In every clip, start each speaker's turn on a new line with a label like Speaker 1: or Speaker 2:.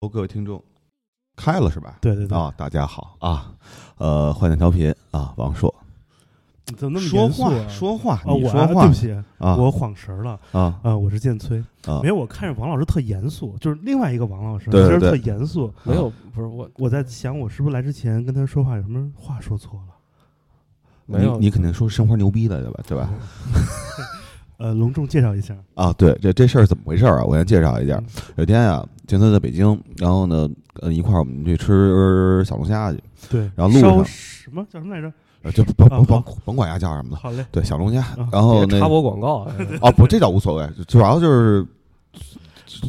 Speaker 1: 哦，各位听众，开了是吧？
Speaker 2: 对对对，
Speaker 1: 啊，大家好啊，呃，坏蛋调频啊，王硕，
Speaker 2: 你怎么那么
Speaker 1: 说
Speaker 2: 严肃
Speaker 1: 话
Speaker 2: 啊？
Speaker 1: 说话，
Speaker 2: 啊，
Speaker 1: 你
Speaker 2: 我
Speaker 1: 说
Speaker 2: 啊
Speaker 1: 话，
Speaker 2: 对不起，
Speaker 1: 啊
Speaker 2: 我晃神儿了
Speaker 1: 啊
Speaker 2: 啊，我是剑崔。
Speaker 1: 啊
Speaker 2: 没有，我看着王老师特严肃，就是另外一个王老师，
Speaker 1: 对对
Speaker 2: 其实
Speaker 1: 对
Speaker 2: 特严肃。
Speaker 3: 没
Speaker 1: 啊
Speaker 3: 有，不是我，
Speaker 2: 我在想，我是不是来之前跟他说话有什么话说错了？
Speaker 3: 没有
Speaker 1: 你你肯定说生活牛逼的对吧？对吧？
Speaker 2: 呃，隆重介绍一下，
Speaker 1: 啊，对，这这事儿怎么回事儿啊？我先介绍一下
Speaker 2: 嗯，
Speaker 1: 有天啊，前头在北京，然后呢，呃，一块儿我们去吃小龙虾去，
Speaker 2: 对，
Speaker 1: 然后路
Speaker 2: 烧
Speaker 1: 上
Speaker 2: 什么叫什么来着？
Speaker 1: 呃，就甭甭
Speaker 2: 啊
Speaker 1: 甭甭管鸭叫什么的，
Speaker 2: 好嘞，
Speaker 1: 对，小龙虾
Speaker 2: 啊，
Speaker 1: 然后那
Speaker 3: 插播广 告，
Speaker 1: 哦不，这倒无所谓，主要就是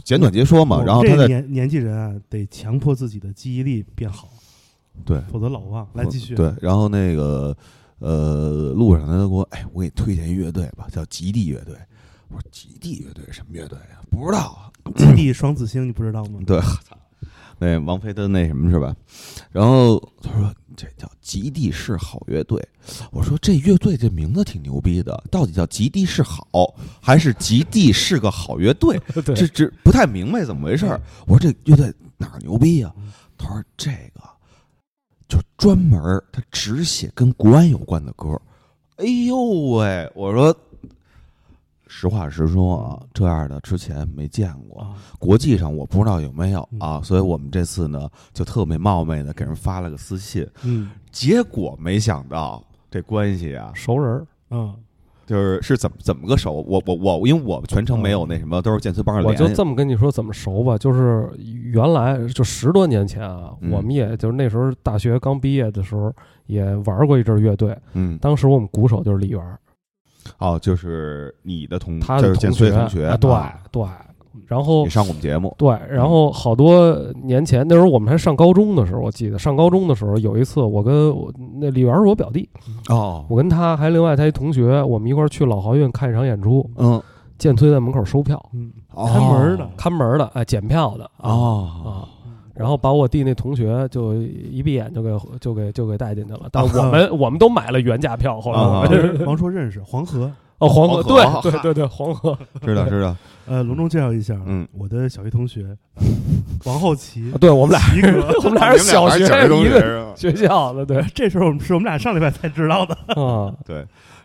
Speaker 1: 简短截说嘛。
Speaker 2: 我
Speaker 1: 然后
Speaker 2: 哦这
Speaker 1: 他
Speaker 2: 个
Speaker 1: 在
Speaker 2: 年年纪人啊，得强迫自己的记忆力变好，
Speaker 1: 对
Speaker 2: 否则老忘。来继续，啊
Speaker 1: 对，然后那个呃，路上他就给我，哎，我给你推荐一乐队吧，叫极地乐队。我说极地乐队是什么乐队啊？不知道啊。
Speaker 2: 基地双子星，你不知道吗？
Speaker 1: 对，操，那王菲的那什么是吧？然后他说这叫极地是好乐队。我说这乐队这名字挺牛逼的，到底叫极地是好还是极地是个好乐队？
Speaker 3: 对
Speaker 1: 这这不太明白怎么回事儿。我说这乐队哪儿牛逼呀、
Speaker 3: 嗯
Speaker 1: 他说这个就专门儿他只写跟国安有关的歌。哎呦喂，我说实话实说啊，这样的之前没见过，
Speaker 2: 啊，
Speaker 1: 国际上我不知道有没有
Speaker 2: 嗯
Speaker 1: 啊，所以我们这次呢就特别冒昧的给人发了个私信，
Speaker 2: 嗯
Speaker 1: 结果没想到。这关系啊，
Speaker 3: 熟人儿，
Speaker 2: 嗯，
Speaker 1: 就是是怎么怎么个熟？我我我，因为我全程没有那什么，都是建崔帮着
Speaker 3: 嗯我
Speaker 1: 联
Speaker 3: 就
Speaker 1: 系。
Speaker 3: 这么跟你说怎么熟吧，就是原来就十多年前啊，
Speaker 1: 嗯
Speaker 3: 我们也就是那时候大学刚毕业的时候也玩过一阵乐队，
Speaker 1: 嗯，
Speaker 3: 当时我们鼓手就是李源儿，
Speaker 1: 哦，就是你的同，
Speaker 3: 他
Speaker 1: 嗯就是
Speaker 3: 的
Speaker 1: 建
Speaker 3: 同
Speaker 1: 崔
Speaker 3: 学，
Speaker 1: 同学，
Speaker 3: 哎对
Speaker 1: 啊
Speaker 3: 对，然后
Speaker 1: 也上过我们节目，
Speaker 3: 对，然后好多年前，那时候我们还上高中的时候，我记得上高中的时候有一次，我跟我那李源儿是我表弟，
Speaker 1: 哦，
Speaker 3: 我跟他还有另外他一同学，我们一块儿去老豪运看一场演出，
Speaker 1: 嗯，
Speaker 3: 建崔在门口收票，
Speaker 2: 嗯，
Speaker 1: 哦
Speaker 2: 看门儿的
Speaker 3: 看门儿的，哎，检票的啊
Speaker 1: 哦，
Speaker 3: 啊，然后把我弟那同学就一闭眼就给就给就给带进去了，但我们我们都买了原价票，后来我
Speaker 1: 啊
Speaker 3: 们
Speaker 2: 王王硕认识黄河，
Speaker 3: 哦黄
Speaker 1: 黄河
Speaker 3: 河
Speaker 1: 哈
Speaker 3: 对对对对黄河啊，
Speaker 1: 知道知道，
Speaker 2: 呃，隆重介绍一下，
Speaker 1: 嗯
Speaker 2: 我的小学同学呃王后奇
Speaker 3: 对我们 俩
Speaker 2: 奇哥，
Speaker 3: 我们俩是小学一个
Speaker 1: 个。
Speaker 3: 学校的对
Speaker 2: 这事儿我们是我们俩上礼拜才知道的。
Speaker 3: 啊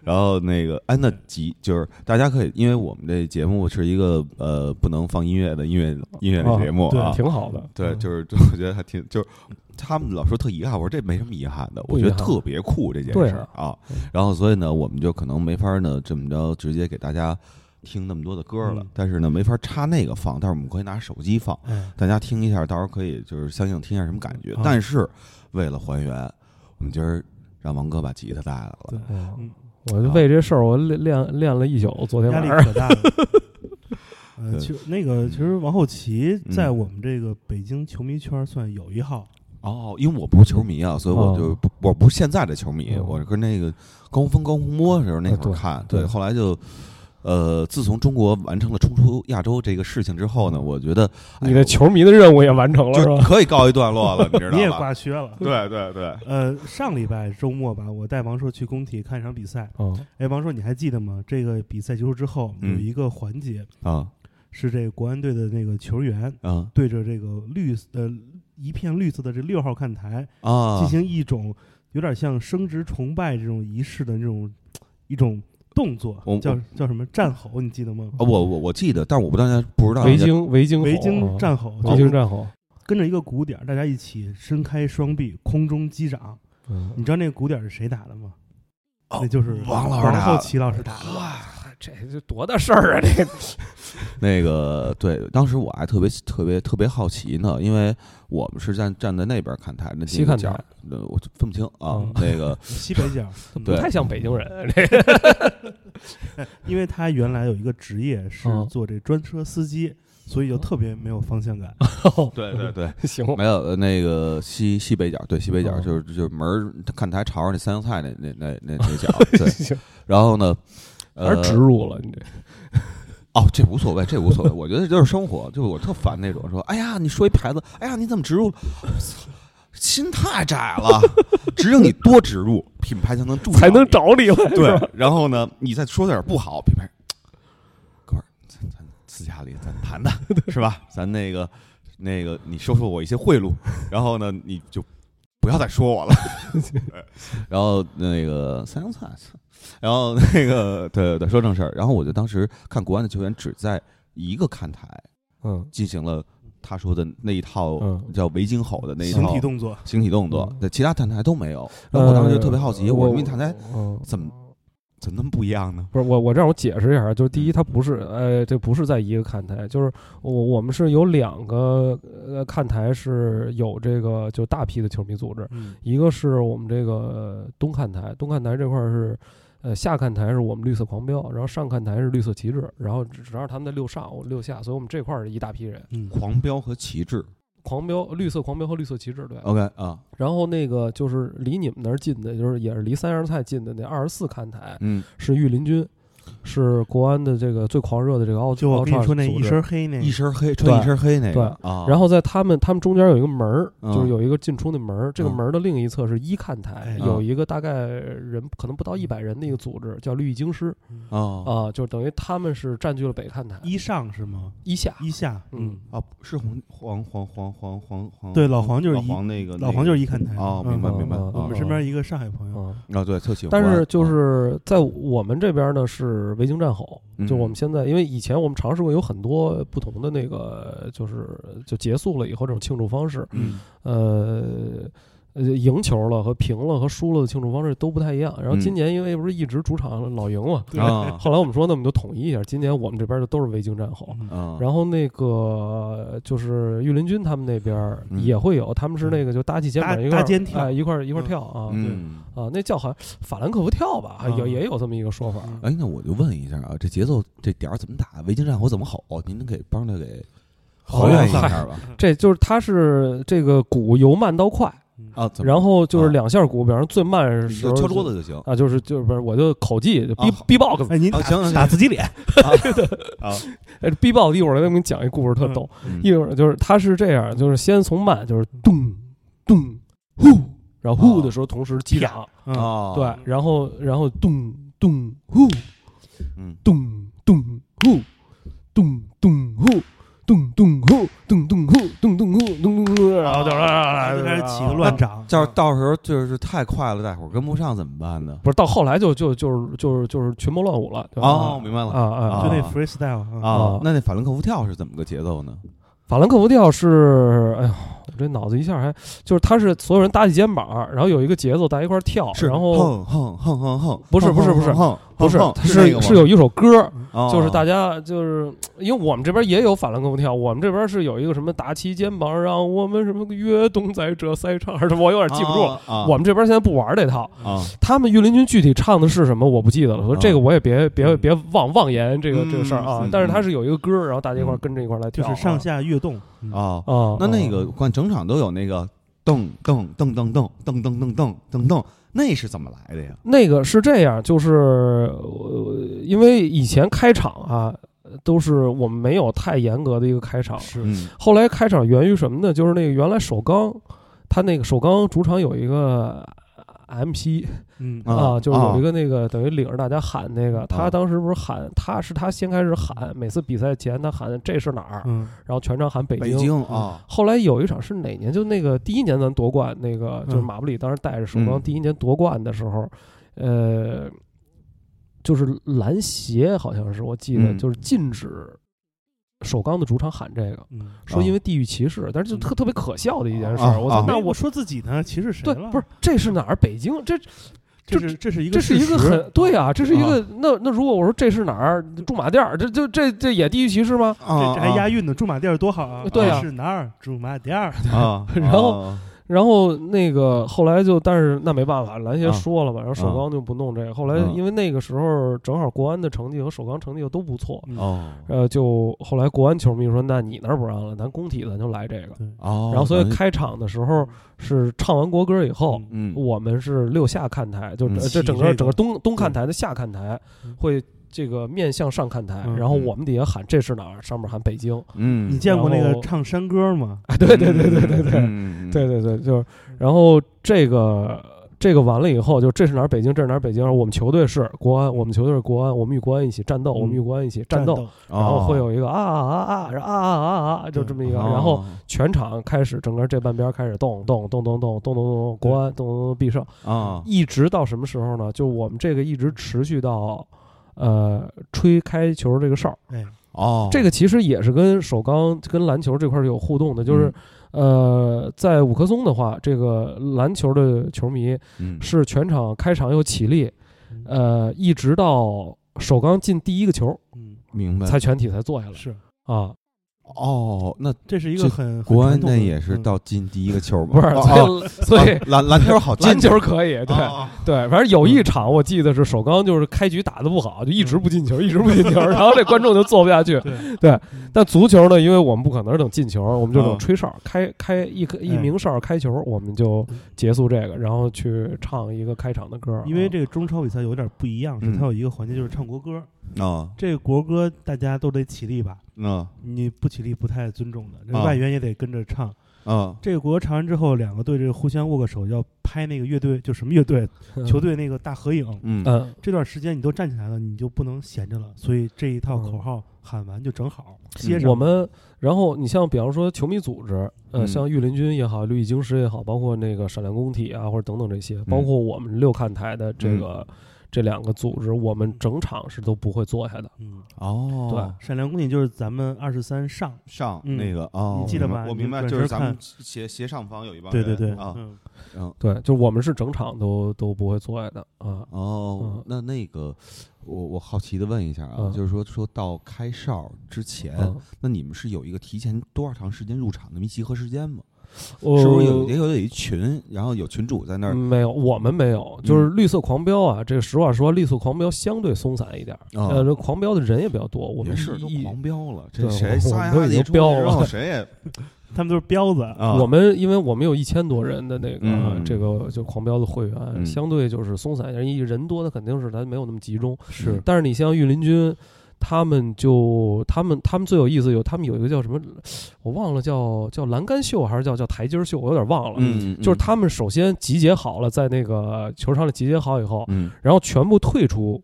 Speaker 1: 然后那个安娜吉，就是大家可以，因为我们这节目是一个呃不能放音乐的音乐音乐的节目
Speaker 2: 对
Speaker 1: 啊，
Speaker 3: 哦挺好的，
Speaker 1: 对，
Speaker 2: 嗯
Speaker 1: 就是 就我觉得还挺就是。他们老说特遗憾，我说这没什么遗憾的，我
Speaker 3: 不遗
Speaker 1: 觉得
Speaker 3: 憾
Speaker 1: 特别酷这件
Speaker 3: 对
Speaker 1: 事儿啊。然后所以呢，我们就可能没法呢这么着直接给大家听那么多的歌了
Speaker 2: 嗯，
Speaker 1: 但是呢没法插那个放，但是我们可以拿手机放，大家听一下，到时候可以就是相应听一下什么感觉
Speaker 2: 啊。
Speaker 1: 但是为了还原，我们今儿让王哥把吉他带来了
Speaker 2: 对，
Speaker 3: 嗯啊
Speaker 2: 嗯，
Speaker 3: 我就为这事儿我练练练了一宿，昨天
Speaker 2: 压
Speaker 3: 晚
Speaker 2: 力
Speaker 3: 上
Speaker 2: 可大了。呃，
Speaker 1: 对
Speaker 2: 其实那个，其实王后奇
Speaker 1: 嗯
Speaker 2: 在我们这个北京球迷圈算有一号，
Speaker 1: 哦，因为我不是球迷啊，所以我
Speaker 3: 哦
Speaker 1: 就不、我不是现在的球迷，
Speaker 3: 嗯
Speaker 1: 我是跟那个高峰高洪波的时候那会
Speaker 3: 啊对
Speaker 1: 儿看，
Speaker 3: 对
Speaker 1: 后来就。呃，自从中国完成了冲出亚洲这个事情之后呢，我觉得哎
Speaker 3: 你的球迷的任务也完成了是
Speaker 1: 就
Speaker 3: 吧？
Speaker 1: 可以告一段落了，你 啊知
Speaker 2: 你也
Speaker 1: 道吧？
Speaker 2: 挂靴了。
Speaker 1: 对对 对，
Speaker 2: 呃，上礼拜周末吧，我带王硕去工体看一场比赛。
Speaker 3: 嗯
Speaker 2: 哎，王硕，你还记得吗？这个比赛结束之后，
Speaker 1: 嗯
Speaker 2: 有一个环节
Speaker 1: 啊
Speaker 2: 是这个国安队的那个球员
Speaker 1: 啊
Speaker 2: 对着这个绿呃一片绿色的这六号看台进
Speaker 1: 啊！
Speaker 2: 行一种有点像生殖崇拜这种仪式的这种一种动作
Speaker 1: 我，
Speaker 2: 叫叫什么战吼，你记得吗？
Speaker 1: 啊我我我记得，但是我不大家不知道
Speaker 3: 维京维京
Speaker 2: 维
Speaker 3: 吼
Speaker 2: 京
Speaker 1: 哦
Speaker 3: 啊
Speaker 2: 战吼，
Speaker 3: 维
Speaker 2: 就是
Speaker 3: 京战吼，
Speaker 2: 跟着一个鼓点儿，大家一起伸开双臂，空中击掌。
Speaker 3: 嗯，
Speaker 2: 你知道那个鼓点儿是谁打的吗？
Speaker 1: 哦
Speaker 2: 那就是
Speaker 1: 王老师
Speaker 2: 王
Speaker 1: 打
Speaker 2: 后
Speaker 1: 的
Speaker 2: 奇老师打的。
Speaker 3: 哇，这这多大事儿啊！ 这个
Speaker 1: 那个对，当时我还特别特别特别好奇呢，因为我们是站站在那边看台的
Speaker 3: 西看
Speaker 1: 那个
Speaker 3: 台，
Speaker 1: 角儿呃我分不清啊
Speaker 3: 嗯。
Speaker 1: 那个
Speaker 2: 西北角，
Speaker 1: 对
Speaker 3: 不 太像北京人，啊这个
Speaker 2: 因为他原来有一个职业是
Speaker 3: 嗯
Speaker 2: 做这专车司机，所以就特别没有方 向感。
Speaker 1: 哦对对 对，
Speaker 3: 行
Speaker 1: 没有，呃那个西西北角，对西北角
Speaker 3: 哦
Speaker 1: 就是就是门儿看台朝着那三香菜那那那那 那角，对。
Speaker 3: 行，
Speaker 1: 然后呢，呃
Speaker 3: 而，植入了你这
Speaker 1: 哦，这无所谓，这无所谓，我觉得这就是生活，就是我特烦那种说，哎呀，你说一牌子，哎呀，你怎么植入了？操心太窄 了，只有你多植入，品牌才能注意到
Speaker 3: 才能
Speaker 1: 你
Speaker 3: 找你 来，是吧
Speaker 1: 对。然后呢，你再说点不好，品牌，哥们儿，咱咱私下里咱谈谈，是吧？咱那个那个你收受我一些贿赂，然后呢，你就不要再说我了。 然后那个三洋菜，操然后那个对对，说正事儿。然后我就当时看国安的球员只在一个看台
Speaker 3: 嗯
Speaker 1: 进行了他说的那一套
Speaker 3: 嗯，
Speaker 1: 叫围巾吼的那一
Speaker 2: 形
Speaker 1: 套
Speaker 2: 体动作，
Speaker 1: 形体动作
Speaker 3: 嗯，
Speaker 1: 在其他看台都没有。然后我当时就特别好奇，
Speaker 3: 呃
Speaker 1: 我说你看台
Speaker 3: 嗯
Speaker 1: 怎么怎么那么不一样呢？
Speaker 3: 不是我，我让我解释一下，啊就是
Speaker 1: 嗯
Speaker 3: 第一，它不是，呃，这不是在一个看台，就是我我们是有两个呃看台是有这个就大批的球迷组织，
Speaker 2: 嗯
Speaker 3: 一个是我们这个东看台，东看台这块儿是，呃，下看台是我们绿色狂飙，然后上看台是绿色旗帜，然后只只要是他们的六上六下，所以我们这块儿是一大批人，
Speaker 2: 嗯，
Speaker 1: 狂飙和旗帜
Speaker 3: 狂飙绿色狂飙和绿色旗帜
Speaker 2: 哦
Speaker 3: 对，
Speaker 1: ，OK 啊，
Speaker 3: 然后那个就是离你们那儿近的，就是也是离三样菜近的那二十四看台
Speaker 1: 嗯，
Speaker 3: 是御林军，是国安的这个最狂热的这个奥
Speaker 2: 就我
Speaker 3: 奥
Speaker 2: 跟你
Speaker 3: 创
Speaker 2: 说那
Speaker 3: 组
Speaker 2: 一
Speaker 3: 织
Speaker 2: 身黑那
Speaker 1: 一身黑穿一身黑那
Speaker 3: 对
Speaker 1: 个啊，
Speaker 3: 然后在他们他们中间有一个门儿，
Speaker 1: 嗯
Speaker 3: 就是有一个进出那门儿。这个
Speaker 1: 嗯
Speaker 3: 门儿的另一侧是一看台
Speaker 2: 哎，
Speaker 3: 有一个大概人可能不到一百人的一个组
Speaker 1: 嗯
Speaker 3: 织，叫绿翼京师
Speaker 1: 后啊
Speaker 3: 啊，就等于他们是占据了北看台
Speaker 1: 嗯
Speaker 2: 一上是吗？
Speaker 3: 一下。
Speaker 2: 一下，嗯
Speaker 3: 嗯，
Speaker 1: 啊，是黄黄黄黄黄黄黄，
Speaker 2: 对老黄就是
Speaker 1: 老
Speaker 2: 一
Speaker 1: 黄那个
Speaker 2: 老黄就是
Speaker 1: 一
Speaker 2: 一看台
Speaker 1: 哦，
Speaker 2: 嗯
Speaker 1: 明白
Speaker 3: 嗯
Speaker 1: 明白，
Speaker 3: 嗯
Speaker 2: 我
Speaker 1: 啊
Speaker 2: 们身边一个上海朋友，
Speaker 3: 啊，
Speaker 1: 啊对特喜欢，
Speaker 3: 但是就是在我们这边呢是维京战吼，
Speaker 1: 嗯
Speaker 3: 就我们现在，因为以前我们尝试过有很多不同的那个，就是就结束了以后这种庆祝方式，
Speaker 1: 嗯
Speaker 3: 呃。呃，赢球了和平了和输了的庆祝方式都不太一样。然后今
Speaker 1: 嗯
Speaker 3: 年因为不是一直主场老赢嘛，
Speaker 2: 对
Speaker 1: 啊
Speaker 3: 后来我们说，那我们就统一一下，今年我们这边就都是维京战吼。
Speaker 2: 嗯
Speaker 1: 啊，
Speaker 3: 然后那个就是御林军他们那边儿
Speaker 1: 嗯
Speaker 3: 也会有，他们是那个就搭起肩
Speaker 2: 搭
Speaker 3: 膀一块
Speaker 2: 搭
Speaker 3: 儿
Speaker 2: 肩跳
Speaker 3: 哎一块儿一块儿跳啊
Speaker 1: 嗯。
Speaker 3: 啊，那叫好像法兰克福跳吧，还有
Speaker 2: 啊
Speaker 3: 也有这么一个说法。
Speaker 1: 哎，那我就问一下啊，这节奏这点儿怎么打？维京战火怎么吼？您能给帮着给还原一下吧？
Speaker 3: 啊这就是它是这个鼓由慢到快，
Speaker 1: 啊，怎么
Speaker 3: 然后就是
Speaker 1: 啊
Speaker 3: 两下鼓，比方说最慢的
Speaker 1: 你
Speaker 3: 时
Speaker 1: 就
Speaker 3: 候
Speaker 1: 敲
Speaker 3: 就
Speaker 1: 桌子就行
Speaker 3: 啊，就是就是不是我就口技就
Speaker 1: 啊
Speaker 3: B
Speaker 1: 好
Speaker 3: B box
Speaker 2: 哎，您
Speaker 1: 啊
Speaker 2: 打
Speaker 1: 行行
Speaker 2: 打自己脸，
Speaker 1: 啊。
Speaker 3: 哎 B box 一会儿我再给你讲一故事特逗，
Speaker 1: 嗯
Speaker 3: 一会儿就是它是这样，就是先从慢就是咚咚呼，然后呼
Speaker 1: 哦
Speaker 3: 的时候同时击掌，
Speaker 2: 嗯，
Speaker 1: 啊，
Speaker 3: 对，然后然后咚咚呼
Speaker 1: 嗯，
Speaker 3: 咚咚呼咚咚呼。咚咚呼，咚咚呼，咚咚呼，咚咚呼，然后就
Speaker 2: 然后就开始起个
Speaker 3: 啊
Speaker 2: 乱掌，
Speaker 1: 就是到时候就是太快了，大伙儿跟不上怎么办呢？
Speaker 3: 不是到后来就就就是就是就是群谋乱舞了，对吧？
Speaker 1: 哦，明白了
Speaker 3: 啊啊！
Speaker 2: 就那
Speaker 1: 啊
Speaker 2: freestyle 啊，
Speaker 1: 啊
Speaker 3: 啊。
Speaker 1: 那那法兰克福跳是怎么个节奏呢？
Speaker 3: 法兰克福调是，哎呦，我这脑子一下还就是他是所有人搭起肩膀，然后有一个节奏，大家一块儿跳，哦然后
Speaker 1: 哼哼哼哼哼，
Speaker 3: 不是不是不是
Speaker 1: 哼，
Speaker 3: 不是
Speaker 1: 哼哼哦那
Speaker 3: 它
Speaker 1: 个
Speaker 3: 是
Speaker 1: 吗
Speaker 3: 是有一首歌，
Speaker 1: 哦
Speaker 3: 就是大家就是因为我们这边也有法兰克福跳，我们这边是有一个什么打起肩膀，让我们什么跃动在这赛场什么，我有点记不住了。
Speaker 1: 啊啊
Speaker 3: 我们这边现在不玩这套，
Speaker 1: 啊
Speaker 3: 他们御林军具体唱的是什么我不记得了，说
Speaker 1: 啊
Speaker 3: 这个我也别别别妄妄言这个这个事儿啊
Speaker 1: 嗯。
Speaker 3: 但是他是有一个歌，然后大家一块儿跟着一块儿来
Speaker 2: 就
Speaker 3: 跳啊，
Speaker 2: 是上下跃动
Speaker 1: 啊，哦
Speaker 3: 啊。
Speaker 1: 那那
Speaker 3: 啊
Speaker 1: 个关整场都有那个噔噔噔噔噔噔噔噔噔噔噔，那是怎么来的呀？
Speaker 3: 那个是这样，就是、呃、因为以前开场啊，都是我们没有太严格的一个开场。
Speaker 2: 是
Speaker 1: 嗯
Speaker 3: 后来开场源于什么呢？就是那个原来首钢，他那个首钢主场有一个 MP
Speaker 2: 嗯
Speaker 1: 啊
Speaker 3: 啊，就是
Speaker 1: 啊
Speaker 3: 有一个那个等于领着大家喊那个，他当时不是喊，他是他先开始喊，每次比赛前他喊这是哪儿，
Speaker 2: 嗯
Speaker 3: 然后全场喊北
Speaker 1: 北京啊
Speaker 3: 后来有一场是哪年？就那个第一年咱夺冠，那个就是
Speaker 2: 嗯
Speaker 3: 马布里当时带着首
Speaker 1: 嗯
Speaker 3: 钢第一年夺冠的时候，呃，就是篮协好像是我记得，
Speaker 1: 嗯
Speaker 3: 就是禁止首钢的主场喊这个，
Speaker 2: 嗯，
Speaker 3: 说
Speaker 1: 啊嗯
Speaker 3: 因为地域歧视，但是就特特别可笑的一件事
Speaker 1: 啊
Speaker 3: 儿。我操
Speaker 1: 啊，
Speaker 3: 那
Speaker 2: 那
Speaker 3: 我
Speaker 2: 我说自己呢，歧视谁
Speaker 3: 对
Speaker 2: 了？
Speaker 3: 不是，这是哪儿？北京这
Speaker 2: 这
Speaker 3: 这
Speaker 2: 是这是一个
Speaker 3: 这是一个
Speaker 2: 事实
Speaker 3: 很对啊，这是一
Speaker 1: 啊
Speaker 3: 个那那如果我说这是哪儿？驻马店儿，这就这这也地域歧视吗？
Speaker 1: 啊，
Speaker 2: 这这还押韵呢，驻马店儿多好啊！
Speaker 3: 对啊
Speaker 2: 是哪儿？驻马店儿，
Speaker 1: 啊，
Speaker 3: 然后然后那个后来就，但是那没办法，
Speaker 1: 啊
Speaker 3: 篮协说了嘛，然后首钢就不弄这个。后来
Speaker 1: 嗯
Speaker 3: 因为那个时候正好国安的成绩和首钢成绩又都不错，
Speaker 2: 嗯
Speaker 1: 哦
Speaker 3: 呃，就后来国安球迷说，那你那儿不让了，咱工体咱就来这个。
Speaker 1: 哦，
Speaker 3: 然后所以
Speaker 1: 等于
Speaker 3: 开场的时候是唱完国歌以后，
Speaker 2: 嗯
Speaker 1: 嗯
Speaker 3: 我们是六下看台，就
Speaker 1: 嗯
Speaker 3: 这这整
Speaker 2: 起这
Speaker 3: 个
Speaker 2: 个
Speaker 3: 整个东东看台的下看台
Speaker 2: 嗯
Speaker 3: 会这个面向上看台，
Speaker 2: 嗯
Speaker 3: 然后我们底下喊这是哪儿，上面喊北京。
Speaker 1: 嗯，
Speaker 2: 你见过那
Speaker 3: 然
Speaker 2: 个
Speaker 3: 后
Speaker 2: 唱山歌吗？
Speaker 1: 嗯
Speaker 3: 哎，对对对对对对。
Speaker 1: 对
Speaker 3: 对对对，就是，然后这个这个完了以后，就这是哪儿北京，这是哪儿北京，我们球队是国安，我们球队是国安，我们与国安一起战斗，
Speaker 2: 嗯
Speaker 3: 我们与国安一起
Speaker 2: 战
Speaker 3: 战斗，，
Speaker 1: 然
Speaker 3: 然后会有一个啊啊啊啊，然后啊啊啊啊啊，就这么一个，然后全场开始，整个这半边开始动动动动动动动动动，国安动动动动必胜，
Speaker 1: 啊
Speaker 3: 一直到什么时候呢？就我们这个一直持续到，呃，吹开球这个哨儿。
Speaker 2: 哎，
Speaker 1: 哦，
Speaker 3: 这个其实也是跟首钢、跟篮球这块儿是有互动的，就是，
Speaker 1: 嗯
Speaker 3: 呃，在五棵松的话，这个篮球的球迷
Speaker 1: 嗯
Speaker 3: 是全场开场有起立，呃，一直到首钢进第一个球
Speaker 2: 嗯，
Speaker 1: 明白
Speaker 3: 才全体才坐下来
Speaker 2: 是，
Speaker 3: 啊，
Speaker 1: 哦，那
Speaker 2: 这是一
Speaker 1: 这
Speaker 2: 个很很
Speaker 1: 国安
Speaker 2: 传统
Speaker 1: 那
Speaker 2: 的
Speaker 1: 也是
Speaker 2: 嗯
Speaker 1: 到进第一个球吗？
Speaker 3: 不是，
Speaker 1: 哦
Speaker 3: 所以、
Speaker 1: 哦
Speaker 3: 所以
Speaker 1: 哦篮篮球好进
Speaker 3: 篮球可以，对、
Speaker 1: 哦
Speaker 3: 对，反正有一场我记得是首钢就是开局打得不好，就一
Speaker 1: 嗯
Speaker 3: 直不进球，一直不进球，然后这观众就坐不下去。
Speaker 2: 对
Speaker 3: 对
Speaker 2: 嗯
Speaker 3: 但足球呢，因为我们不可能是等进球，我们就等
Speaker 1: 嗯
Speaker 3: 吹哨，开开一颗
Speaker 2: 哎
Speaker 3: 一鸣哨开球，我们就结束这个，然后去唱一个开场的歌。啊
Speaker 2: 因为这个中超比赛有点不一样，
Speaker 1: 嗯
Speaker 2: 是它有一个环节就是唱国歌，
Speaker 1: 啊，
Speaker 2: 这个国歌大家都得起立吧，
Speaker 1: 那
Speaker 2: 你不起立不太尊重的，这
Speaker 1: 啊
Speaker 2: 外援也得跟着唱。
Speaker 1: 啊
Speaker 2: 这个国歌唱完之后，两个队这个互相握个手，要拍那个乐队就什么乐队
Speaker 3: 嗯
Speaker 2: 球队那个大合影。
Speaker 1: 嗯
Speaker 3: 嗯，
Speaker 2: 这段时间你都站起来了，你就不能闲着了，所以这一套口号喊完就正好接上。
Speaker 3: 我们然后你像比方说球迷组织，呃，
Speaker 1: 嗯
Speaker 3: 像御林军也好，绿翼晶石也好，包括那个闪亮工体啊，或者等等这些，包括我们六看台的这个这两个组织，我们整场是都不会坐下的。
Speaker 2: 嗯，
Speaker 1: 哦，
Speaker 2: 闪亮公体就是咱们二十三上，
Speaker 1: 对，上
Speaker 2: 嗯
Speaker 1: 那个哦，
Speaker 2: 你记得
Speaker 1: 我明
Speaker 2: 吧
Speaker 1: 白我
Speaker 2: 你
Speaker 1: 明白，
Speaker 2: 转
Speaker 1: 就是
Speaker 2: 身
Speaker 1: 咱们
Speaker 2: 看
Speaker 1: 斜斜上方有一帮
Speaker 2: 对
Speaker 1: 人
Speaker 2: 对对
Speaker 1: 啊，
Speaker 2: 嗯
Speaker 1: 嗯
Speaker 3: 对，就是我们是整场都都不会坐下的啊。
Speaker 1: 哦
Speaker 3: 嗯，
Speaker 1: 那那个我我好奇的问一下啊
Speaker 3: 嗯，
Speaker 1: 就是说说到开哨之前
Speaker 3: 嗯，
Speaker 1: 那你们是有一个提前多少长时间入场的一集合时间吗？
Speaker 3: 我
Speaker 1: 是不是有也有有一群，然后有群主在那儿
Speaker 3: 没有，我们没
Speaker 1: 嗯
Speaker 3: 有，就是绿色狂飙啊。这个实话说，绿色狂飙相对松散一点儿，
Speaker 1: 啊
Speaker 3: 呃，这狂飙的人也比较多。我
Speaker 1: 也
Speaker 3: 们
Speaker 1: 是都
Speaker 3: 一
Speaker 1: 狂飙了，
Speaker 3: 对
Speaker 1: 这
Speaker 3: 我
Speaker 1: 谁
Speaker 3: 我
Speaker 1: 撒
Speaker 3: 们
Speaker 1: 丫
Speaker 3: 都已
Speaker 1: 子一
Speaker 3: 经
Speaker 1: 出去
Speaker 3: 飙
Speaker 1: 之
Speaker 3: 了
Speaker 1: 后谁也
Speaker 2: 他们都是彪子，
Speaker 1: 啊，
Speaker 3: 我们因为我们有一千多人的那个、
Speaker 1: 嗯
Speaker 3: 这个就狂飙的会员，
Speaker 1: 嗯
Speaker 3: 相对就是松散一点，因为人多的肯定是咱没有那么集中。
Speaker 1: 是
Speaker 3: 但是你像御林军，他们就他们他们最有意思有他们有一个叫什么，我忘了叫叫栏杆秀还是叫叫台阶秀，我有点忘了。
Speaker 1: 嗯，
Speaker 3: 就是他们首先集结好了，在那个球场里集结好以后，
Speaker 1: 嗯
Speaker 3: 然后全部退出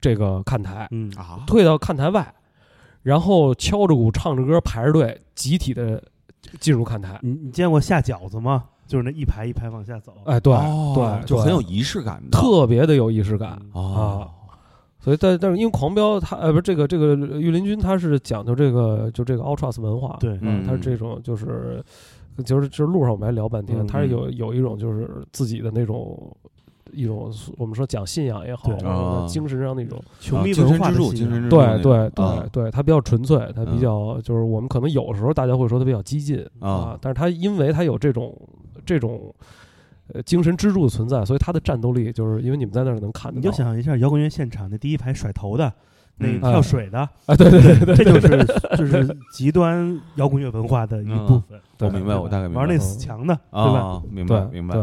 Speaker 3: 这个看台，
Speaker 2: 嗯，
Speaker 1: 啊，
Speaker 3: 退到看台外，然后敲着鼓唱着歌排着队，集体的进入看台。
Speaker 1: 嗯
Speaker 2: 你你见过下饺子吗？就是那一排一排往下走，
Speaker 3: 哎，对、
Speaker 1: 哦
Speaker 3: 对，
Speaker 1: 就很有
Speaker 3: 对
Speaker 1: 仪式感的，
Speaker 3: 特啊别的有仪式感。
Speaker 2: 嗯
Speaker 1: 哦，
Speaker 3: 所以，但但是因为狂飙它呃不是这个这个御林军它是讲究这个就这个 ultras 文化，
Speaker 2: 对
Speaker 3: 嗯，
Speaker 1: 嗯
Speaker 3: 它是这种就是就是就是路上我们还聊半天，
Speaker 2: 嗯
Speaker 3: 它是有有一种就是自己的那种。一种我们说讲信仰也好，
Speaker 2: 对
Speaker 3: 或者说
Speaker 1: 啊
Speaker 3: 精神上那种，
Speaker 2: 球迷
Speaker 1: 啊精
Speaker 2: 文
Speaker 1: 神
Speaker 2: 化
Speaker 1: 支
Speaker 2: 的
Speaker 1: 柱，
Speaker 2: 信
Speaker 1: 精
Speaker 2: 仰
Speaker 1: 神支柱那种，
Speaker 3: 对对
Speaker 1: 啊
Speaker 3: 对对，它比较纯粹，它比
Speaker 1: 嗯
Speaker 3: 较就是我们可能有时候大家会说它比较激进
Speaker 1: 啊
Speaker 3: 啊，但是它因为它有这种这种呃精神支柱的存在，所以它的战斗力就是因为你们在那儿能看得
Speaker 2: 你
Speaker 3: 到，
Speaker 2: 就想一下摇滚乐现场那第一排甩头的，那
Speaker 1: 啊嗯
Speaker 2: 个跳 水的，
Speaker 3: 啊，对对对对，
Speaker 2: 这就是就是极端摇滚乐文化的一部分。
Speaker 1: 嗯我明白，
Speaker 2: 对
Speaker 1: 我
Speaker 2: 吧
Speaker 1: 大概明白嗯
Speaker 2: 玩那死墙的，对吧？
Speaker 1: 啊，明白
Speaker 3: 对
Speaker 1: 明白。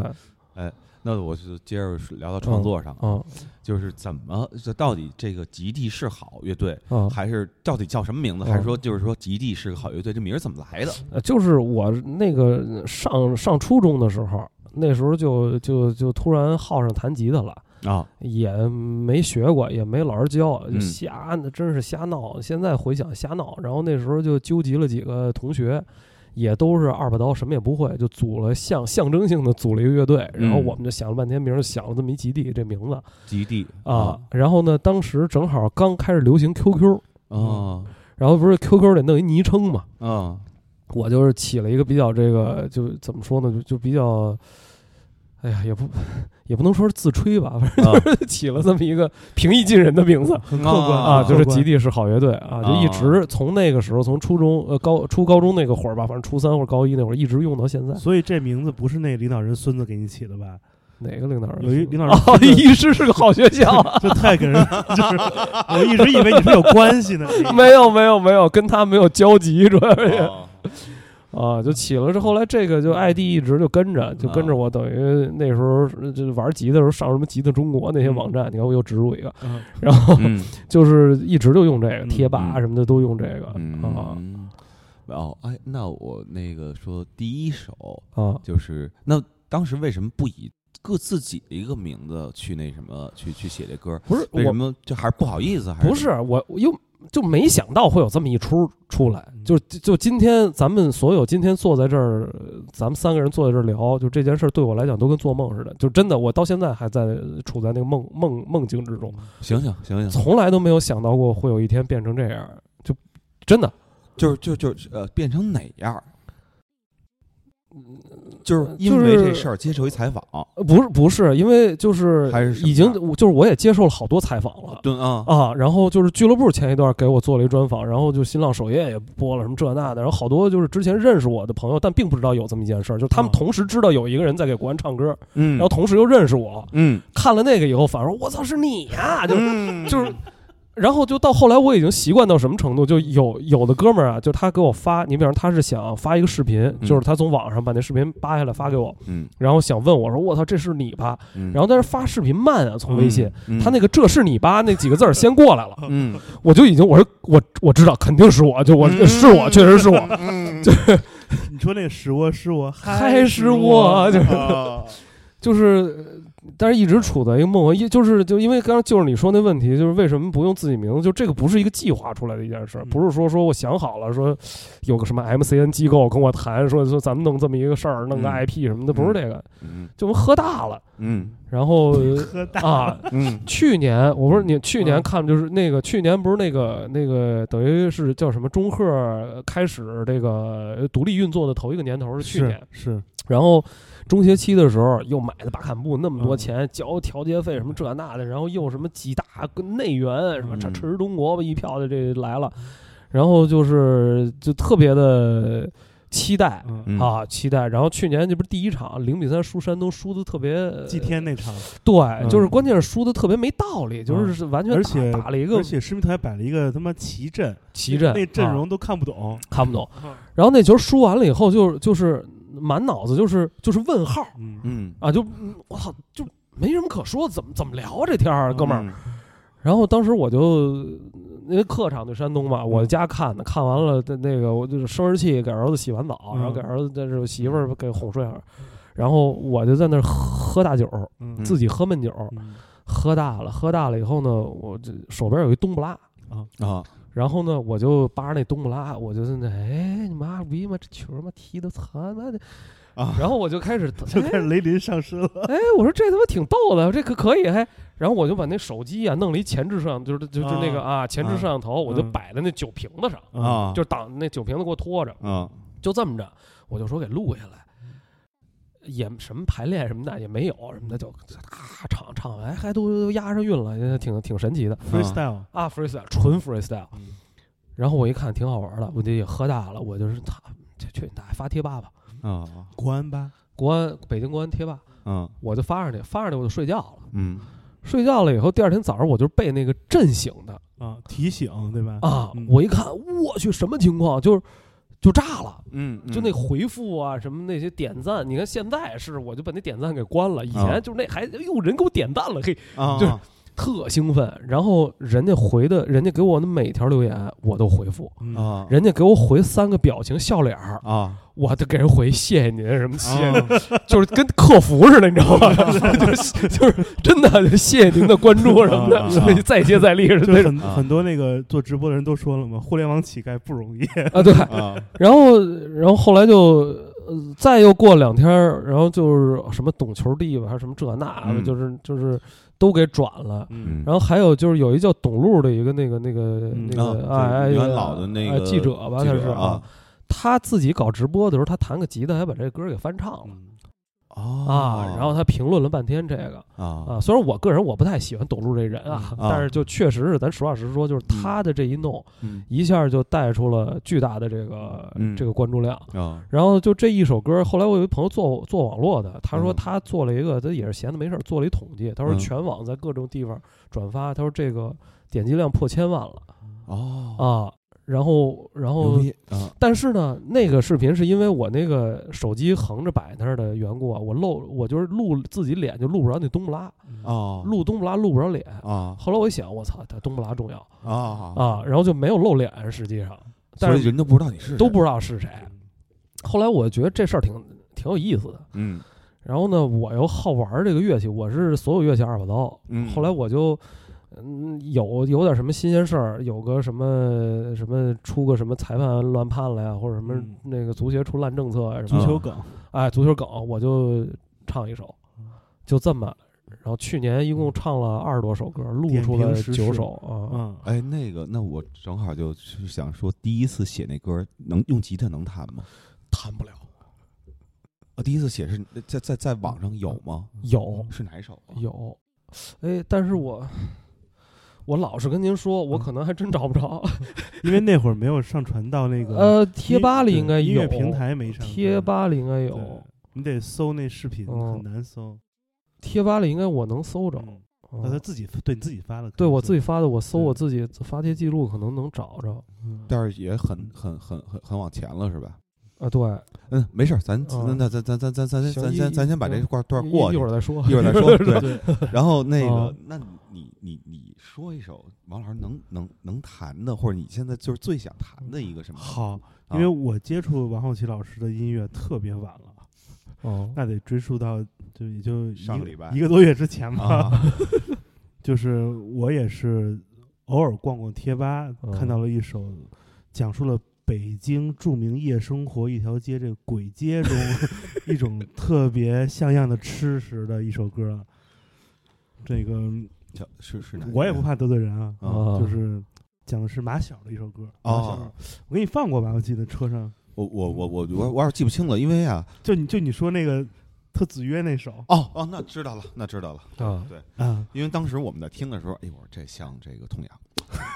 Speaker 3: 对，
Speaker 1: 那我就接着聊到创作上，
Speaker 3: 嗯
Speaker 1: 就是怎么这到底这个极地是好乐队，
Speaker 3: 嗯，
Speaker 1: 还是到底叫什么名字，还是说就是说极地是个好乐队，这名儿怎么来的？
Speaker 3: 呃就是我那个上上初中的时候，那时候就就就突然好上弹吉他了。
Speaker 1: 啊，
Speaker 3: 也没学过，也没老师教，就
Speaker 1: 嗯
Speaker 3: 瞎，真是瞎闹。现在回想瞎闹，然后那时候就纠集了几个同学，也都是二把刀，什么也不会，就组了象象征性的组了一个乐队。然后
Speaker 1: 嗯
Speaker 3: 我们就想了半天名儿，想了这么一极地这名字
Speaker 1: 极地
Speaker 3: 啊。然后呢，当时正好刚开始流行 QQ，
Speaker 1: 啊
Speaker 3: 然后不是 QQ 得弄一昵称嘛，
Speaker 1: 啊
Speaker 3: 我就是起了一个比较这个，就怎么说呢，就就比较，哎呀，也不 也不能说是自吹吧，反正
Speaker 1: 哦
Speaker 3: 就是起了这么一个平易近人的名字
Speaker 2: 很客观
Speaker 3: 啊，
Speaker 1: 啊
Speaker 3: 就是
Speaker 2: 客观
Speaker 3: 极地是好乐队啊，就一直从那个时候，从初中呃高初高中那个会儿吧，反正初三或者高一那会儿一直用到现在。
Speaker 2: 所以这名字不是那领导人孙子给你起的吧？
Speaker 3: 哪个领导人说的？
Speaker 2: 有一
Speaker 1: 哎
Speaker 2: 领导人
Speaker 3: 哦
Speaker 2: 孙，子
Speaker 3: 医师是个好学校啊。
Speaker 2: 这太给人， 就是我一直以为你是有关系呢。
Speaker 3: 没有没有没有，跟他没有交集，主要是
Speaker 1: 啊
Speaker 3: 啊，就起了。这后来这个就 ID 一直就跟着，就跟着我，等于那时候呃就玩极的时候上什么极的中国那些网站，你看我又植入一个，
Speaker 2: 嗯
Speaker 3: 然后
Speaker 1: 嗯
Speaker 3: 就是一直就用这个，
Speaker 2: 嗯
Speaker 3: 贴吧
Speaker 1: 嗯
Speaker 3: 什么的都用这个啊
Speaker 1: 嗯哦哎，那我那个说第一首
Speaker 3: 啊，
Speaker 1: 就是那当时为什么不以各自己的一个名字去那什么去去写这歌，
Speaker 3: 不是
Speaker 1: 为什
Speaker 3: 我，
Speaker 1: 么就还是不好意思？还
Speaker 3: 不是我，我又就没想到会有这么一出出来。
Speaker 1: 嗯
Speaker 3: 就就今天咱们所有今天坐在这儿，呃咱们三个人坐在这儿聊，就这件事儿对我来讲都跟做梦似的。就真的，我到现在还在处在那个梦梦梦境之中，
Speaker 1: 醒醒醒醒，
Speaker 3: 从来都没有想到过会有一天变成这样。就真的，
Speaker 1: 就是就就是呃，变成哪样儿？就是因
Speaker 3: 嗯呃就
Speaker 1: 为这
Speaker 3: 是
Speaker 1: 事儿接受一采访，
Speaker 3: 呃不是不是，因为就是
Speaker 1: 还是什么
Speaker 3: 已经
Speaker 1: 样
Speaker 3: 就是我也接受了好多采访了。
Speaker 1: 对啊，
Speaker 3: 啊，然后就是俱乐部前一段给我做了一专访，然后就新浪首页也播了什么这那的，然后好多就是之前认识我的朋友，但并不知道有这么一件事儿，就是他们
Speaker 2: 嗯
Speaker 3: 同时知道有一个人在给国安唱歌，
Speaker 1: 嗯
Speaker 3: 然后同时又认识我，
Speaker 1: 嗯
Speaker 3: 看了那个以后反而说我操是你呀、就
Speaker 1: 嗯
Speaker 3: 就是。然后就到后来，我已经习惯到什么程度？就有有的哥们儿啊，就他给我发，你比方他是想发一个视频，就是他从网上把那视频扒下来发给我，
Speaker 1: 嗯
Speaker 3: 然后想问我说：“我操，这是你吧？”
Speaker 1: 嗯，
Speaker 3: 然后但是发视频慢啊，从微信，
Speaker 1: 嗯
Speaker 3: 他那个“这是你吧”那几个字儿先过来了，
Speaker 1: 嗯
Speaker 3: 我就已经我说我我知道肯定是我，就我、
Speaker 1: 嗯
Speaker 3: 是我，确实是我。
Speaker 1: 嗯
Speaker 2: 你说那个使我使我
Speaker 3: 还是
Speaker 2: 是
Speaker 3: 我就是
Speaker 2: 啊
Speaker 3: 就是，呃但是一直处在一个梦回，一就是就因为刚刚就是你说那问题，就是为什么不用自己名字？就这个不是一个计划出来的一件事，
Speaker 2: 嗯
Speaker 3: 不是说说我想好了说有个什么 MCN 机构跟我谈，说说咱们弄这么一个事儿，弄个
Speaker 1: 嗯
Speaker 3: IP 什么的，不是这个，
Speaker 1: 嗯
Speaker 3: 就我们喝大了，
Speaker 1: 嗯
Speaker 3: 然后
Speaker 2: 喝大
Speaker 3: 啊。
Speaker 1: 嗯
Speaker 3: 去年我不是你去年
Speaker 2: 嗯
Speaker 3: 看就是那个去年不是那个那个等于是叫什么中赫开始这个独立运作的头一个年头是去年，
Speaker 2: 是
Speaker 3: 然后中学期的时候又买的巴坎布那么多钱，交调节费什么这那的，然后又什么几大跟内援什么
Speaker 1: 嗯
Speaker 3: 这吃中国吧一票的这来了，然后就是就特别的期待。
Speaker 2: 嗯
Speaker 1: 嗯
Speaker 3: 啊，期待！然后去年这不是第一场零比三输山东，输的特别呃
Speaker 2: 祭天那场，
Speaker 3: 对，就是关键是输的特别没道理，就是完全
Speaker 2: 嗯而
Speaker 3: 打
Speaker 2: 且
Speaker 3: 打了一个
Speaker 2: 而且施密特还摆了一个他妈奇阵，
Speaker 3: 奇阵，
Speaker 2: 那阵
Speaker 3: 啊
Speaker 2: 容都嗯看不懂。
Speaker 3: 看不懂。然后那球输完了以后，就就是满脑子就是就是问号
Speaker 2: 嗯，
Speaker 1: 嗯，
Speaker 3: 啊，就嗯我操，就没什么可说，怎么怎么聊啊这天儿，哥们儿。
Speaker 1: 嗯，
Speaker 3: 然后当时我就因为客场对山东嘛，
Speaker 2: 嗯
Speaker 3: 我家看的，看完了那个我就是生殖器给儿子洗完澡，
Speaker 2: 嗯
Speaker 3: 然后给儿子这是媳妇儿给哄睡会儿，然后我就在那儿喝大酒，
Speaker 2: 嗯
Speaker 3: 自己喝闷酒，
Speaker 2: 嗯
Speaker 3: 喝大了，喝大了以后呢，我这手边有一冬不拉。
Speaker 1: 啊，
Speaker 3: 然后呢，我就扒着那冬不拉，我就在那，哎，你妈逼嘛，这球嘛踢的他妈的
Speaker 1: 啊！
Speaker 3: 然后我就开始，
Speaker 2: 就开始雷林上身了。
Speaker 3: 哎，我说这他妈挺逗的，这可可以还。然后我就把那手机啊弄了一前置摄像，就是就就那个啊前置摄像头，我就
Speaker 2: 嗯
Speaker 3: 摆在那酒瓶子上，
Speaker 1: 啊，
Speaker 3: 嗯就挡那酒瓶子给我拖着，
Speaker 1: 啊，
Speaker 3: 就这么着，我就说给录下来。也什么排练什么的也没有，什么的就啊唱唱，哎还都都押上韵了，也挺挺神奇的
Speaker 2: freestyle，
Speaker 3: 啊，freestyle 纯 freestyle
Speaker 2: 嗯。
Speaker 3: 然后我一看挺好玩的，我就也喝大了，我就是他去去你大爷发贴吧吧，
Speaker 1: 啊，
Speaker 2: 国安吧，
Speaker 3: 国安北京国安贴吧，
Speaker 1: 嗯
Speaker 3: 我就发上去，发上去我就睡觉了。
Speaker 1: 嗯
Speaker 3: 睡觉了以后，第二天早上我就是被那个震醒的
Speaker 2: 啊，提醒对吧？
Speaker 3: 啊
Speaker 2: 嗯！
Speaker 3: 我一看，我去，什么情况？就是就炸了，
Speaker 1: 嗯，
Speaker 3: 就那回复啊，什么那些点赞，你看现在是我就把那点赞给关了，以
Speaker 2: 啊
Speaker 3: 前就是那还哎呦人给我点赞了，嘿，
Speaker 1: 啊，
Speaker 3: 就是特兴奋。然后人家回的，人家给我的每条留言我都回复，
Speaker 2: 嗯
Speaker 1: 啊
Speaker 3: 人家给我回三个表情笑脸儿，
Speaker 1: 啊，
Speaker 3: 我就给人回谢谢您 什么谢谢您，就是跟客服似的，你知道吗？就是就是真的谢谢您的关注什么
Speaker 1: 啊
Speaker 3: 的，
Speaker 1: 啊
Speaker 3: 再接再厉是
Speaker 2: 就
Speaker 3: 那种
Speaker 2: 很
Speaker 1: 啊
Speaker 2: 很多那个做直播的人都说了嘛，互联网乞丐不容易。
Speaker 3: 啊，对。
Speaker 1: 啊
Speaker 3: 然后然后后来就。呃再又过两天儿，然后就是什么懂球帝吧，还是什么这那的，
Speaker 1: 嗯
Speaker 3: 就是就是都给转了。
Speaker 1: 嗯
Speaker 3: 然后还有就是有一叫董路的一个那个那个
Speaker 2: 嗯
Speaker 3: 那个
Speaker 1: 啊
Speaker 3: 哎哎
Speaker 1: 就是原老的那个
Speaker 3: 哎记者吧，
Speaker 1: 记
Speaker 3: 他
Speaker 1: 者
Speaker 3: 是
Speaker 1: 啊，
Speaker 3: 他自己搞直播的时候，他弹个吉他还把这歌给翻唱了。
Speaker 2: 嗯
Speaker 3: 啊，然后他评论了半天这个
Speaker 1: 哦啊
Speaker 3: 啊，虽然我个人我不太喜欢董路这人啊，
Speaker 1: 嗯啊
Speaker 3: 但是就确实是咱实话实说，就是他的这一弄，
Speaker 1: 嗯
Speaker 3: 一下就带出了巨大的这个、
Speaker 1: 嗯
Speaker 3: 这个关注量。
Speaker 1: 啊
Speaker 3: 然后就这一首歌，后来我有一朋友做做网络的，他说
Speaker 1: 嗯
Speaker 3: 他做了一个，他也是闲的没事儿做了一统计，他说
Speaker 1: 嗯
Speaker 3: 全网在各种地方转发，他说这个点击量破千万了
Speaker 1: 哦
Speaker 3: 啊，然后然后
Speaker 1: 啊
Speaker 3: 但是呢，那个视频是因为我那个手机横着摆那儿的缘故啊，我露我就是录自己脸就录不着那冬不拉，
Speaker 2: 嗯
Speaker 1: 哦
Speaker 3: 录冬不拉录不着脸。
Speaker 1: 啊
Speaker 3: 后来我一想，我操，它冬不拉重要
Speaker 1: 啊
Speaker 3: 啊，然后就没有露脸，实际上，但
Speaker 1: 所以
Speaker 3: 是
Speaker 1: 人都不知道你是
Speaker 2: 嗯
Speaker 3: 哎都不知道是谁。后来我觉得这事儿挺挺有意思的，
Speaker 1: 嗯
Speaker 3: 然后呢，我又好玩这个乐器，我是所有乐器二把刀。
Speaker 1: 嗯
Speaker 3: 后来我就，嗯，有有点什么新鲜事儿，有个什么什么出个什么裁判乱判了呀，或者什么
Speaker 2: 嗯
Speaker 3: 那个足协出烂政策呀，什
Speaker 2: 足
Speaker 1: 哦
Speaker 3: 么、
Speaker 2: 球梗，
Speaker 3: 哎足球梗，我就唱一首，
Speaker 2: 嗯
Speaker 3: 就这么。然后去年一共唱了二十多首歌，录
Speaker 2: 点
Speaker 3: 出
Speaker 2: 评
Speaker 3: 了
Speaker 2: 时
Speaker 3: 九
Speaker 2: 事
Speaker 3: 首啊。
Speaker 2: 嗯，
Speaker 1: 哎，那个，那我正好就是想说，第一次写那歌能用吉他能弹吗？
Speaker 3: 弹不了，
Speaker 1: 啊，第一次写是在在在网上有吗？
Speaker 3: 有
Speaker 1: 是哪一首啊？
Speaker 3: 有，哎，但是我我老实跟您说，
Speaker 2: 嗯
Speaker 3: 我可能还真找不着。
Speaker 2: 因为那会儿没有上传到那个
Speaker 3: 呃，贴吧里应该
Speaker 2: 音
Speaker 3: 有，
Speaker 2: 乐平台没上，
Speaker 3: 贴吧里应该
Speaker 2: 对
Speaker 3: 有，
Speaker 2: 你得搜那视频，
Speaker 3: 嗯
Speaker 2: 很难搜。
Speaker 3: 贴吧里应该我能搜着。
Speaker 2: 嗯，
Speaker 3: 嗯
Speaker 2: 那他自己对你自己发的，
Speaker 3: 对我自己，发的，我搜
Speaker 2: 对
Speaker 3: 我自己发帖记录，可能能找着。
Speaker 2: 嗯
Speaker 1: 但是也很很很很很往前了，是吧？
Speaker 3: 啊，对，
Speaker 1: 嗯，没事儿，咱
Speaker 3: 嗯
Speaker 1: 咱咱咱咱咱咱咱
Speaker 3: 行
Speaker 1: 咱
Speaker 3: 一
Speaker 1: 先咱先把
Speaker 3: 一
Speaker 1: 这块儿段儿过
Speaker 3: 一
Speaker 1: 去
Speaker 3: 一会，儿再说，
Speaker 1: 一会儿再说。 对，
Speaker 2: 对，
Speaker 1: 然后那个
Speaker 2: 哦
Speaker 3: 嗯，
Speaker 1: 那你你你说一首王老师能能能弹的，或者你现在就是最想弹的一个什
Speaker 3: 嗯
Speaker 1: 么？
Speaker 2: 好，
Speaker 1: 啊，
Speaker 2: 因为我接触王浩奇老师的音乐特别晚了。
Speaker 3: 哦，
Speaker 2: 那得追溯到就也就一
Speaker 1: 上个礼拜
Speaker 2: 一个多月之前吧。
Speaker 1: 啊，
Speaker 2: 就是我也是偶尔逛逛贴吧，
Speaker 3: 嗯
Speaker 2: 看到了一首讲述了北京著名夜生活一条街这个鬼 街中一种特别像样的吃食的一首歌。这个
Speaker 1: 叫是是哪个呀？
Speaker 2: 我也不怕得罪人啊，
Speaker 1: 啊，
Speaker 3: 啊
Speaker 2: 就是讲的是马晓的一首歌。马晓
Speaker 1: 哦，
Speaker 2: 我给你放过吧，我记得车上
Speaker 1: 我我我我我我要是记不清了，因为啊，
Speaker 2: 就你就你说那个特子曰那首
Speaker 1: 哦哦，那知道了，那知道了。
Speaker 3: 啊，
Speaker 2: 啊，
Speaker 1: 因为当时我们在听的时候，哎呦，我说这像这个痛痒，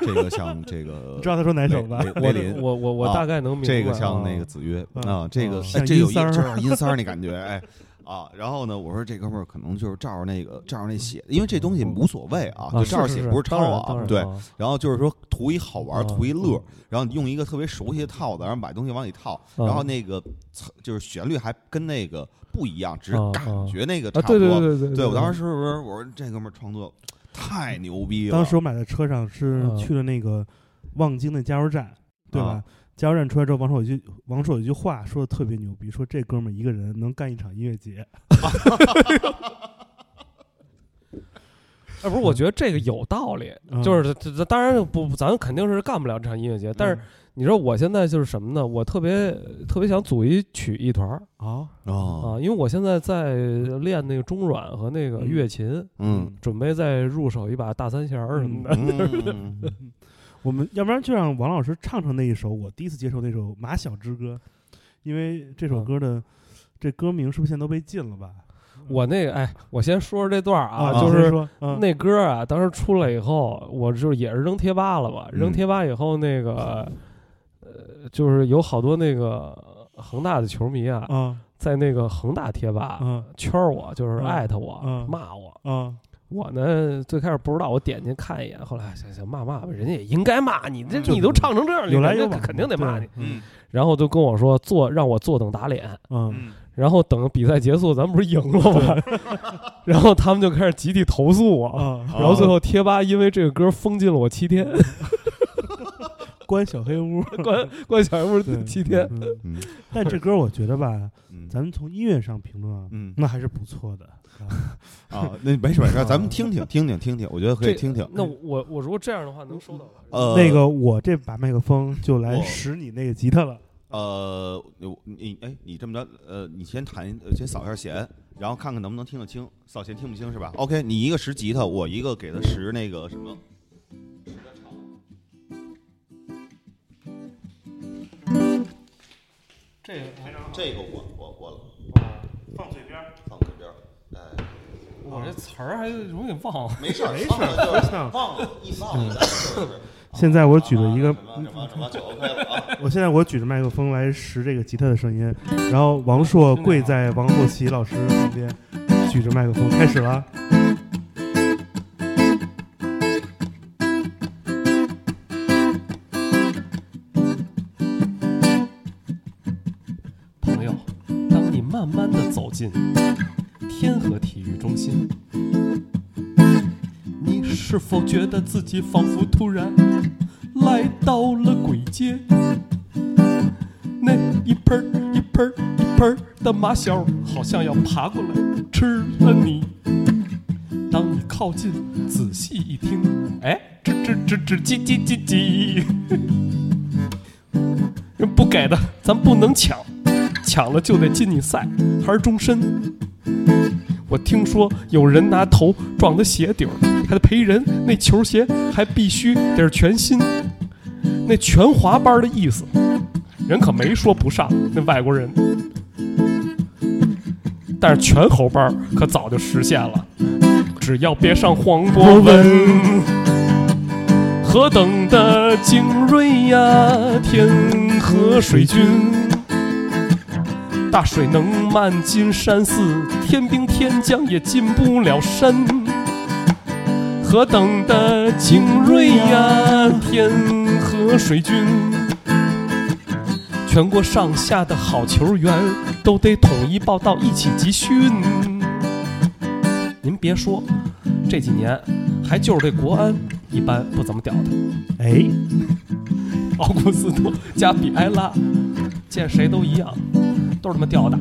Speaker 1: 这个像这个
Speaker 2: 你知道他说哪
Speaker 1: 雷
Speaker 2: 首吧？
Speaker 1: 雷雷
Speaker 3: 我
Speaker 1: 林，
Speaker 3: 我我我
Speaker 1: 啊
Speaker 3: 大概能明白。
Speaker 1: 这个像
Speaker 3: 啊
Speaker 1: 那个子曰
Speaker 2: 嗯
Speaker 1: 啊，这个
Speaker 3: 嗯
Speaker 1: 哎
Speaker 2: 像
Speaker 1: 这有
Speaker 2: 阴三儿
Speaker 1: 这有阴三儿那感觉，哎啊。然后呢，我说这哥们儿可能就是照着那个照着那写，因为这东西无所谓啊，
Speaker 3: 啊
Speaker 1: 就，
Speaker 3: 是
Speaker 1: 照着
Speaker 3: 是
Speaker 1: 写
Speaker 3: 是
Speaker 1: 不是抄
Speaker 3: 当然当
Speaker 1: 啊，
Speaker 3: 然
Speaker 1: 对。
Speaker 3: 啊
Speaker 1: 然后就是说图一好玩，
Speaker 3: 啊
Speaker 1: 图一乐，然后你用一个特别熟悉的套子，然后把东西往里套，
Speaker 3: 啊
Speaker 1: 然后那个就是旋律还跟那个不一样，只是
Speaker 3: 啊
Speaker 1: 感
Speaker 3: 啊
Speaker 1: 觉那个差
Speaker 3: 啊，
Speaker 1: 不
Speaker 3: 对
Speaker 1: 多。
Speaker 3: 对对对
Speaker 1: 对
Speaker 3: 对，
Speaker 1: 我当时是不是我说这哥们儿创作太牛逼了？
Speaker 2: 当时我买的车上是
Speaker 3: 嗯
Speaker 2: 去了那个望京的加油站，对吧
Speaker 1: 啊？
Speaker 2: 加油站出来之后，王朔有句王朔有一句话说的特别牛逼，说这哥们儿一个人能干一场音乐节。
Speaker 3: 哎，不是，
Speaker 1: 嗯
Speaker 3: 我觉得这个有道理，
Speaker 2: 嗯
Speaker 3: 就是这这当然不，咱肯定是干不了这场音乐节，但是
Speaker 1: 嗯
Speaker 3: 你知道我现在就是什么呢？我特别特别想组一曲艺团儿
Speaker 2: 啊，
Speaker 1: 哦，
Speaker 3: 啊，因为我现在在练那个中阮和那个乐琴，
Speaker 1: 嗯
Speaker 3: 准备再入手一把大三弦儿什么的。
Speaker 1: 嗯，
Speaker 2: 我们要不然就让王老师唱唱那一首我第一次接受那首《马小之歌》，因为这
Speaker 1: 啊
Speaker 2: 首歌的这歌名是不是现在都被禁了吧？
Speaker 3: 我那个，哎，我先说说这段儿啊，
Speaker 1: 嗯啊
Speaker 3: 就
Speaker 2: 先
Speaker 3: 是
Speaker 2: 说嗯
Speaker 3: 那歌啊，当时出来以后，我就是也是扔贴吧了嘛，扔
Speaker 1: 嗯
Speaker 3: 贴吧以后，那个呃，就是有好多那个恒大的球迷啊，
Speaker 2: 啊
Speaker 3: 在那个恒大贴吧
Speaker 2: 啊
Speaker 3: 圈儿我，就是
Speaker 2: 嗯
Speaker 3: 艾特我
Speaker 2: 嗯，
Speaker 3: 骂我。
Speaker 2: 啊
Speaker 3: 我呢，最开始不知道，我点进去看一眼，后来想想骂骂吧，人家也应该骂你，这
Speaker 2: 嗯
Speaker 3: 你都唱成这样，
Speaker 2: 有来
Speaker 3: 人家
Speaker 2: 有往
Speaker 3: 肯定得骂你
Speaker 2: 对。
Speaker 1: 嗯
Speaker 3: 然后就跟我说坐，让我坐等打脸，
Speaker 2: 嗯
Speaker 1: 嗯，
Speaker 3: 然后等比赛结束，咱们不是赢了吗？ 然后他们就开始集体投诉我，
Speaker 2: 啊，
Speaker 1: 啊
Speaker 3: 然后最后贴吧因为这个歌封禁了我七 天，
Speaker 2: 关小黑 屋
Speaker 3: 关关小黑屋
Speaker 2: 对
Speaker 3: 七天。
Speaker 2: 嗯
Speaker 1: 嗯
Speaker 2: 但这歌我觉得吧，
Speaker 1: 嗯
Speaker 2: 咱们从音乐上评论啊，
Speaker 1: 嗯
Speaker 2: 那还是不错的。
Speaker 1: 啊，那没事没事，
Speaker 2: 啊
Speaker 1: 咱们听听听听听听，我觉得可以
Speaker 3: 这
Speaker 1: 听听。
Speaker 3: 那我我如果这样的话，能收到吗？
Speaker 1: 呃，
Speaker 2: 那个我这把麦克风就来
Speaker 1: 我
Speaker 2: 使你那个吉 他了。
Speaker 1: 呃，我你哎，你这么着，呃，你先弹一，呃先扫一下弦，然后看看能不能听得清。扫弦听不清是吧？OK，你一个拾吉他，我一个给他拾那个什么。
Speaker 2: 这个
Speaker 1: 这个我我我
Speaker 2: 放嘴边，
Speaker 1: 放这边儿，哎，
Speaker 3: 我这词儿还容易忘。
Speaker 1: 没事儿，
Speaker 2: 没事
Speaker 1: 忘了就是
Speaker 2: 儿。嗯
Speaker 1: 忘了，一忘了就是。
Speaker 2: 现在我举着一个，
Speaker 1: 什么什么什么就 OK 了 啊。
Speaker 2: 我现在我举着麦克风来拾这个吉他的声音，然后王硕跪在王后奇老师旁边，举着麦克风开始了。
Speaker 3: 朋友，当你慢慢的走进天河体育中心，你是否觉得自己仿佛突然来到了鬼街？那一盆儿一盆儿一盆儿的麻小好像要爬过来吃了你。当你靠近，仔细一听，哎，吱吱吱吱叽叽叽叽，不给的咱不能抢，抢了就得进你赛，还是终身。我听说有人拿头撞他鞋底儿，还得赔人。那球鞋还必须得是全新，那全华班的意思，人可没说不上那外国人。但是全猴班儿可早就实现了，只要别上黄博文，何等的精锐呀，天河水军。大水能漫金山寺，天兵天将也进不了山。何等的精锐呀，天河水军！全国上下的好球员都得统一报到，一起集训。您别说，这几年还就是这国安一般不怎么屌他，
Speaker 2: 哎，
Speaker 3: 奥古斯托加比埃拉，见谁都一样，都是他妈吊打，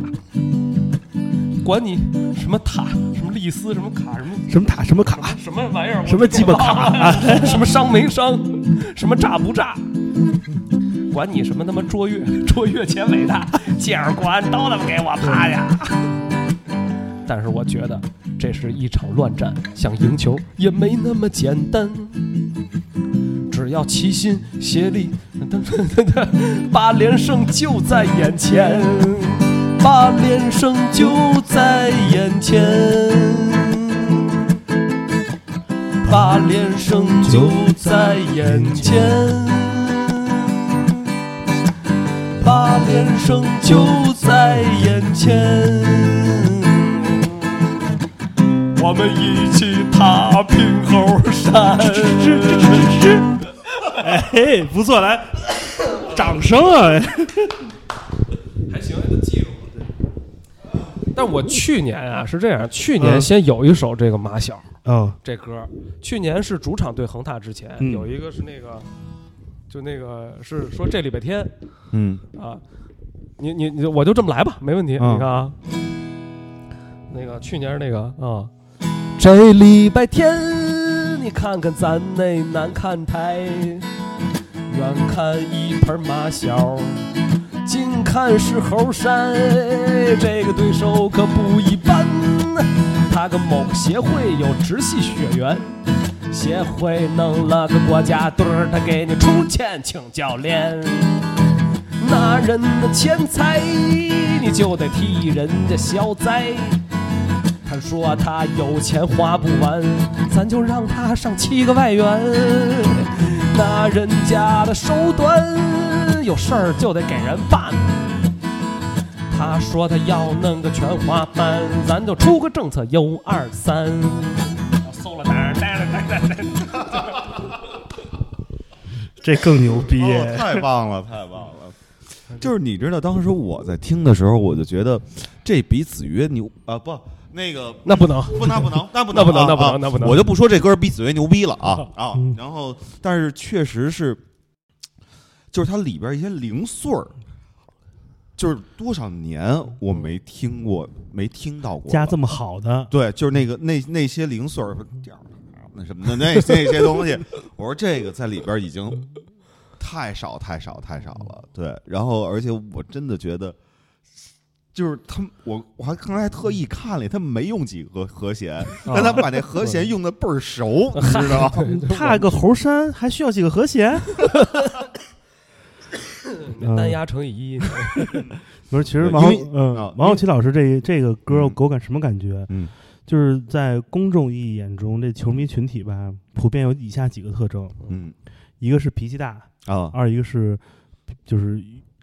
Speaker 3: 管你什么塔、什么利斯、什么卡、什么
Speaker 2: 什么塔什么卡，
Speaker 3: 什么玩意儿，我
Speaker 2: 什么鸡巴卡，
Speaker 3: 啊 什么伤没伤，什么炸不炸，管你什么他妈卓越卓越前伟大，借着国安都他妈给我趴下。但是我觉得这是一场乱战，想赢球也没那么简单。只要齐心协力，八连胜就在眼前，八连胜就在眼前。八连胜就在眼前，八连胜就在眼前。我们一起踏平猴山。
Speaker 2: 哎，不错，来，掌声啊！
Speaker 3: 还行，还能记住。但我去年啊是这样，去年先有一首这个马小，
Speaker 2: 哦，
Speaker 3: 这歌，去年是主场对恒大之前，
Speaker 2: 嗯
Speaker 3: 有一个是那个，就那个是说这礼拜天
Speaker 1: 嗯，
Speaker 3: 啊，你你你我就这么来吧，没问题，
Speaker 1: 嗯
Speaker 3: 你看啊，那个去年是那个啊，这礼拜天你看看咱那南看台，远看一盆马小。近看是猴山，这个对手可不一般。他跟某个协会有直系血缘，协会弄了个国家队儿，他给你出钱请教练。拿人的钱财，你就得替人家消灾。他说他有钱花不完，咱就让他上七个外援。拿人家的手段，有事儿就得给人办。他说他要弄个全华班，咱就出个政策幺二三。我搜了哪儿？呆了呆了呆了。
Speaker 2: 这更牛逼！
Speaker 1: 哦，太棒了，太棒了！就是你知道，当时我在听的时候，我就觉得这比子曰牛啊，不，那个
Speaker 3: 那不能，
Speaker 1: 不，那不能，那不
Speaker 3: 那不能
Speaker 1: 啊
Speaker 3: 那不能
Speaker 1: 啊
Speaker 3: 那不能
Speaker 1: 我就不说这歌比子曰牛逼了啊啊
Speaker 2: 嗯！
Speaker 1: 然后，但是确实是，就是它里边一些零碎儿，就是多少年我没听过，没听到过了，
Speaker 2: 加这么好的，
Speaker 1: 对，就是那个那那些零碎儿点儿那什么的那那些东西，我说这个在里边儿已经太少太少太少了。对，然后而且我真的觉得，就是他们我我还刚才还特意看了，他们没用几个和
Speaker 2: 啊
Speaker 1: 弦，但他把那和弦用的倍儿 熟，你 知道 吗？
Speaker 2: 踏个猴山还需要几个和弦？
Speaker 3: 单压乘以一，
Speaker 2: 不是，其实
Speaker 1: 对
Speaker 2: 王
Speaker 1: 因为啊
Speaker 2: 嗯王
Speaker 1: 因
Speaker 2: 小
Speaker 1: 为
Speaker 2: 奇老师这这个歌
Speaker 1: 嗯
Speaker 2: 给我感什么感觉？
Speaker 1: 嗯，
Speaker 2: 就是在公众意义眼中，这球迷群体吧，普遍有以下几个特征：
Speaker 1: 嗯
Speaker 2: 一个是脾气大，
Speaker 1: 啊
Speaker 2: 二一个是就是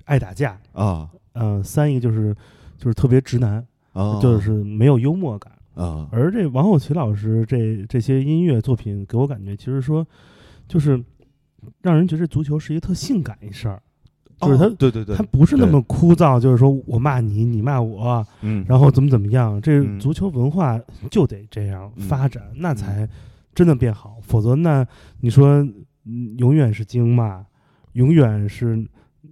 Speaker 2: 爱打架，
Speaker 1: 啊
Speaker 2: 呃，三一个就是就是特别直男，
Speaker 1: 啊，
Speaker 2: 就是没有幽默感。
Speaker 1: 啊
Speaker 2: 而这王后奇老师这这些音乐作品给我感觉，其实说就是让人觉得足球是一个特性感一事儿，就是他
Speaker 1: 哦对对对
Speaker 2: 它，不是那
Speaker 1: 对
Speaker 2: 么枯燥，就是说我骂你，你骂我，
Speaker 1: 嗯，
Speaker 2: 然后怎么怎么样，这
Speaker 1: 嗯
Speaker 2: 足球文化就得这样
Speaker 1: 嗯
Speaker 2: 发展，那才真的变好，否则那你说嗯永远是经骂，永远是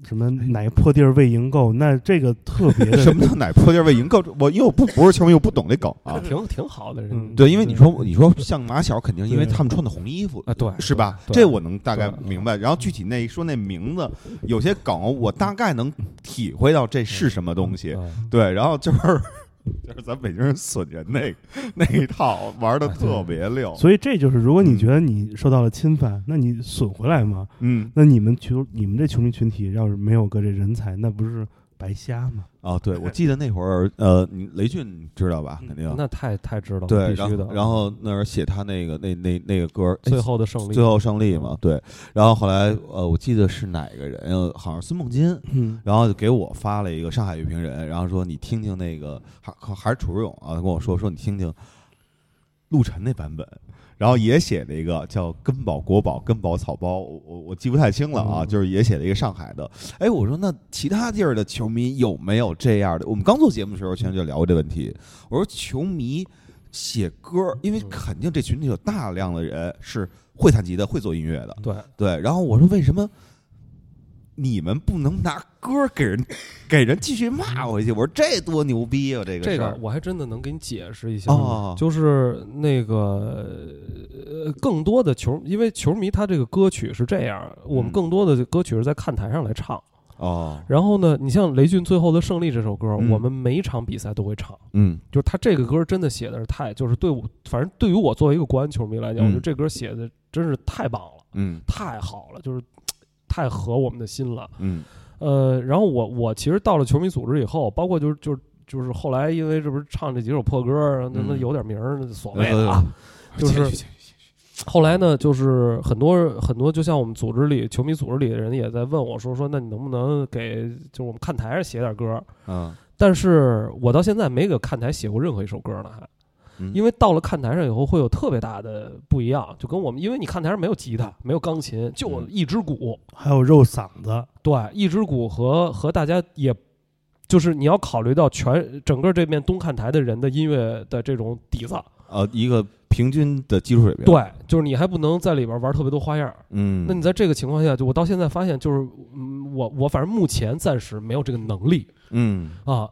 Speaker 2: 什么奶破地儿未营购，那这个特别的
Speaker 1: 什么叫奶破地儿为营购？我因为我不不是球迷，我不懂这梗 啊。
Speaker 3: 挺挺好的人
Speaker 2: 嗯。
Speaker 1: 对，因为你说你说像马小，肯定因为他们穿的红衣服
Speaker 3: 啊对
Speaker 1: 是吧？
Speaker 3: 对
Speaker 1: 这我能大概
Speaker 3: 对
Speaker 1: 明白。然后具体那说那名字，有些梗我大概能体会到这是什么东西。
Speaker 3: 嗯
Speaker 1: 对，然后就是 就是咱北京人损人那个那一套玩
Speaker 3: 啊
Speaker 1: 的特别溜。
Speaker 2: 所以这就是，如果你觉得你受到了侵犯，那你损回来吗？
Speaker 1: 嗯，
Speaker 2: 那你们球，你们这球迷群体要是没有个这人才，那不是白瞎吗？
Speaker 1: 啊，对，我记得那会儿呃，你雷俊你知道吧？
Speaker 2: 嗯
Speaker 1: 肯定
Speaker 3: 那太太知道了，
Speaker 1: 对，
Speaker 3: 必
Speaker 1: 然
Speaker 3: 须的啊
Speaker 1: 后。然后那儿写他那个那那那个歌，哎
Speaker 3: 最后嗯的胜利，
Speaker 1: 最后胜利嘛，对。然后后来呃，我记得是哪个人，呃好像是孙梦金，
Speaker 2: 嗯，
Speaker 1: 然后就给我发了一个上海乐评人，然后说你听听那个还还是楚志勇啊，他跟我说说你听听陆晨那版本，然后也写了一个叫《根宝国宝根宝草包》，我我我记不太清了啊，
Speaker 2: 嗯
Speaker 1: 就是也写了一个上海的。哎，我说那其他地儿的球迷有没有这样的？我们刚做节目的时候，前面就聊过这问题。我说球迷写歌，因为
Speaker 3: 嗯
Speaker 1: 肯定这群体有大量的人是会弹吉他、会做音乐的，
Speaker 3: 对，
Speaker 1: 对，然后我说为什么你们不能拿歌给人给人继续骂回去？我说这多牛逼啊！这个
Speaker 3: 这
Speaker 1: 事
Speaker 3: 个
Speaker 1: 儿
Speaker 3: 我还真的能给你解释一下。
Speaker 1: 哦，
Speaker 3: 就是那个呃，更多的球，因为球迷他这个歌曲是这样，我
Speaker 1: 嗯
Speaker 3: 们更多的歌曲是在看台上来唱。
Speaker 1: 哦，
Speaker 3: 然后呢，你像雷俊最后的胜利这首歌，
Speaker 1: 嗯
Speaker 3: 我们每一场比赛都会唱。
Speaker 1: 嗯
Speaker 3: 就是他这个歌真的写的是太，就是对我，反正对于我作为一个国安球迷来讲，
Speaker 1: 嗯
Speaker 3: 我觉得这歌写的真是太棒了，
Speaker 1: 嗯
Speaker 3: 太好了，就是太合我们的心了。
Speaker 1: 嗯
Speaker 3: 呃，然后我我其实到了球迷组织以后，包括就是就是就是后来因为这不是唱这几首破歌儿，然后那
Speaker 1: 嗯
Speaker 3: 有点名儿，那所谓的啊
Speaker 1: 呃，，
Speaker 3: 就是后来呢，就是很多很多，就像我们组织里球迷组织里的人也在问我说说，那你能不能给就是我们看台上写点歌？
Speaker 1: 嗯
Speaker 3: 但是我到现在没给看台写过任何一首歌呢，还
Speaker 1: 嗯
Speaker 3: 因为到了看台上以后会有特别大的不一样，就跟我们因为你看台上没有吉他，没有钢琴，就
Speaker 1: 嗯
Speaker 3: 一支鼓，
Speaker 2: 还有肉嗓子，
Speaker 3: 对，一支鼓和和大家也。就是你要考虑到全整个这面东看台的人的音乐的这种底子，
Speaker 1: 呃，一个平均的技术水平，，
Speaker 3: 对，就是你还不能在里边玩特别多花样儿，
Speaker 1: 嗯，
Speaker 3: 那你在这个情况下，就我到现在发现，就是嗯，我我反正目前暂时没有这个能力
Speaker 1: 嗯
Speaker 3: 啊，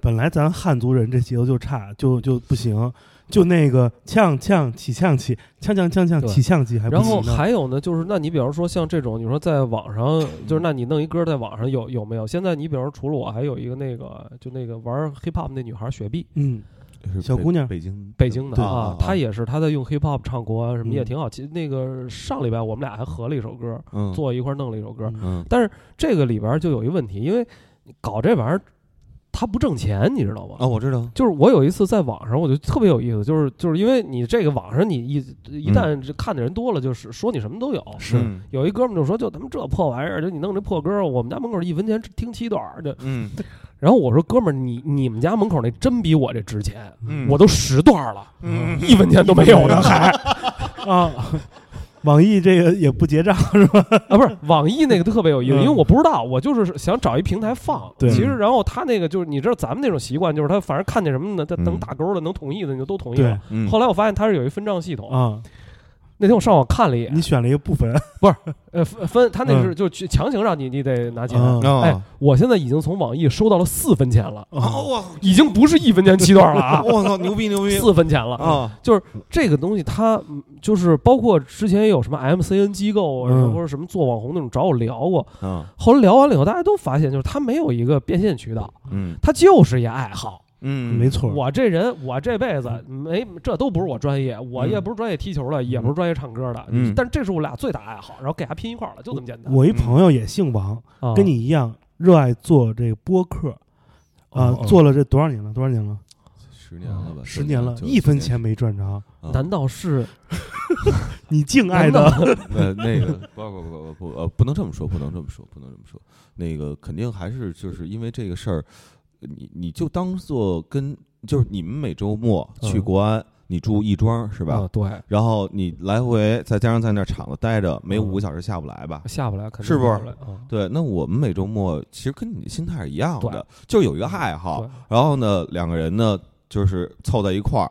Speaker 2: 本来咱汉族人这节奏就差，就就不行，就那个呛呛起呛起，呛呛呛呛
Speaker 3: 对
Speaker 2: 起呛起还不
Speaker 3: 然后
Speaker 2: 行呢。
Speaker 3: 还有呢，就是那你比方说像这种，你说在网上，就是那你弄一歌在网上有有没有？现在你比方说除了我，还有一个那个就那个玩 hip hop 那女孩雪碧，
Speaker 2: 嗯，
Speaker 1: 是
Speaker 2: 小
Speaker 1: 北
Speaker 2: 姑娘
Speaker 1: 北京
Speaker 3: 北京的
Speaker 1: 对
Speaker 3: 啊，她也是她在用 hip hop 唱国啊安什么
Speaker 2: 嗯
Speaker 3: 也挺好。其实那个上礼拜我们俩还合了一首歌，
Speaker 1: 嗯
Speaker 3: 坐一块儿弄了一首歌。
Speaker 2: 嗯
Speaker 1: 嗯
Speaker 3: 但是这个里边就有一问题，因为搞这玩意儿它不挣钱，你知道吗？
Speaker 1: 啊，我知道，
Speaker 3: 就是我有一次在网上，我就特别有意思，就是就是因为你这个网上你一一旦这看的人多了，就是说你什么都有。
Speaker 1: 嗯
Speaker 3: 有一哥们就说，就他妈这破玩意儿，就你弄这破歌，我们家门口一分钱听七段儿。就
Speaker 1: 嗯
Speaker 3: 然后我说，哥们儿，你你们家门口那真比我这值钱，
Speaker 1: 嗯，
Speaker 3: 我都十段儿了，
Speaker 1: 嗯
Speaker 3: 一分钱都没有呢，还
Speaker 2: 啊，网易这个也不结 账，
Speaker 3: 啊不是网易那个特别有意思，
Speaker 2: 嗯
Speaker 3: 因为我不知道，我就是想找一平台放。
Speaker 2: 对
Speaker 3: 其实然后他那个就是你知道咱们那种习惯，就是他反正看见什么呢，他能打勾的能同意的你就都同意
Speaker 2: 对
Speaker 3: 了。
Speaker 1: 嗯
Speaker 3: 后来我发现他是有一分账系统，
Speaker 2: 啊，
Speaker 3: 那天我上网看了一眼
Speaker 2: 你，选了一个部分
Speaker 3: 呃，分分他那
Speaker 2: 嗯
Speaker 3: 是就去强行让你你得拿钱。
Speaker 2: 啊
Speaker 1: 哦
Speaker 3: 哎，哦我现在已经从网易收到了四分钱了，
Speaker 1: 啊
Speaker 2: 啊，
Speaker 1: 我，
Speaker 3: 已经不是一分钱七段了 啊
Speaker 1: 我操，牛逼牛逼
Speaker 3: 四分钱
Speaker 2: 嗯
Speaker 3: 了。嗯
Speaker 1: 啊，
Speaker 3: 这个东西它嗯就是包括之前也有什么 MCN 机构啊，
Speaker 2: 嗯
Speaker 3: 或者什么做网红那种找我聊过，
Speaker 1: 嗯
Speaker 3: 后来聊完了以后，大家都发现就是他没有一个变现渠道，
Speaker 1: 嗯
Speaker 3: 他就是一爱好。
Speaker 1: 嗯，
Speaker 2: 没错，
Speaker 3: 我这人，我这辈子没这都不是我专业，我也不是专业踢球的，也不是专业唱歌的，
Speaker 1: 嗯
Speaker 3: 但这是我俩最大爱好，然后给他拼一块儿了，就这么简单。
Speaker 2: 我一朋友也姓王，
Speaker 3: 啊
Speaker 2: 跟你一样热爱做这个播客啊，
Speaker 1: 哦
Speaker 2: 做了这多少年了？多少年了？
Speaker 1: 嗯十年了吧，
Speaker 2: 十年了，
Speaker 1: 九
Speaker 2: 一分钱没赚着。
Speaker 1: 啊
Speaker 3: 难 道是
Speaker 2: 你敬爱
Speaker 3: 难
Speaker 2: 的
Speaker 3: 道
Speaker 1: 呃，那个不不不不不呃，不能这么说，不能这么说，不能这么说。那个肯定还是就是因为这个事儿，呃你你就当做跟就是你们每周末去
Speaker 3: 嗯
Speaker 1: 国安，你住亦庄是吧？
Speaker 3: 啊，对，
Speaker 1: 然后你来回再加上在那厂子待着，没有五
Speaker 3: 嗯
Speaker 1: 个小时下不来吧？
Speaker 3: 下不来肯定
Speaker 1: 是不是
Speaker 3: 下来啊？
Speaker 1: 对，那我们每周末其实跟你心态是一样的
Speaker 3: 对，
Speaker 1: 就有一个爱好，
Speaker 3: 对，嗯
Speaker 1: 然后呢，两个人呢就是凑在一块儿，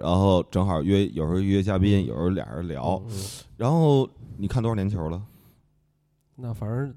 Speaker 1: 然后正好约，有时候约嘉宾，有时候
Speaker 3: 嗯
Speaker 1: 俩人聊。
Speaker 3: 嗯，嗯
Speaker 1: 然后你看多少年球了？
Speaker 3: 那反正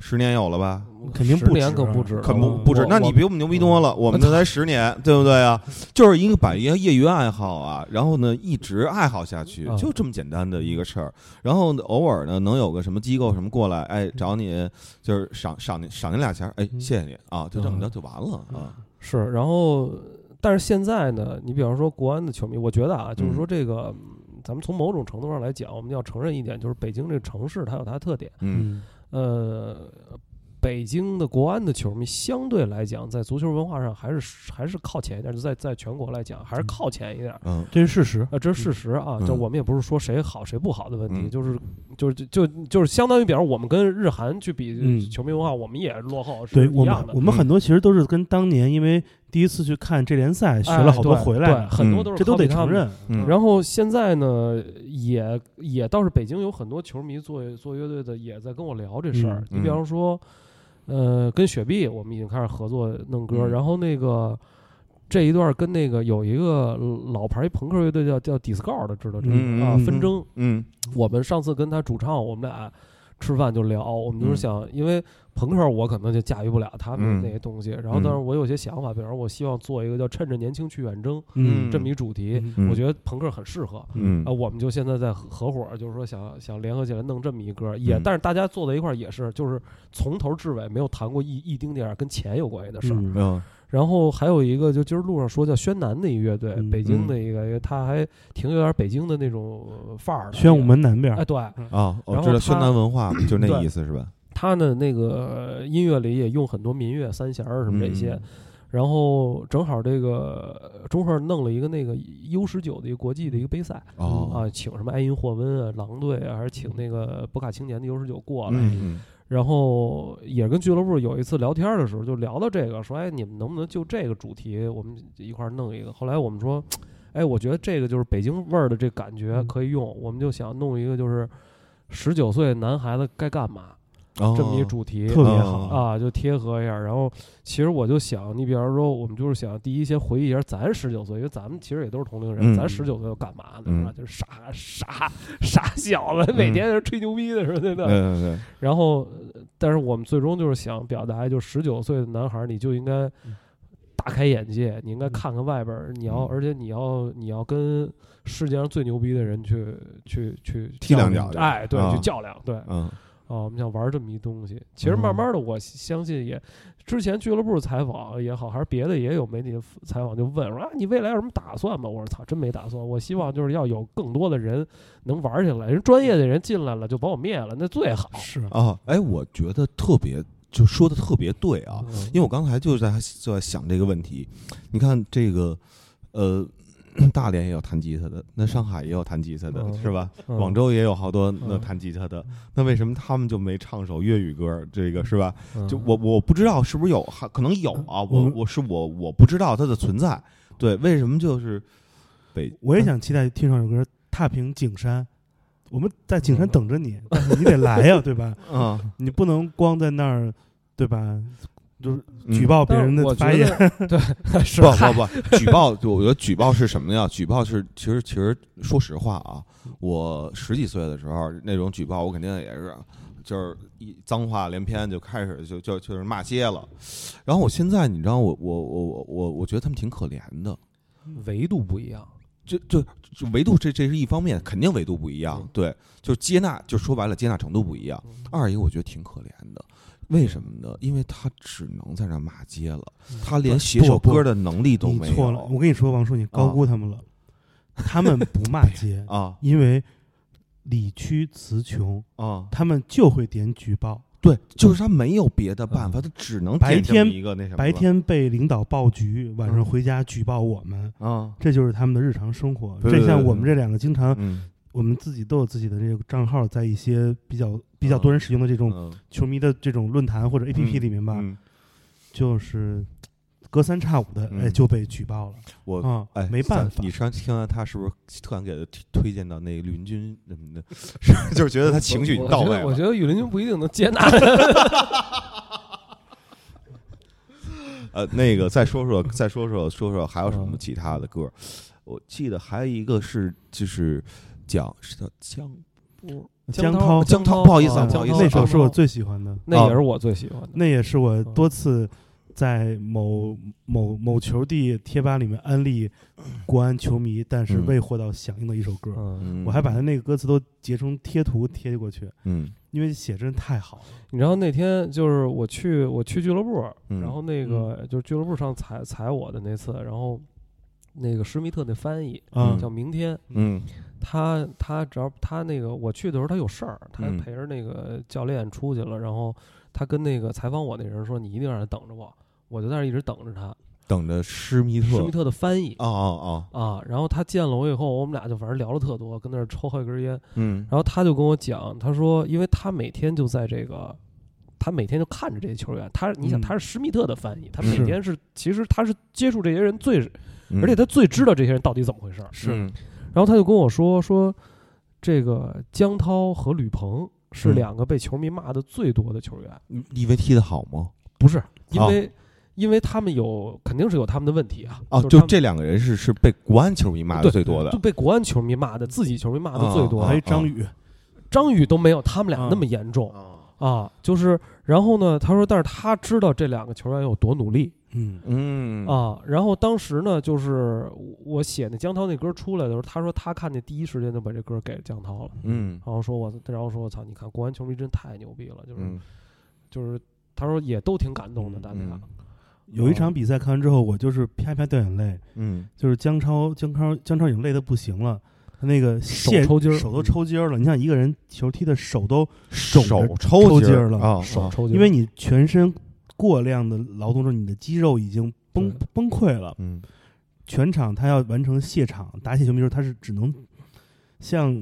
Speaker 1: 十年有了吧？
Speaker 2: 肯定不
Speaker 3: 十年
Speaker 2: 止
Speaker 3: 可不止，
Speaker 1: 啊
Speaker 3: 啊
Speaker 1: 肯
Speaker 2: 我
Speaker 1: 不不止
Speaker 3: 我，
Speaker 1: 那你
Speaker 3: 我嗯
Speaker 1: 比我们牛逼多了，我们这才十年，对不对啊？就是一个把一个业余爱好啊，然后呢一直爱好下去，
Speaker 3: 嗯
Speaker 1: 就这么简单的一个事儿。然后呢偶尔呢能有个什么机构什么过来，哎找你就是赏赏你赏您俩钱儿，哎
Speaker 2: 嗯
Speaker 1: 谢谢你啊，就这么着
Speaker 3: 嗯
Speaker 1: 就完了啊。
Speaker 3: 是，然后但是现在呢，你比方说国安的球迷，我觉得啊，就是说这个，嗯咱们从某种程度上来讲，我们要承认一点，就是北京这个城市它有它的特点。
Speaker 1: 嗯
Speaker 2: 嗯
Speaker 3: 呃，北京的国安的球迷相对来讲，在足球文化上还是还是靠前一点，就在在全国来讲还是靠前一点。
Speaker 1: 嗯，
Speaker 2: 这是事实。
Speaker 3: 呃，这是事实啊，
Speaker 1: 嗯
Speaker 3: 就我们也不是说谁好谁不好的问题，
Speaker 1: 嗯
Speaker 3: 就是就是就就是相当于，比方说我们跟日韩去比
Speaker 2: 嗯
Speaker 3: 球迷文化，我们也落后是
Speaker 2: 对
Speaker 3: 一
Speaker 2: 我们
Speaker 3: 样，的
Speaker 2: 我。
Speaker 1: 嗯
Speaker 2: 们很多其实都是跟当年因为第一次去看这联赛学了好多
Speaker 3: 哎对
Speaker 2: 回来
Speaker 3: 对
Speaker 2: 的，
Speaker 3: 很多都是
Speaker 2: 这都
Speaker 3: 靠
Speaker 2: 得
Speaker 3: 比他
Speaker 2: 承
Speaker 3: 们
Speaker 2: 认。
Speaker 1: 嗯
Speaker 3: 然后现在呢，也也倒是北京有很多球迷做做乐队的，也在跟我聊这事儿
Speaker 2: 嗯。
Speaker 3: 你比方说，呃，跟雪碧我们已经开始合作弄歌，
Speaker 1: 嗯
Speaker 3: 然后那个这一段跟那个有一个老牌一朋克乐队叫叫 Discord 的，知道这个、
Speaker 1: 嗯
Speaker 3: 啊
Speaker 2: 嗯嗯
Speaker 3: 纷争。
Speaker 1: 嗯
Speaker 3: 我们上次跟他主唱，我们俩吃饭就聊，我们就是想，因为朋克我可能就驾驭不了他们
Speaker 1: 嗯
Speaker 3: 那些东西，然后
Speaker 1: 嗯
Speaker 3: 但是我有些想法，比方说我希望做一个叫趁着年轻去远征
Speaker 1: 嗯
Speaker 3: 这么一主题，
Speaker 1: 嗯
Speaker 3: 我觉得朋克很适合。
Speaker 1: 嗯
Speaker 3: 啊，我们就现在在合合伙儿，就是说想想联合起来弄这么一歌儿，也、
Speaker 1: 嗯
Speaker 3: 但是大家坐在一块儿也是，就是从头至尾没有谈过一一丁点儿跟钱有关系的事儿。
Speaker 2: 嗯
Speaker 1: 嗯
Speaker 3: 然后还有一个，就今儿路上说叫轩南的一乐队，
Speaker 2: 嗯
Speaker 3: 北京的一个，因为他还挺有点北京的那种范儿的。
Speaker 2: 宣武，门南边
Speaker 3: 哎，
Speaker 2: 儿，
Speaker 3: 对，
Speaker 1: 啊，我
Speaker 3: 然
Speaker 1: 知
Speaker 3: 后
Speaker 1: 道宣
Speaker 3: 他
Speaker 1: 南文化就那
Speaker 3: 对
Speaker 1: 意思是吧？
Speaker 3: 他呢那个音乐里也用很多民乐、三弦儿什么这些。
Speaker 1: 嗯
Speaker 3: 然后正好这个中赫弄了一个那个 U 十九的一个国际的一个杯赛，
Speaker 1: 哦，
Speaker 3: 啊，请什么埃因霍温啊、狼队啊，还是请那个博卡青年的 U 十九过来，
Speaker 1: 嗯
Speaker 3: 然后也跟俱乐部有一次聊天的时候就聊到这个，说哎，你们能不能就这个主题我们一块儿弄一个？后来我们说，哎，我觉得这个就是北京味儿的这感觉
Speaker 2: 嗯
Speaker 3: 可以用，我们就想弄一个就是十九岁男孩子该干嘛
Speaker 1: 嗯，
Speaker 3: 这么一
Speaker 1: 哦
Speaker 3: 主题。
Speaker 2: 特别
Speaker 1: 哦
Speaker 2: 好
Speaker 3: 啊，就贴合一下，然后其实我就想，你比方说，我们就是想，第一先回忆一下咱十九岁，因为咱们其实也都是同龄人，
Speaker 1: 嗯
Speaker 3: 咱十九岁要干嘛呢？
Speaker 1: 嗯
Speaker 3: 是吧？就是傻傻傻小子，
Speaker 1: 嗯
Speaker 3: 每天就是吹牛逼的时候，对不
Speaker 1: 对
Speaker 3: 对？
Speaker 1: 对对，
Speaker 3: 然后，呃但是我们最终就是想表达，就十九岁的男孩儿，你就应该大开眼界，你应该看看外边儿，你要，
Speaker 1: 嗯
Speaker 3: 而且你要你要跟世界上最牛逼的人去去去
Speaker 1: 踢两
Speaker 3: 较量
Speaker 1: 脚
Speaker 3: 哎，对，
Speaker 1: 啊
Speaker 3: 去较量，对，
Speaker 1: 嗯
Speaker 3: 啊，我们想玩这么一东西。其实
Speaker 2: 嗯
Speaker 3: 慢慢的，我相信也，之前俱乐部采访也好，还是别的也有媒体采访，就问说啊，你未来有什么打算吗？我说操，真没打算。我希望就是要有更多的人能玩起来，人专业的人进来了就把我灭了，那 最好。
Speaker 2: 是
Speaker 1: 哦，哎，我觉得特别就说的特别对啊，
Speaker 3: 嗯
Speaker 1: 因为我刚才就在就在想这个问题。你看这个，呃，大连也有弹吉他的，那上海也有弹吉他的，
Speaker 3: 嗯
Speaker 1: 是吧？
Speaker 3: 嗯
Speaker 1: 广州也有好多那
Speaker 3: 嗯
Speaker 1: 弹吉他的，那为什么他们就没唱首粤语歌儿？这个是吧？
Speaker 3: 嗯
Speaker 1: 就我我不知道是不是有，还可能有啊。我
Speaker 2: 嗯
Speaker 1: 我是我我不知道它的存在。对，为什么就是北？
Speaker 2: 我也想期待听上首歌《踏平景山》，我们在景山
Speaker 3: 嗯
Speaker 2: 等着你，但是你得来呀，对吧？
Speaker 1: 啊，
Speaker 2: 你不能光在那儿，对吧？就是
Speaker 1: 嗯
Speaker 2: 举报别
Speaker 3: 但
Speaker 2: 人
Speaker 3: 是
Speaker 2: 的
Speaker 3: 我觉
Speaker 2: 发言，
Speaker 3: 得对， 是
Speaker 1: 不
Speaker 3: 吧？
Speaker 1: 不不，举报， 就我觉得举报是什么呀？举报是，其实其实说实话啊，
Speaker 2: 嗯
Speaker 1: 我十几岁的时候那种举报，我肯定也是，就是一脏话连篇，就开始就就就是骂街了。然后我现在，你知道我，我我我我我觉得他们挺可怜的，
Speaker 3: 维度不一样。
Speaker 1: 就就就维度这这是一方面，肯定维度不一样
Speaker 3: 嗯，
Speaker 1: 对，就接纳，就说白了接纳程度不一样。二一个我觉得挺可怜的，为什么呢？因为他只能在那儿骂街了，他连写首
Speaker 2: 嗯不
Speaker 1: 歌的能力都
Speaker 2: 你
Speaker 1: 没
Speaker 2: 错了。
Speaker 1: 有，
Speaker 2: 我跟你说，王叔，你高估他们了，他们不骂街
Speaker 1: 啊
Speaker 2: 因为理屈词穷，
Speaker 1: 啊！
Speaker 2: 他们就会点举报。
Speaker 1: 对，就是他没有别的办法，他只能
Speaker 2: 嗯白
Speaker 1: 点这么
Speaker 2: 天
Speaker 1: 一个那什么了
Speaker 2: 白天被领导爆局，晚上
Speaker 3: 嗯
Speaker 2: 回家举报我们，
Speaker 1: 啊，
Speaker 2: 这就是他们的日常生活。
Speaker 1: 对对
Speaker 2: 这像
Speaker 1: 对
Speaker 2: 我们这两个经常，
Speaker 1: 嗯
Speaker 2: 我们自己都有自己的这个账号，在一些比较比较多人使用的这种
Speaker 1: 嗯
Speaker 2: 球迷的这种论坛或者 APP 里面吧，
Speaker 1: 嗯，
Speaker 2: 就是隔三差五的
Speaker 1: 嗯
Speaker 2: 哎就被举报了
Speaker 1: 我
Speaker 2: 啊
Speaker 1: 哎，
Speaker 2: 没办
Speaker 1: 咱
Speaker 2: 法
Speaker 1: 你。上次听完他是不是突然给他推推荐到那个林军什么的，是就是觉得他情绪已经到位
Speaker 3: 我觉得我觉
Speaker 1: 了。
Speaker 3: 得雨林君不一定能接纳。
Speaker 1: 呃，那个再说说，再说说，说说还有什么
Speaker 2: 嗯
Speaker 1: 其他的歌？我记得还有一个是就是讲是叫江波
Speaker 2: 江
Speaker 1: 哦
Speaker 2: 涛
Speaker 1: 江涛，
Speaker 3: 涛
Speaker 1: 不好意思，啊，
Speaker 3: 啊
Speaker 1: 不好意
Speaker 3: 江
Speaker 1: 思啊，
Speaker 3: 涛
Speaker 2: 那首是我最喜欢的，
Speaker 3: 那也是我最喜欢的。
Speaker 2: 那也是我多次在某某某球地贴吧里面安利国安球迷，但是
Speaker 1: 嗯
Speaker 2: 未获到响应的一首歌。
Speaker 3: 嗯，
Speaker 1: 嗯
Speaker 2: 我还把他那个歌词都截成贴图贴过去，
Speaker 1: 嗯
Speaker 2: 因为写真太好了。
Speaker 3: 你知道那天就是我去我去俱乐部，
Speaker 1: 嗯
Speaker 3: 然后那个就是俱乐部上踩踩我的那次，然后那个施密特那翻译
Speaker 2: 啊
Speaker 1: 嗯
Speaker 3: 叫明天，
Speaker 1: 嗯
Speaker 3: 他他只要他那个我去的时候他有事儿，他
Speaker 1: 嗯
Speaker 3: 陪着那个教练出去了，然后他跟那个采访我那人说你一定让他等着我，我就在那儿一直等着他。
Speaker 1: 等着施密特
Speaker 3: 施密特的翻译
Speaker 1: 哦哦
Speaker 3: 啊，然后他见了我以后，我们俩就反正聊了特多，跟那儿抽好几根烟
Speaker 1: 哦，，嗯
Speaker 3: 然后他就跟我讲，他说因为他每天就在这个。他每天就看着这些球员，他你想
Speaker 2: 嗯
Speaker 3: 他是施密特的翻译，他
Speaker 1: 是
Speaker 3: 每天是其实他是接触这些人最，
Speaker 1: 嗯
Speaker 3: 而且他最知道这些人到底怎么回事儿。
Speaker 1: 是
Speaker 3: 然后他就跟我说说，这个江涛和吕鹏是
Speaker 1: 嗯
Speaker 3: 两个被球迷骂的最多的球员，
Speaker 1: 你以为踢得好吗？
Speaker 3: 不是因
Speaker 1: 哦
Speaker 3: 为、因为他们有肯定是有他们的问题啊，
Speaker 1: 哦，
Speaker 3: 是
Speaker 1: 就
Speaker 3: 他们
Speaker 1: 这两个人是是被国安球迷骂的
Speaker 3: 对
Speaker 1: 最多的
Speaker 3: 就，被国安球迷骂的，自己球迷骂的最多
Speaker 1: 啊
Speaker 2: 还
Speaker 3: 的
Speaker 2: 有张宇，
Speaker 3: 张宇都没有他们俩
Speaker 2: 啊
Speaker 3: 那么严重
Speaker 1: 哦
Speaker 3: 啊，就是然后呢，他说，但是他知道这两个球员有多努力
Speaker 2: 嗯
Speaker 1: 嗯，
Speaker 3: 啊，然后当时呢，就是我我写那江涛那歌出来的时候，他说他看见第一时间就把这歌给江涛了。
Speaker 1: 嗯
Speaker 3: 然后说我，然后说我操，你看国安球迷真太牛逼了，就是、
Speaker 1: 嗯
Speaker 3: 就是，他说也都挺感动的，
Speaker 2: 嗯
Speaker 3: 大家、
Speaker 1: 嗯
Speaker 2: 有一场比赛看完之后，我就是啪啪掉眼泪，
Speaker 1: 嗯
Speaker 2: 就是姜超姜超姜超已经累得不行了，他那个
Speaker 3: 手
Speaker 2: 线
Speaker 3: 抽筋儿
Speaker 2: 手都抽筋儿了。你像一个人球踢的手都，手
Speaker 1: 抽
Speaker 2: 抽筋儿了
Speaker 1: 啊，
Speaker 3: 手
Speaker 1: 啊
Speaker 3: 抽筋，
Speaker 2: 因为你全身过量的劳动之后，你的肌肉已经崩
Speaker 3: 对
Speaker 2: 崩溃了。
Speaker 1: 嗯
Speaker 2: 全场他要完成谢场答谢球迷的时候，他是只能像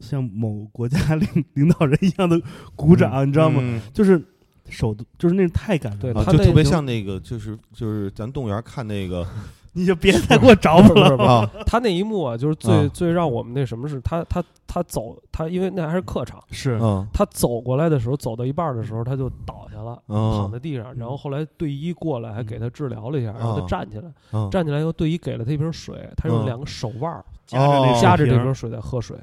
Speaker 2: 像某国家领领导人一样的鼓掌，你知道吗？
Speaker 1: 嗯
Speaker 2: 就是手都就是那太感人
Speaker 3: 对
Speaker 2: 了。
Speaker 1: 啊，
Speaker 3: 他
Speaker 1: 就
Speaker 3: 那
Speaker 1: 特别
Speaker 3: 就
Speaker 1: 像那个，就是就是咱动物园看那个
Speaker 2: 你就别再给我找我
Speaker 3: 不是
Speaker 2: 了。
Speaker 3: 不是
Speaker 1: 啊，
Speaker 3: 他那一幕啊，就是最、
Speaker 1: 啊
Speaker 3: 最让我们那什么是，他他他走，他因为那还 是客场，
Speaker 2: 是
Speaker 1: 嗯
Speaker 3: 他走过来的时候，走到一半的时候他就倒下了。躺在
Speaker 1: 嗯
Speaker 3: 地上，然后后来队医过来还给他治疗了一下，
Speaker 1: 嗯
Speaker 3: 然后他站起来，
Speaker 1: 嗯，
Speaker 3: 站起来以后队医给了他一瓶水，他用
Speaker 1: 嗯
Speaker 3: 两个手腕儿
Speaker 2: 夹着那
Speaker 1: 哦
Speaker 3: 夹着这
Speaker 2: 瓶儿
Speaker 3: 瓶水在喝水，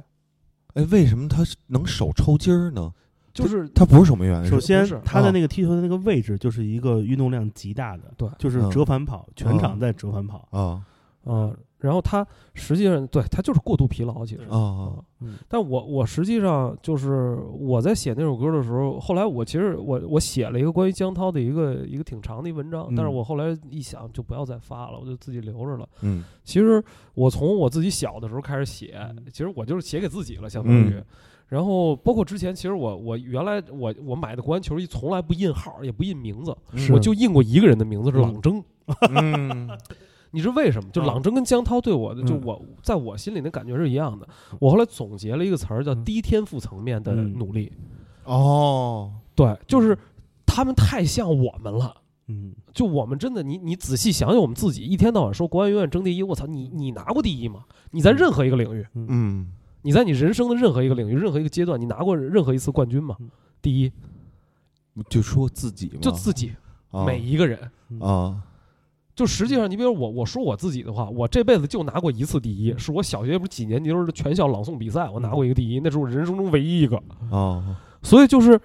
Speaker 1: 哎，为什么他是能手抽筋儿呢？
Speaker 3: 就是
Speaker 1: 他不是守门员，
Speaker 2: 首
Speaker 1: 是
Speaker 2: 先
Speaker 3: 不是，嗯
Speaker 2: 他的那个踢球的那个位置就是一个运动量极大的，
Speaker 3: 对
Speaker 2: 就是折返跑，全场在折返跑。
Speaker 1: 啊
Speaker 3: 嗯，然后他实际上对他就是过度疲劳，其实
Speaker 1: 啊啊，
Speaker 2: 嗯
Speaker 3: 但我我实际上就是我在写那首歌的时候，后来我其实我我写了一个关于江涛的一个一个挺长的一文章，
Speaker 2: 嗯
Speaker 3: 但是我后来一想就不要再发了，我就自己留着了。
Speaker 1: 嗯
Speaker 3: 其实我从我自己小的时候开始写，
Speaker 2: 嗯
Speaker 3: 其实我就是写给自己了，相当于。
Speaker 1: 嗯
Speaker 3: 然后包括之前，其实我我原来我我买的国安球衣从来不印号，也不印名字，
Speaker 2: 是
Speaker 3: 我就印过一个人的名字是
Speaker 2: 嗯
Speaker 3: 朗征。
Speaker 1: 嗯
Speaker 3: 你知道为什么？就
Speaker 2: 啊
Speaker 3: 朗征跟江涛对我的，就
Speaker 2: 嗯
Speaker 3: 我在我心里的感觉是一样的。我后来总结了一个词儿叫
Speaker 2: 嗯
Speaker 3: 低天赋层面的
Speaker 2: 嗯
Speaker 3: 努力，
Speaker 1: 哦，
Speaker 3: 对，就是他们太像我们了。
Speaker 2: 嗯，
Speaker 3: 就我们真的，你你仔细想想，我们自己一天到晚说国安永远争第一，我操，你你拿过第一吗？你在任何一个领域，
Speaker 1: 嗯
Speaker 3: 你在你人生的任何一个领域、任何一个阶段，你拿过任何一次冠军吗
Speaker 2: 嗯？
Speaker 3: 第一，
Speaker 1: 就说自己嘛，
Speaker 3: 就自己
Speaker 1: 啊
Speaker 3: 每一个人，
Speaker 1: 啊，
Speaker 3: 就实际上，你比如我，我说我自己的话，我这辈子就拿过一次第一，是我小学不是几年级的时候的全校朗诵比赛，我拿过一个第一，那是我人生中唯一一个。
Speaker 1: 哦，
Speaker 3: 所以就是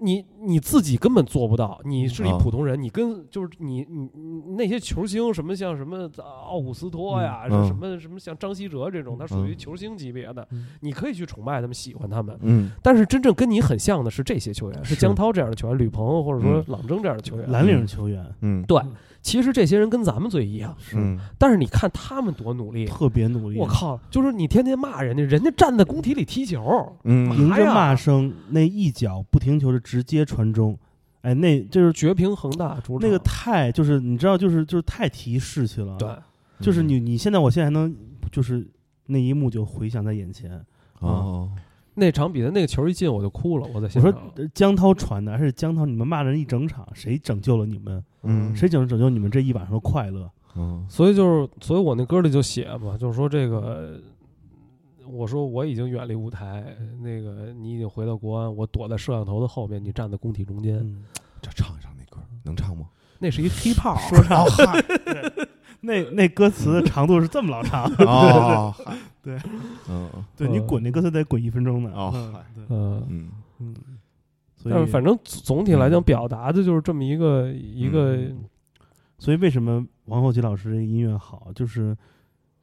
Speaker 3: 你你自己根本做不到，你是一
Speaker 1: 啊
Speaker 3: 普通人，你跟就是你你你那些球星什么像什么呃奥古斯托呀，
Speaker 1: 嗯
Speaker 3: 是什么什么像张稀哲这种，他属于球星级别的，
Speaker 2: 嗯
Speaker 3: 你可以去崇拜他们、喜欢他们，
Speaker 1: 嗯
Speaker 3: 但是真正跟你很像的是这些球员，是
Speaker 2: 是
Speaker 3: 江涛这样的球员，吕鹏或者说
Speaker 1: 嗯
Speaker 3: 朗征这样的球员。
Speaker 2: 蓝领球员
Speaker 1: 嗯
Speaker 3: 对，其实这些人跟咱们最一样，
Speaker 2: 是
Speaker 1: 嗯
Speaker 3: 但是你看他们多努力。
Speaker 2: 特别努力，
Speaker 3: 我，靠！就是你天天骂人家，人家站在工体里踢球，
Speaker 1: 嗯
Speaker 2: 迎
Speaker 3: 哎
Speaker 2: 着
Speaker 3: 呀
Speaker 2: 骂声那一脚不停球的直接传中，哎，那就是
Speaker 3: 绝平恒大主
Speaker 2: 那
Speaker 3: 场。
Speaker 2: 个太就是你知道就是就是太提士气了，
Speaker 3: 对，，
Speaker 2: 就是
Speaker 1: 嗯
Speaker 2: 你你现在我现在还能就是那一幕就回想在眼前，
Speaker 1: 哦，
Speaker 3: 那场比赛那个球一进我就哭了，我在
Speaker 2: 我
Speaker 3: 现
Speaker 2: 说
Speaker 3: 场。
Speaker 2: 呃江涛传的，而且江涛你们骂人一整场，谁拯救了你们？
Speaker 1: 嗯
Speaker 2: 谁拯拯救你们这一晚上的快乐？
Speaker 1: 嗯
Speaker 3: 所以就是，所以我那歌里就写嘛，就是说这个，我说我已经远离舞台，那个你已经回到国安，我躲在摄像头的后面，你站在工体中间，
Speaker 2: 嗯，
Speaker 1: 这唱一唱那歌能唱 吗？
Speaker 3: 那是一 hiphop，
Speaker 1: 嗯
Speaker 2: 说唱，对那那歌词的长度是这么老长，
Speaker 1: 哦，嗯
Speaker 2: 对你滚那歌词得滚一分钟呢。
Speaker 1: 哦
Speaker 2: 嗯
Speaker 1: 嗨
Speaker 2: 对
Speaker 3: 嗯，
Speaker 1: 嗯，
Speaker 2: 嗯，所
Speaker 3: 但
Speaker 2: 以
Speaker 3: 是反正总总体来讲，
Speaker 1: 嗯
Speaker 3: 表达的就是这么一个一个，
Speaker 2: 嗯所以为什么王后奇老师这音乐好，就是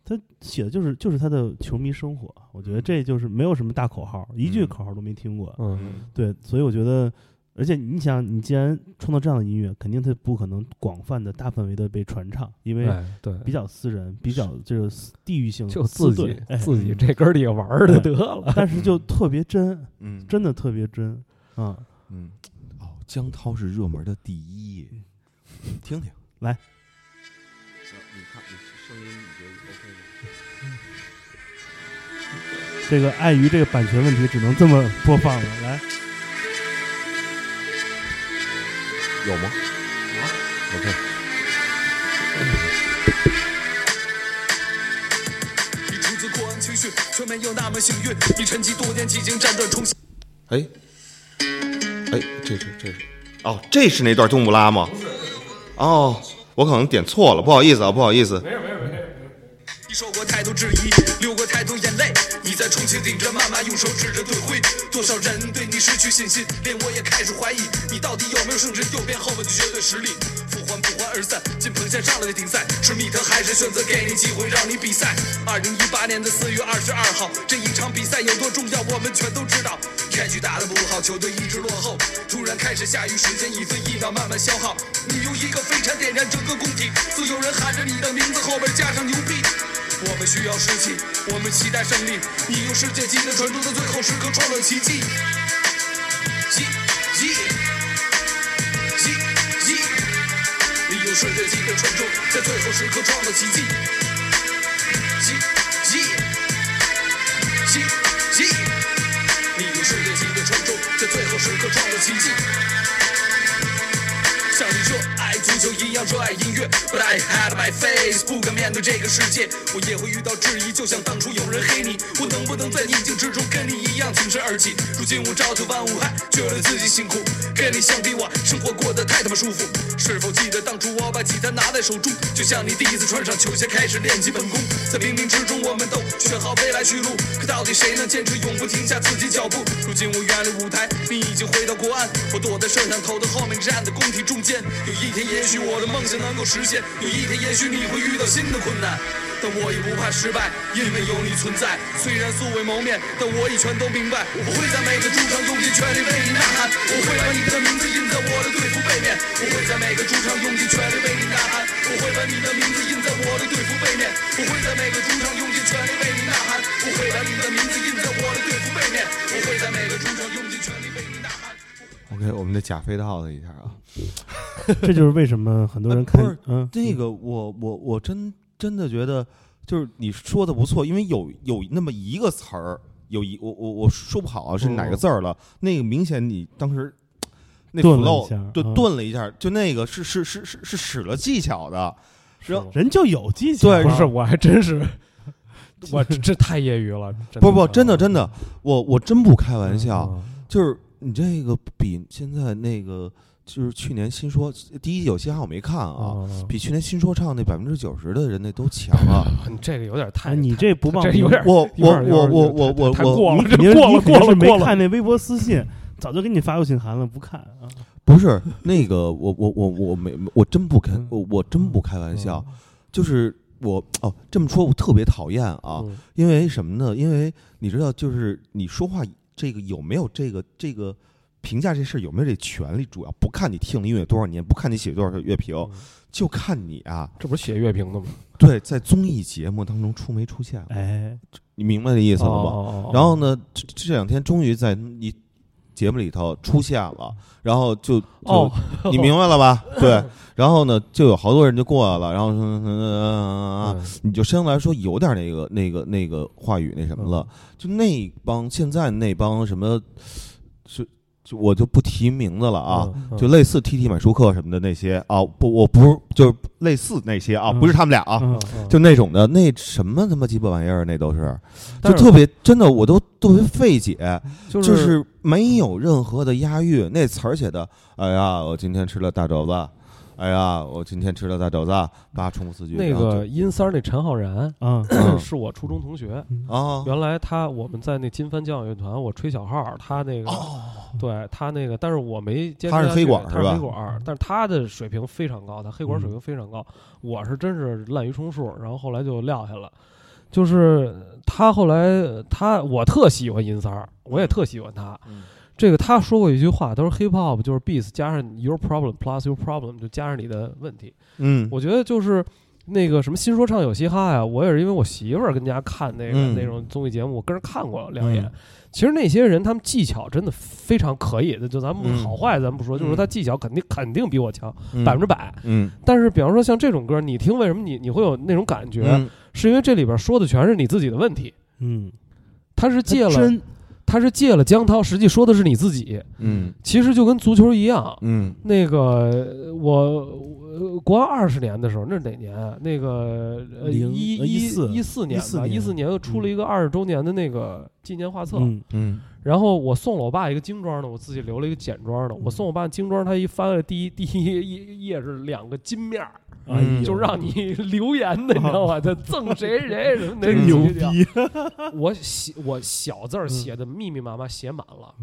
Speaker 2: 他写的就是就是他的球迷生活。我觉得这就是没有什么大口号，一句
Speaker 1: 嗯
Speaker 2: 口号都没听过。
Speaker 3: 嗯，
Speaker 2: 对，所以我觉得，而且你想，你既然创造这样的音乐，肯定它不可能广泛的、大范围的被传唱，因为
Speaker 3: 哎，对，
Speaker 2: 比较私人，比较就是地域性，
Speaker 3: 就
Speaker 2: 私
Speaker 3: 自
Speaker 2: 对
Speaker 3: 己
Speaker 2: 哎
Speaker 3: 自己这根儿底玩儿的得了，
Speaker 2: 但是就特别真，
Speaker 1: 嗯
Speaker 2: 真的特别真啊！
Speaker 1: 嗯，哦，江涛是热门的第一，听听
Speaker 2: 嗯来。
Speaker 1: 行，你看你声音你觉得 OK 吗？
Speaker 2: 这个碍于这个版权问题，只能这么播放了。来，
Speaker 1: 有吗？有。OK。
Speaker 4: 你出自过安青训，却没有那么幸运。你沉寂多年，几经辗转重新。
Speaker 1: 哎，哎，这是这是，哦，这是那段东布拉吗？哦，我可能点错了，不好意思啊，不好意思。
Speaker 4: 你受过太多质疑，流过太多眼泪。你在重庆顶着谩骂，用手指着队徽。多少人对你失去信心，连我也开始怀疑，你到底有没有圣人？右边后卫的绝对实力，不欢不欢而散。金鹏先上来就停赛，是米特还是选择给你机会让你比赛？二零一八年的四月二十二号，这一场比赛有多重要，我们全都知道。开局打得不好，球队一直落后，突然开始下雨，时间一分一秒慢慢消耗。你用一个飞铲点燃整个工体，所有人喊着你的名字，后边加上牛逼。我们需要士气，我们期待胜利。你用世界级的传中，在最后时刻创造奇迹。奇迹，奇迹，你用世界级的传中，在最后时刻创造奇迹。奇迹，奇迹，你用世界级的传中，在最后时刻创造奇迹。像你热爱足球一样热爱音乐。But I had my face，不敢面对这个世界，我也会遇到质疑，就像当初有人黑你。我能不能在逆境之中跟你一样挺身而起？如今我朝九晚五，还觉得自己辛苦。跟你相比我，生活过得太他妈舒服。是否记得当初我把吉他拿在手中，就像你第一次穿上球鞋开始练习本功，在冥冥之中我们都选好未来去路。可到底谁能坚持永不停下自己脚步？如今我远离舞台，你已经回到国安，我躲在摄像头的后面站的工体中间。有一天，也许我的梦想能够实现；有一天，也许你会遇到新的困难。但我也不怕失败，因为有你存在。虽然素未谋面，但我已全都明白。我会在每个主场用尽全力为你呐喊，我会把你的名字印在我的队服背面。我会在每个主场用尽全力为你呐喊，我会把你的名字印在我的队服背面。我会在每个主场用尽全力为你呐喊，我会把你的名字印在我的队服背面。我会在每个主场用尽全力为你呐喊。
Speaker 1: OK，我们得假飞到了一下啊。
Speaker 2: 这就是为什么很多人看
Speaker 1: 呃不是，
Speaker 2: 嗯，
Speaker 1: 这个我我我真真的觉得，就是你说的不错，因为有有那么一个词儿，有一我我我说不好啊是
Speaker 3: 哦
Speaker 1: 哪个字儿了，那个明显你当 时。那
Speaker 2: 顿了
Speaker 1: flow
Speaker 2: 一下
Speaker 1: 对
Speaker 3: 嗯
Speaker 2: 啊
Speaker 1: 顿了一下，就那个是是是是是使了技巧的，然后
Speaker 2: 人就有技巧，
Speaker 1: 对
Speaker 3: 不是，我还真是，我这这太业余了，嗯
Speaker 1: 不不，真的真的，我我真不开玩
Speaker 3: 玩
Speaker 1: 笑，，
Speaker 3: 嗯
Speaker 1: 就是你这个比现在那个就是去年新说第一季有嘻哈我没看啊，
Speaker 3: 嗯嗯
Speaker 1: 比去年新说唱那百分之九十的人那都强啊！
Speaker 3: 啊你这个有点
Speaker 2: 哎，
Speaker 3: 太，
Speaker 2: 你这不忘
Speaker 3: 这有点
Speaker 1: 我
Speaker 3: 有
Speaker 1: 我
Speaker 3: 点有点
Speaker 1: 我我我我
Speaker 3: 太太
Speaker 1: 我
Speaker 3: 过了，这
Speaker 2: 你
Speaker 3: 过
Speaker 2: 肯
Speaker 3: 了过
Speaker 2: 定
Speaker 3: 了
Speaker 2: 是
Speaker 3: 过
Speaker 2: 没
Speaker 3: 了，
Speaker 2: 看那微博私信，早就给你发过信函了，不看 啊。
Speaker 1: 不是那个我我我我没我真不开
Speaker 3: 嗯
Speaker 1: 我我真不开玩笑，就是我哦这么说我特别讨厌啊，
Speaker 3: 嗯
Speaker 1: 因为什么呢？因为你知道，就是你说话这个有没有这个这个评价这事儿有没有这权利，主要不看你听了音乐多少年，不看你写多少乐评，
Speaker 3: 嗯
Speaker 1: 就看你啊，
Speaker 3: 这不是写乐评的吗？
Speaker 1: 对，在综艺节目当中出没出现，
Speaker 2: 哎，
Speaker 1: 你明白这意
Speaker 3: 意
Speaker 1: 思了吗？
Speaker 3: 哦
Speaker 1: 然后呢，这这两天终于在你节目里头出现了，然后就就、
Speaker 3: 哦，
Speaker 1: 你明白了吧？对，然后呢，就有好多人就过来了，然后说、嗯
Speaker 3: 哦
Speaker 1: 嗯嗯嗯嗯你就相对来说有点那个那个那个话语那什么了，就那帮现在那帮什么，是就我就不提名字了啊。
Speaker 3: 嗯
Speaker 1: 就类似 TT 买书课什么的那些啊，不，我不是，就是类似那些啊，
Speaker 2: 嗯
Speaker 1: 不是他们俩啊，
Speaker 2: 嗯
Speaker 1: 就那种的，那什么他妈鸡巴玩意儿，那都是，就
Speaker 3: 但是
Speaker 1: 特别真的，我都特别费解，
Speaker 3: 就
Speaker 1: 就是没有任何的押韵，那词儿写的，哎呀，我今天吃了大肘子，哎呀，我今天吃了大饺子，八重复四句。
Speaker 3: 那
Speaker 1: 然后
Speaker 3: 个阴三儿那陈浩然
Speaker 2: 啊，
Speaker 1: 嗯
Speaker 3: 是我初中同学，
Speaker 1: 就啊，
Speaker 3: 原来他我们在那金帆交响乐团，我吹小号儿，他
Speaker 1: 哦
Speaker 3: 那个，对他那个，但是我没接
Speaker 1: 嗯
Speaker 3: 触
Speaker 1: 他是
Speaker 3: 下
Speaker 1: 黑
Speaker 3: 去
Speaker 1: 管儿
Speaker 3: 他
Speaker 1: 是
Speaker 3: 是
Speaker 1: 吧嗯
Speaker 3: 黑管儿，但是他的水平非常高，他黑管儿水平非常高，我是真是滥竽充数，然后后来就撂下了。就是他后来他我特喜欢银三儿，我也特喜欢他。
Speaker 1: 嗯
Speaker 3: 这个他说过一句话，他说 hip hop 就是 beats 加上 your problem plus your problem 就加上你的问题。
Speaker 1: 嗯，
Speaker 3: 我觉得就是那个什么新说唱有嘻哈呀，我也是因为我媳妇儿跟家看那个、
Speaker 1: 嗯
Speaker 3: 那种综艺节目，我跟着看过两眼。
Speaker 1: 嗯
Speaker 3: 其实那些人他们技巧真的非常可以的，就咱们
Speaker 1: 嗯
Speaker 3: 好坏咱们不说，就是说他技巧肯定肯定比我强、百分之
Speaker 1: 之
Speaker 3: 百。
Speaker 1: 嗯，
Speaker 3: 但是比方说像这种歌，你听为什么你你会有那种感觉，
Speaker 1: 嗯
Speaker 3: 是因为这里边说的全是你自己的问题。
Speaker 2: 嗯，
Speaker 3: 他是借
Speaker 2: 他
Speaker 3: 了，
Speaker 2: 真
Speaker 3: 他是借了江涛，实际说的是你自己。
Speaker 1: 嗯
Speaker 3: 其实就跟足球一样，
Speaker 1: 嗯
Speaker 3: 那个我我国二十年的时候，那是哪年啊？那个呃
Speaker 2: 零
Speaker 3: 一
Speaker 2: 呃14
Speaker 3: 一四年吧，
Speaker 2: 14
Speaker 3: 一
Speaker 2: 年
Speaker 3: 四年又出了一个二十周年的那个纪念画册，
Speaker 2: 嗯
Speaker 1: 嗯
Speaker 3: 然后我送了我爸一个精装的，我自己留了一个简装的。
Speaker 2: 嗯
Speaker 3: 我送我爸精装，他一翻了第一第一页是两个金面儿，
Speaker 2: 哎呦
Speaker 3: 就 让你留言的，你知道吧？就赠谁谁什么的，
Speaker 2: 真牛逼，
Speaker 3: 我写我小字儿写的密密麻麻写满了，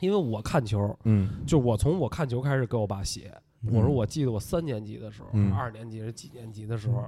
Speaker 3: 因为我看球，
Speaker 1: 嗯
Speaker 3: 就我从我看球开始给我爸写，
Speaker 2: 嗯
Speaker 3: 我说我记得我三年级的时候，
Speaker 1: 嗯
Speaker 3: 二年级还是几年级的时候，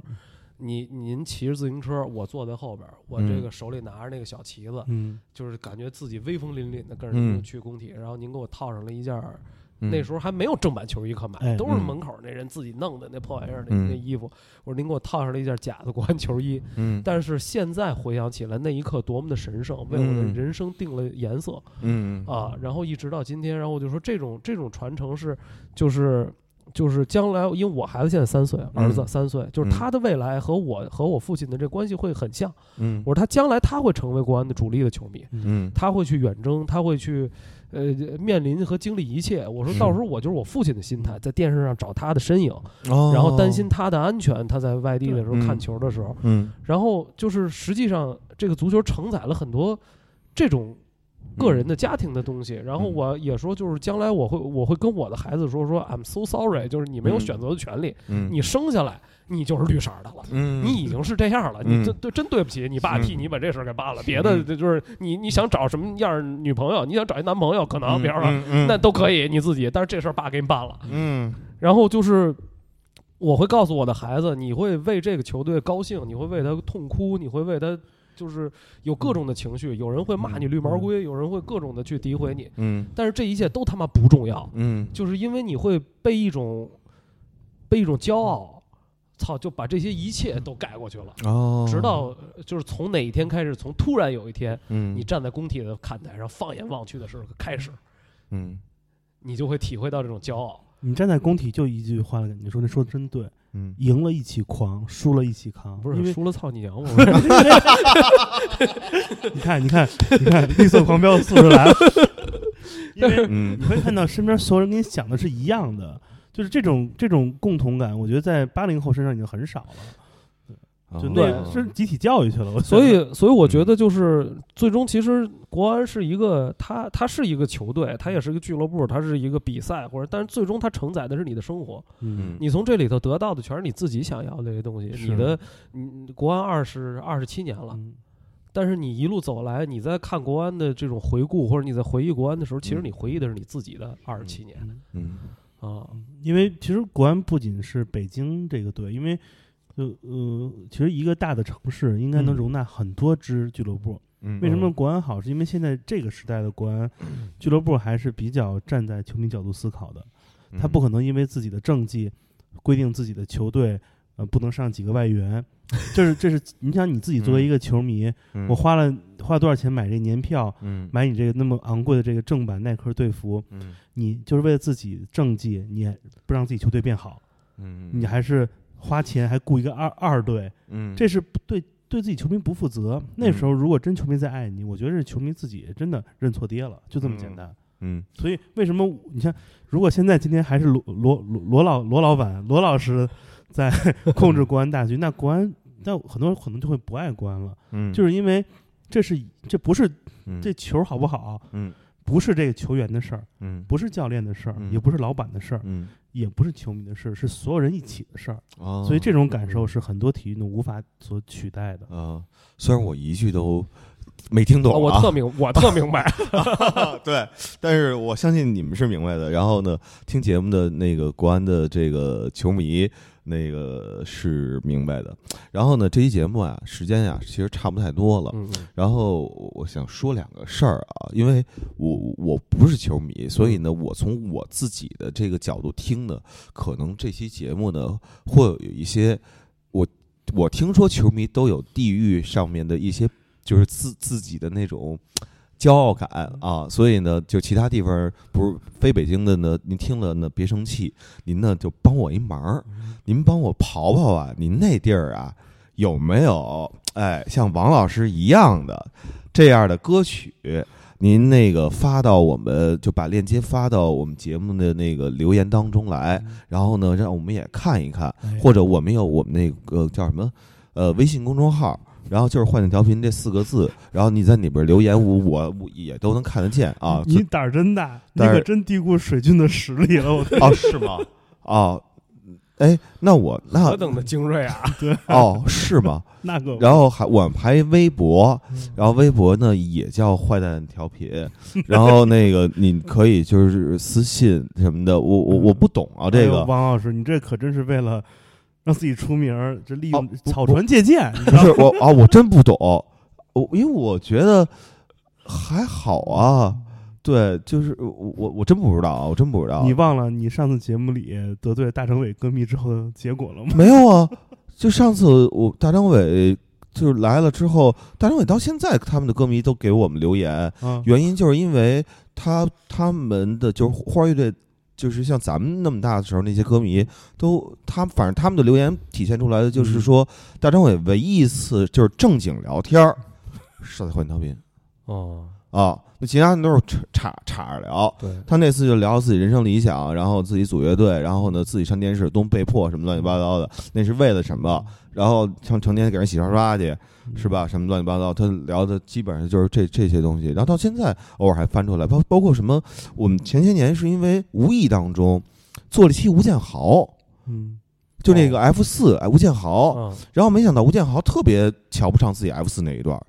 Speaker 3: 你您骑着自行车，我坐在后边儿，
Speaker 1: 嗯
Speaker 3: 我这个手里拿着那个小旗子，
Speaker 2: 嗯
Speaker 3: 就是感觉自己威风凛凛的跟着您
Speaker 1: 嗯
Speaker 3: 去工体，然后您给我套上了一件儿，
Speaker 1: 嗯，
Speaker 3: 那时候还没有正版球衣可买，
Speaker 2: 哎
Speaker 3: 都是
Speaker 1: 嗯
Speaker 3: 门口那人自己弄的那破玩意儿那、
Speaker 1: 嗯
Speaker 3: 那衣服。我说您给我套上了一件假的国安球衣，
Speaker 1: 嗯
Speaker 3: 但是现在回想起来，那一刻多么的神圣，为我的
Speaker 1: 嗯
Speaker 3: 人生定了颜色。
Speaker 1: 嗯
Speaker 3: 啊，然后一直到今天，然后我就说这种这种传承是，就是就是将来，因为我孩子现在三岁，啊儿子
Speaker 1: 嗯
Speaker 3: 三岁，就是他的未来和我和我父亲的这关系会很像。
Speaker 1: 嗯
Speaker 3: 我说他将来他会成为国安的主力的球迷，
Speaker 1: 嗯
Speaker 3: 他会去远征，他会去呃面临和经历一切。我说到时候我就是我父亲的心态，在电视上找他的身影，
Speaker 1: 哦
Speaker 3: 然后担心他的安全，他在外地的时候
Speaker 1: 对
Speaker 3: 看
Speaker 1: 嗯
Speaker 3: 球的时候，
Speaker 1: 嗯
Speaker 3: 然后就是实际上这个足球承载了很多这种
Speaker 1: 嗯
Speaker 3: 个人的家庭的东西。然后我也说，就是将来我会我会跟我的孩子说说，I'm so sorry，就是你没有
Speaker 1: 嗯
Speaker 3: 选择的权利，
Speaker 1: 嗯
Speaker 3: 你生下来你就是绿色的了。
Speaker 1: 嗯
Speaker 3: 你已经是这样了，
Speaker 1: 嗯
Speaker 3: 你这对真对不起，你爸
Speaker 1: 嗯
Speaker 3: 替你把这事儿给办了。别的就是你你想找什么样儿女朋友，你想找一男朋友，可
Speaker 1: 嗯
Speaker 3: 能比方说
Speaker 1: 说
Speaker 3: 那都可以你自己，但是这事儿爸给你办了。
Speaker 1: 嗯
Speaker 3: 然后就是我会告诉我的孩子，你会为这个球队高兴，你会为他痛哭，你会为他就是有各种的情绪，有人会骂你绿毛龟，有人会各种的去诋毁你，
Speaker 1: 嗯
Speaker 3: 但是这一切都他妈不重要，
Speaker 1: 嗯
Speaker 3: 就是因为你会被一种被一种骄傲，操，就把这些一切都盖过去了。
Speaker 1: 哦，
Speaker 3: 直到就是从哪一天开始，从突然有一天，
Speaker 1: 嗯
Speaker 3: 你站在工体的看台上，放眼望去的时候开始，
Speaker 1: 嗯
Speaker 3: 你就会体会到这种骄傲。
Speaker 2: 你站在工体就一句话的感觉，说那说的真对，
Speaker 1: 嗯
Speaker 2: 赢了一起狂，输了一起扛，
Speaker 3: 不
Speaker 2: 因
Speaker 3: 是
Speaker 2: 为
Speaker 3: 输 了操你娘！我
Speaker 2: 你看，你看，你看，绿色狂飙素质来了。 因为
Speaker 1: 嗯
Speaker 2: 你会看到身边所有人跟你想的是一样的，就是这种这种共同感，我觉得在八零后身上已经很少了，就那
Speaker 1: 哦
Speaker 2: 是集体教育去了。我觉得
Speaker 3: 所，以，所以我
Speaker 1: 嗯
Speaker 3: 觉得就是最终，其实国安是一个，它它是一个球队，它也是一个俱乐部，它是一个比赛，或者，但是最终它承载的是你的生活。
Speaker 2: 嗯，
Speaker 3: 你从这里头得到的全是你自己想要的这些东西。
Speaker 2: 是
Speaker 3: 你
Speaker 1: 啊
Speaker 3: 的，嗯，国安二十二十七年了，
Speaker 2: 嗯
Speaker 3: 但是你一路走来，你在看国安的这种回顾，或者你在回忆国安的时候，其实
Speaker 1: 嗯
Speaker 3: 你回忆的是你自己的二十七年
Speaker 2: 嗯
Speaker 1: 嗯
Speaker 3: 啊。
Speaker 2: 因为其实国安不仅是北京这个队，因为就呃，其实一个大的城市应该能
Speaker 3: 嗯
Speaker 2: 容纳很多支俱乐部。
Speaker 1: 嗯
Speaker 2: 为什么国安好？是因为现在这个时代的国安俱乐部还是比较站在球迷角度思考的，
Speaker 1: 嗯
Speaker 2: 他不可能因为自己的政绩规定自己的球队呃不能上几个外援，这是这是你想你自己作为一个球迷，
Speaker 1: 嗯
Speaker 2: 我花了花了多少钱买这年票，
Speaker 1: 嗯
Speaker 2: 买你这个那么昂贵的这个正版耐克队服，
Speaker 1: 嗯
Speaker 2: 你就是为了自己政绩，你也不让自己球队变好，
Speaker 1: 嗯
Speaker 2: 你还是花钱还雇一个二二队，
Speaker 1: 嗯
Speaker 2: 这是不对对自己球迷不负责。那时候如果真球迷在爱你，我觉得是球迷自己真的认错爹了，就这么简单。
Speaker 1: 嗯
Speaker 2: 所以为什么你像，如果现在今天还是罗罗罗罗老罗老板罗老师在控制国安大局， 那国安那很多人可能就会不爱国安了，
Speaker 1: 嗯
Speaker 2: 就是因为这是这不是
Speaker 1: 嗯
Speaker 2: 这球好不好，
Speaker 1: 嗯
Speaker 2: 不是这个球员的事儿，
Speaker 1: 嗯
Speaker 2: 不是教练的事儿，
Speaker 1: 嗯
Speaker 2: 也不是老板的事儿，
Speaker 1: 嗯
Speaker 2: 也不是球迷的事，是所有人一起的事儿。
Speaker 1: 啊
Speaker 2: 所以这种感受是很多体育运动无法所取代的。
Speaker 1: 啊，虽然我一句都没听
Speaker 2: 哦
Speaker 1: 懂、
Speaker 3: 啊我特明，我特明白，
Speaker 1: 对，但是我相信你们是明白的。然后呢，听节目的那个国安的这个球迷，那个是明白的。然后呢，这期节目啊，时间呀、其实差不太多了。
Speaker 3: 嗯，
Speaker 1: 然后我想说两个事儿啊，因为我我不是球迷，所以呢，我从我自己的这个角度听呢，可能这期节目呢会有一些我我听说球迷都有地域上面的一些就是自自己的那种。骄傲感啊，所以呢，就其他地方不是非北京的呢，您听了呢别生气，您呢就帮我一忙儿，您帮我刨刨啊，您那地儿啊有没有哎像王老师一样的这样的歌曲？您那个发到我们就把链接发到我们节目的那个留言当中来，然后呢让我们也看一看，
Speaker 2: 嗯哎
Speaker 1: 或者我们有我们那个叫什么呃微信公众号。然后就是“幻境调频”这四个字，然后你在里边留言，我我我也都能看得见啊。
Speaker 2: 你胆儿真大，你
Speaker 1: 但
Speaker 2: 可
Speaker 1: 是
Speaker 2: 真低估水军的实力了。我
Speaker 1: 哦，是吗？哦，哎，那我那
Speaker 3: 何等的精锐 啊！
Speaker 1: 哦是吗？
Speaker 2: 那个，
Speaker 1: 然后还我们还微博，
Speaker 2: 嗯
Speaker 1: 然后微博呢也叫坏蛋调 频，然后那个你可以就是私信什么的，我我我不懂啊
Speaker 2: 哎
Speaker 1: 这
Speaker 2: 呦
Speaker 1: 个，
Speaker 2: 王老师，你这可真是为了让自己出名儿，这利
Speaker 1: 哦
Speaker 2: 用
Speaker 1: 不
Speaker 2: 草船 借箭，你知
Speaker 1: 不
Speaker 2: 道
Speaker 1: 是
Speaker 2: 吗？
Speaker 1: 我啊我真不懂，我因为我觉得还好啊，对，就是我我我真不知道啊，我真不知道，
Speaker 2: 你忘了你上次节目里得罪大张伟歌迷之后的结果了吗？
Speaker 1: 没有啊？就上次我大张伟就是来了之后，大张伟到现在他们的歌迷都给我们留言，
Speaker 2: 啊，
Speaker 1: 原因就是因为他他们的就是花儿乐队，就是像咱们那么大的时候，那些歌迷都他反正他们的留言体现出来的就是说，大张伟唯一一次就是正经聊天儿是在换调频
Speaker 3: 哦，
Speaker 1: 啊，那其他人都是岔岔岔着聊。
Speaker 3: 对，
Speaker 1: 他那次就聊自己人生理想，然后自己组乐队，然后呢自己上电视，都被迫什么乱七八糟的，那是为了什么？然后成成天给人洗刷刷去，
Speaker 2: 嗯
Speaker 1: 是吧？什么乱七八糟，他聊的基本上就是这这些东西。然后到现在偶尔还翻出来，包包括什么？我们前些年是因为无意当中做了一期吴建豪，
Speaker 2: 嗯，
Speaker 1: 就那个 F 四、哎，吴建豪，
Speaker 3: 哦嗯，
Speaker 1: 然后没想到吴建豪特别瞧不上自己 F 四那一段儿，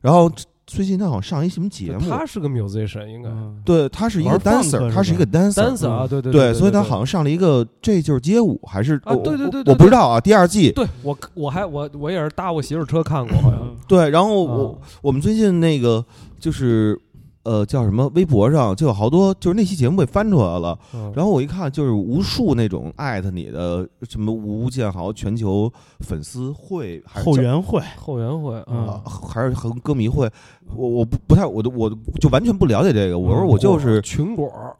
Speaker 1: 然后最近他好像上一什么节
Speaker 3: 就
Speaker 1: 目，
Speaker 3: 他是个 musician，应该
Speaker 2: 嗯
Speaker 1: 对他是一个
Speaker 2: 玩 funk 是
Speaker 1: dancer，
Speaker 2: 吧
Speaker 1: 他是一个 dancer。
Speaker 3: dancer 啊，对
Speaker 1: 嗯
Speaker 3: 对
Speaker 1: 对，所以他好像上了一个《这就是街舞》还是
Speaker 3: 啊
Speaker 1: 我
Speaker 3: 对对
Speaker 1: 我
Speaker 3: 对对
Speaker 1: 我不知道啊，第二季
Speaker 3: 对我我还我我也是搭我媳妇儿车看过，好像。
Speaker 1: 对，然后
Speaker 3: 啊
Speaker 1: 嗯哦我我们最近那个就是呃叫什么，微博上就有好多就是那期节目被翻出来了，
Speaker 3: 嗯
Speaker 1: 然后我一看就是无数那种艾特你的什么吴建豪全球粉丝会还是
Speaker 2: 后
Speaker 1: 叫
Speaker 2: 援会，
Speaker 3: 后援会，
Speaker 1: 啊
Speaker 2: 嗯，
Speaker 1: 还是和歌迷会，我我不不太我都我都就完全不了解这个，我说我 就是
Speaker 3: 群果儿，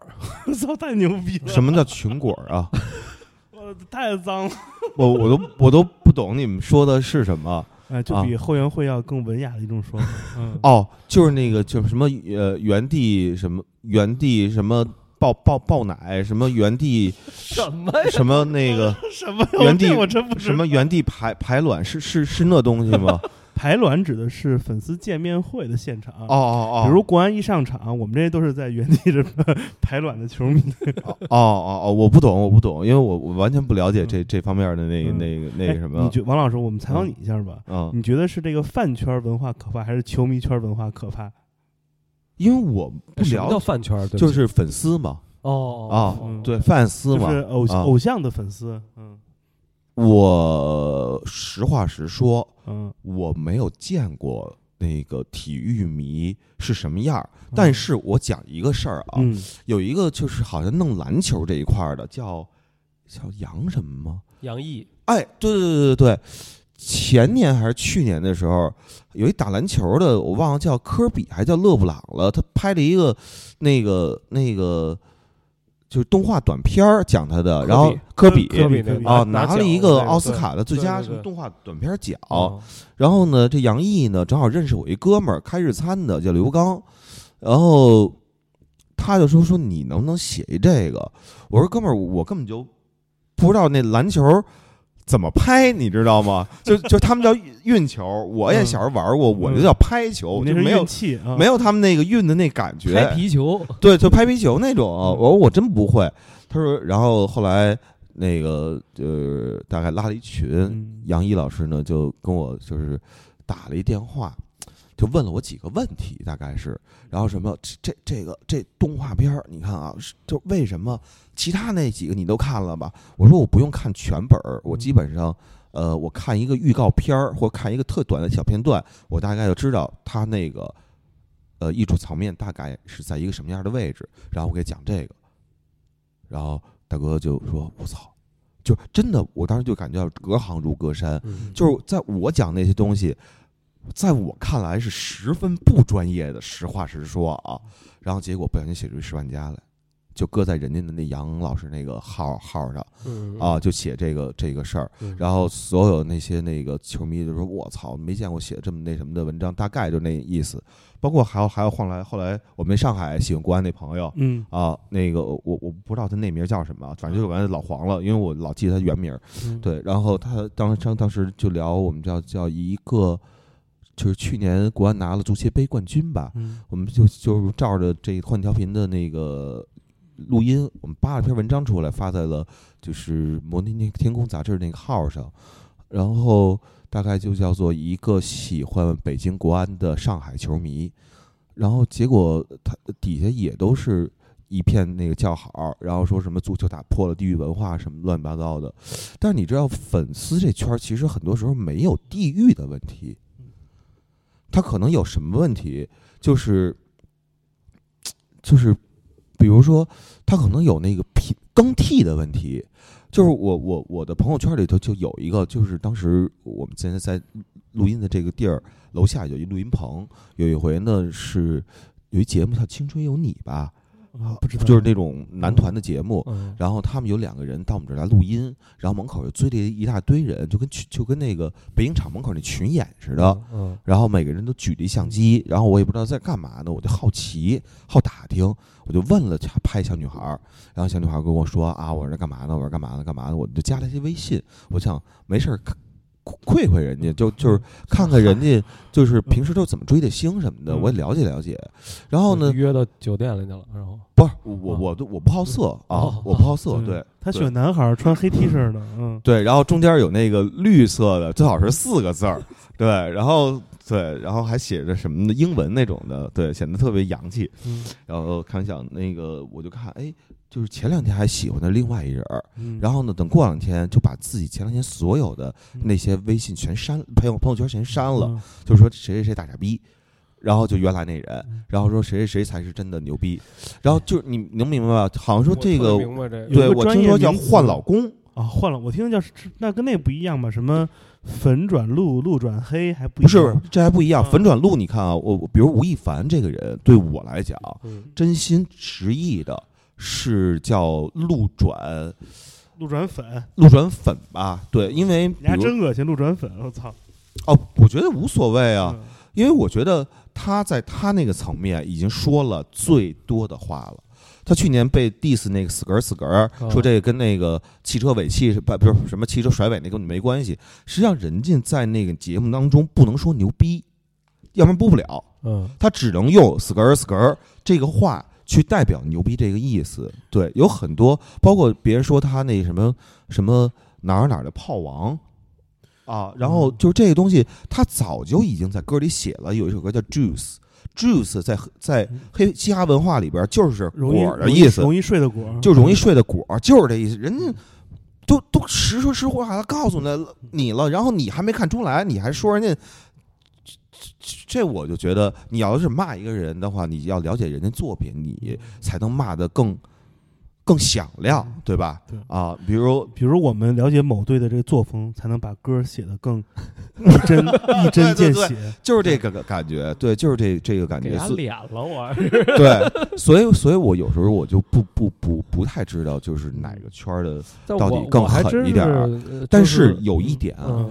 Speaker 2: 我操，太牛逼 了！
Speaker 1: 什么叫群果啊，
Speaker 2: 我太脏了。
Speaker 1: 我我都我都不懂你们说的是什么。
Speaker 2: 哎，就
Speaker 1: 啊
Speaker 2: 比后援会要更文雅的一种说法。嗯，
Speaker 1: 哦，就是那个就是什么呃原地什么原地什么爆爆爆奶什么原地
Speaker 3: 什么
Speaker 1: 什么那 个
Speaker 2: 什么呀
Speaker 1: 原地
Speaker 2: 这我真不知
Speaker 1: 什么原地排排卵是是是那东西 吗？
Speaker 2: 排卵指的是粉丝见面会的现场。啊
Speaker 1: 哦哦哦，
Speaker 2: 比如国安一上场，我们这些都是在原地这 排卵的球迷。
Speaker 1: 哦哦哦哦，我不懂我不懂，因为我我完全不了解这这方面的那
Speaker 2: 嗯
Speaker 1: 那个那个什
Speaker 2: 哎你
Speaker 1: 么
Speaker 2: 觉王老师，我们采访你一下吧。
Speaker 1: 啊，
Speaker 2: 你觉得是这个饭圈文化可怕，还是球迷圈文化可怕？
Speaker 1: 因为我不
Speaker 3: 什么叫
Speaker 1: 了
Speaker 3: 饭圈儿？对不
Speaker 1: 就
Speaker 3: 起
Speaker 1: 是粉丝嘛
Speaker 3: 哦
Speaker 1: 啊
Speaker 3: 哦
Speaker 2: 嗯，
Speaker 1: 对范丝
Speaker 2: 就
Speaker 1: 嘛
Speaker 2: 是，偶
Speaker 1: 啊
Speaker 2: 偶像的粉丝。嗯
Speaker 1: 我实话实说，
Speaker 2: 嗯，
Speaker 1: 我没有见过那个体育迷是什么样儿，但是我讲一个事儿啊，
Speaker 2: 嗯，
Speaker 1: 有一个就是好像弄篮球这一块儿的叫叫杨什么吗？
Speaker 3: 杨毅
Speaker 1: 哎，对对对对对，前年还是去年的时候，有一打篮球的，我忘了叫科比还叫勒布朗了，他拍了一个那个那个就是动画短片儿讲他的，
Speaker 3: 比
Speaker 1: 然后科比
Speaker 2: 科比
Speaker 3: 那个
Speaker 1: 啊
Speaker 3: 拿
Speaker 1: 拿了
Speaker 3: 奖
Speaker 1: 一
Speaker 3: 的那
Speaker 1: 个奥斯
Speaker 3: 对
Speaker 1: 卡的最
Speaker 3: 对
Speaker 1: 佳
Speaker 3: 对
Speaker 1: 什么
Speaker 3: 对
Speaker 1: 动画短片奖。
Speaker 3: 哦
Speaker 1: 然后呢，这杨毅呢，正好认识我一哥们儿，开日餐的，叫刘刚，然后他就说说你能不能写一这个？我说哥们儿，我根本就不知道那篮球怎么拍，你知道吗？就就他们叫运球，我也小时候玩过，我就叫拍球，
Speaker 2: 你
Speaker 1: 就
Speaker 2: 那是
Speaker 1: 没有
Speaker 2: 运。气啊，
Speaker 1: 没有他们那个运的那感觉，
Speaker 3: 拍皮球，
Speaker 1: 对，就拍皮球那种。我说我真不会。他说，然后后来那个呃，大概拉了一群，
Speaker 2: 嗯
Speaker 1: 杨毅老师呢就跟我就是打了一电话，就问了我几个问题，大概是，然后什么这这这个这动画片儿，你看啊，是就为什么其他那几个你都看了吧？我说我不用看全本儿，我基本上。呃，我看一个预告片儿，或看一个特短的小片段，我大概就知道他那个呃艺术层面大概是在一个什么样的位置，然后我给讲这个，然后大哥就说：“我操！”就真的，我当时就感觉到隔行如隔山，
Speaker 3: 嗯
Speaker 1: 就是在我讲那些东西，在我看来是十分不专业的，实话实说啊。然后结果不小心写出一十万加来，就搁在人家的那杨老师那个号号上
Speaker 3: 嗯
Speaker 1: 啊，就写这个这个事儿。
Speaker 3: 嗯
Speaker 1: 然后所有那些那个球迷就说：“我操，没见过写这么那什么的文章，大概就那意思。”包括还有还有后来后来我们上海喜欢国安那朋友
Speaker 2: 嗯
Speaker 1: 啊，那个我我不知道他那名叫什么啊，反正就管他老黄了，因为我老记得他原名。
Speaker 2: 嗯
Speaker 1: 对，然后他当当当时就聊我们叫叫一个，就是去年国安拿了足协杯冠军吧，
Speaker 2: 嗯
Speaker 1: 我们就就照着这换调频的那个录音，我们扒了篇文章出来，发在了就是《摩天天天空》杂志那个号上，然后大概就叫做一个喜欢北京国安的上海球迷，然后结果他底下也都是一片那个叫好，然后说什么足球打破了地域文化什么乱七八糟的，但是你知道粉丝这圈儿其实很多时候没有地域的问题，他可能有什么问题？就是就是，比如说他可能有那个品更替的问题。就是我我我的朋友圈里头就有一个，就是当时我们现在在录音的这个地儿楼下有一录音棚，有一回呢是有一节目叫《青春有你》吧，
Speaker 2: 啊不知道
Speaker 1: 就是那种男团的节目，
Speaker 3: 嗯
Speaker 1: 然后他们有两个人到我们这儿来录音，然后门口又堆了一大堆人，就跟群就跟那个北影厂门口那群演似的，
Speaker 3: 嗯
Speaker 1: 然后每个人都举着一相机，然后我也不知道在干嘛呢，我就好奇好打听，我就问了拍小女孩儿，然后小女孩儿跟我说啊，我说干嘛呢？我说干嘛呢？干嘛呢？我就加了些微信，我想没事儿看窥窥人家，就就是看看人 家就是平时都怎么追的星什么的，
Speaker 2: 嗯
Speaker 1: 我也了解了解。然后呢，
Speaker 3: 约到酒店里去了，然后
Speaker 1: 不是我我我都我不好色啊
Speaker 3: 哦，
Speaker 1: 我不好色，
Speaker 2: 嗯对
Speaker 1: 对
Speaker 2: 他喜欢男孩儿穿黑 T 恤的，嗯
Speaker 1: 对，然后中间有那个绿色的，最好是四个字儿，对，然后对，然后还写着什么的英文那种的，对，显得特别洋气。
Speaker 2: 嗯
Speaker 1: 然后开玩笑，那个我就看，哎，就是前两天还喜欢的另外一人儿，
Speaker 2: 嗯，
Speaker 1: 然后呢，等过两天就把自己前两天所有的
Speaker 2: 嗯
Speaker 1: 那些微信全删，朋友朋友圈全删了，
Speaker 2: 嗯
Speaker 1: 就说谁谁谁大傻逼，然后就原来那
Speaker 2: 嗯
Speaker 1: 人，然后说谁谁谁才是真的牛逼，然后就是你能明白吧？好像说这
Speaker 3: 我
Speaker 1: 个
Speaker 3: 特别，明白这
Speaker 2: 有
Speaker 1: 对
Speaker 2: 一个
Speaker 1: 我
Speaker 2: 专
Speaker 1: 听
Speaker 2: 业
Speaker 1: 说叫
Speaker 2: 名词
Speaker 1: 换老公，
Speaker 2: 啊换了，我听叫是那跟那不一样吧？什么粉转路，路转黑，还不一
Speaker 1: 不
Speaker 2: 样
Speaker 1: 是，这还不一样。
Speaker 2: 嗯
Speaker 1: 粉转路，你看啊，我我比如吴亦凡这个人，对我来讲，
Speaker 3: 嗯
Speaker 1: 真心实意的是叫路转
Speaker 2: 路转粉，
Speaker 1: 路转粉吧？对，因为
Speaker 2: 你
Speaker 1: 比
Speaker 2: 还
Speaker 1: 如
Speaker 2: 真恶心，路转粉，我操！
Speaker 1: 哦，我觉得无所谓啊，
Speaker 2: 嗯
Speaker 1: 因为我觉得他在他那个层面已经说了最多的话了。他去年被 diss 那个死格儿死格儿，
Speaker 2: 嗯
Speaker 3: 哦
Speaker 1: 说这个跟那个汽车尾气是不不是什么汽车甩尾那根本没关系。实际上，人家在那个节目当中不能说牛逼，要不然播不了。
Speaker 3: 嗯
Speaker 1: 他只能用 s 格儿 s 格儿这个话去代表牛逼这个意思。对，有很多，包括别人说他那什么什么哪儿哪儿的炮王啊，然
Speaker 2: 嗯
Speaker 1: 后就是这个东西，他早就已经在歌里写了，有一首歌叫 Juice。Juice 在在黑嘻哈文化里边就是
Speaker 2: 嗯容易
Speaker 1: 果儿的意思，
Speaker 2: 容易睡的果儿，嗯
Speaker 1: 就
Speaker 3: 嗯
Speaker 1: 容易睡的果儿，就是这意思。人家都都实说实话的告诉你你了，然后你还没看出来，你还说人家。这这我就觉得，你要是骂一个人的话，你要了解人家作品，你才能骂的更更响亮，
Speaker 3: 嗯
Speaker 1: 对吧？
Speaker 2: 对
Speaker 1: 啊，比如
Speaker 2: 比如我们了解某队的这个作风，才能把歌儿写得 更一针一针
Speaker 1: 对
Speaker 2: 见
Speaker 1: 对
Speaker 2: 血。
Speaker 1: 就是这个感感觉，对，就是这这个感
Speaker 3: 给
Speaker 1: 觉，
Speaker 3: 他
Speaker 1: 所
Speaker 3: 脸了 我，
Speaker 1: 对，所以所以我有时候我就不不不不太知道，就是哪个圈儿的，
Speaker 3: 但
Speaker 1: 到底
Speaker 3: 我
Speaker 1: 更
Speaker 3: 我还
Speaker 1: 狠
Speaker 3: 真
Speaker 1: 一点儿啊
Speaker 3: 是，呃
Speaker 1: 但
Speaker 3: 是
Speaker 1: 是有一点啊，
Speaker 3: 嗯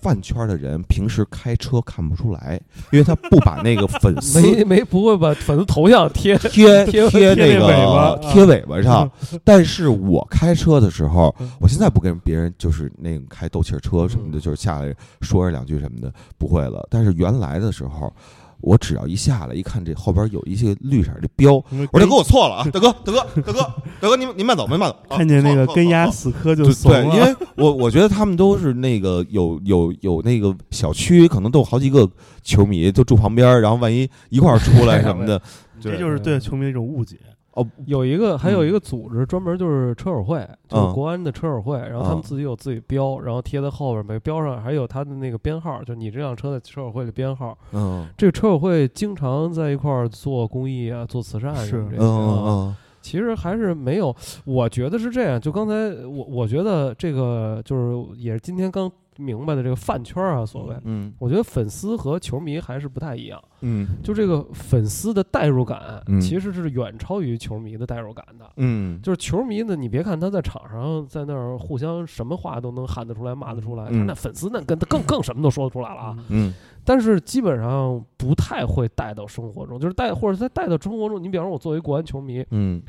Speaker 1: 饭圈的人平时开车看不出来，因为他不把那个粉丝
Speaker 3: 没没不会把粉丝头像贴
Speaker 1: 贴
Speaker 3: 贴
Speaker 1: 贴
Speaker 3: 贴
Speaker 1: 那
Speaker 3: 那
Speaker 1: 个
Speaker 3: 尾巴嗯
Speaker 1: 贴尾巴上。但是我开车的时候，我现在不跟别人就是那个开斗气儿车什么的，就是下来说上两句什么的，不会了。但是原来的时候，我只要一下来一看，这后边有一些绿色的标，
Speaker 2: 我
Speaker 3: 哎
Speaker 1: 我说大哥，我错了啊，大哥，大哥，大哥，大哥，您您慢走，您慢走。啊
Speaker 2: 看见那个
Speaker 1: 错了
Speaker 2: 跟
Speaker 1: 错了
Speaker 2: 牙死磕就
Speaker 1: 对
Speaker 2: 怂了，
Speaker 1: 对，因为我我觉得他们都是那个有有有那个小区，可能都有好几个球迷都住旁边儿，然后万一一块儿出来什么 的，
Speaker 2: 这
Speaker 1: 对
Speaker 2: 就是对球迷的一种误解。
Speaker 1: 哦，
Speaker 3: 有一个，还有一个组织专门就是车友会，就是国安的车友会，然后他
Speaker 1: 嗯
Speaker 3: 们自己有自己标，然后贴在后边，每个标上还有它的那个编号，就你这辆车的车友会的编号。
Speaker 1: 嗯
Speaker 3: 这个车友会经常在一块儿做公益啊，做慈善什么
Speaker 2: 是
Speaker 1: 嗯
Speaker 3: 这些啊。
Speaker 1: 嗯
Speaker 3: 其实还是没有，我觉得是这样。就刚才我我觉得这个就是也是今天刚明白的这个饭圈啊，所谓。
Speaker 1: 嗯
Speaker 3: 我觉得粉丝和球迷还是不太一样，
Speaker 1: 嗯
Speaker 3: 就这个粉丝的代入感啊
Speaker 1: 嗯，
Speaker 3: 其实是远超于球迷的代入感的。
Speaker 1: 嗯，
Speaker 3: 就是球迷呢，你别看他在场上在那儿互相什么话都能喊得出来、骂得出来，
Speaker 1: 嗯
Speaker 3: 他那粉丝那跟他更更什么都说得出来了啊。
Speaker 1: 嗯
Speaker 3: 但是基本上不太会带到生活中，就是带或者他带到生活中，你比方说我作为国安球迷，
Speaker 1: 嗯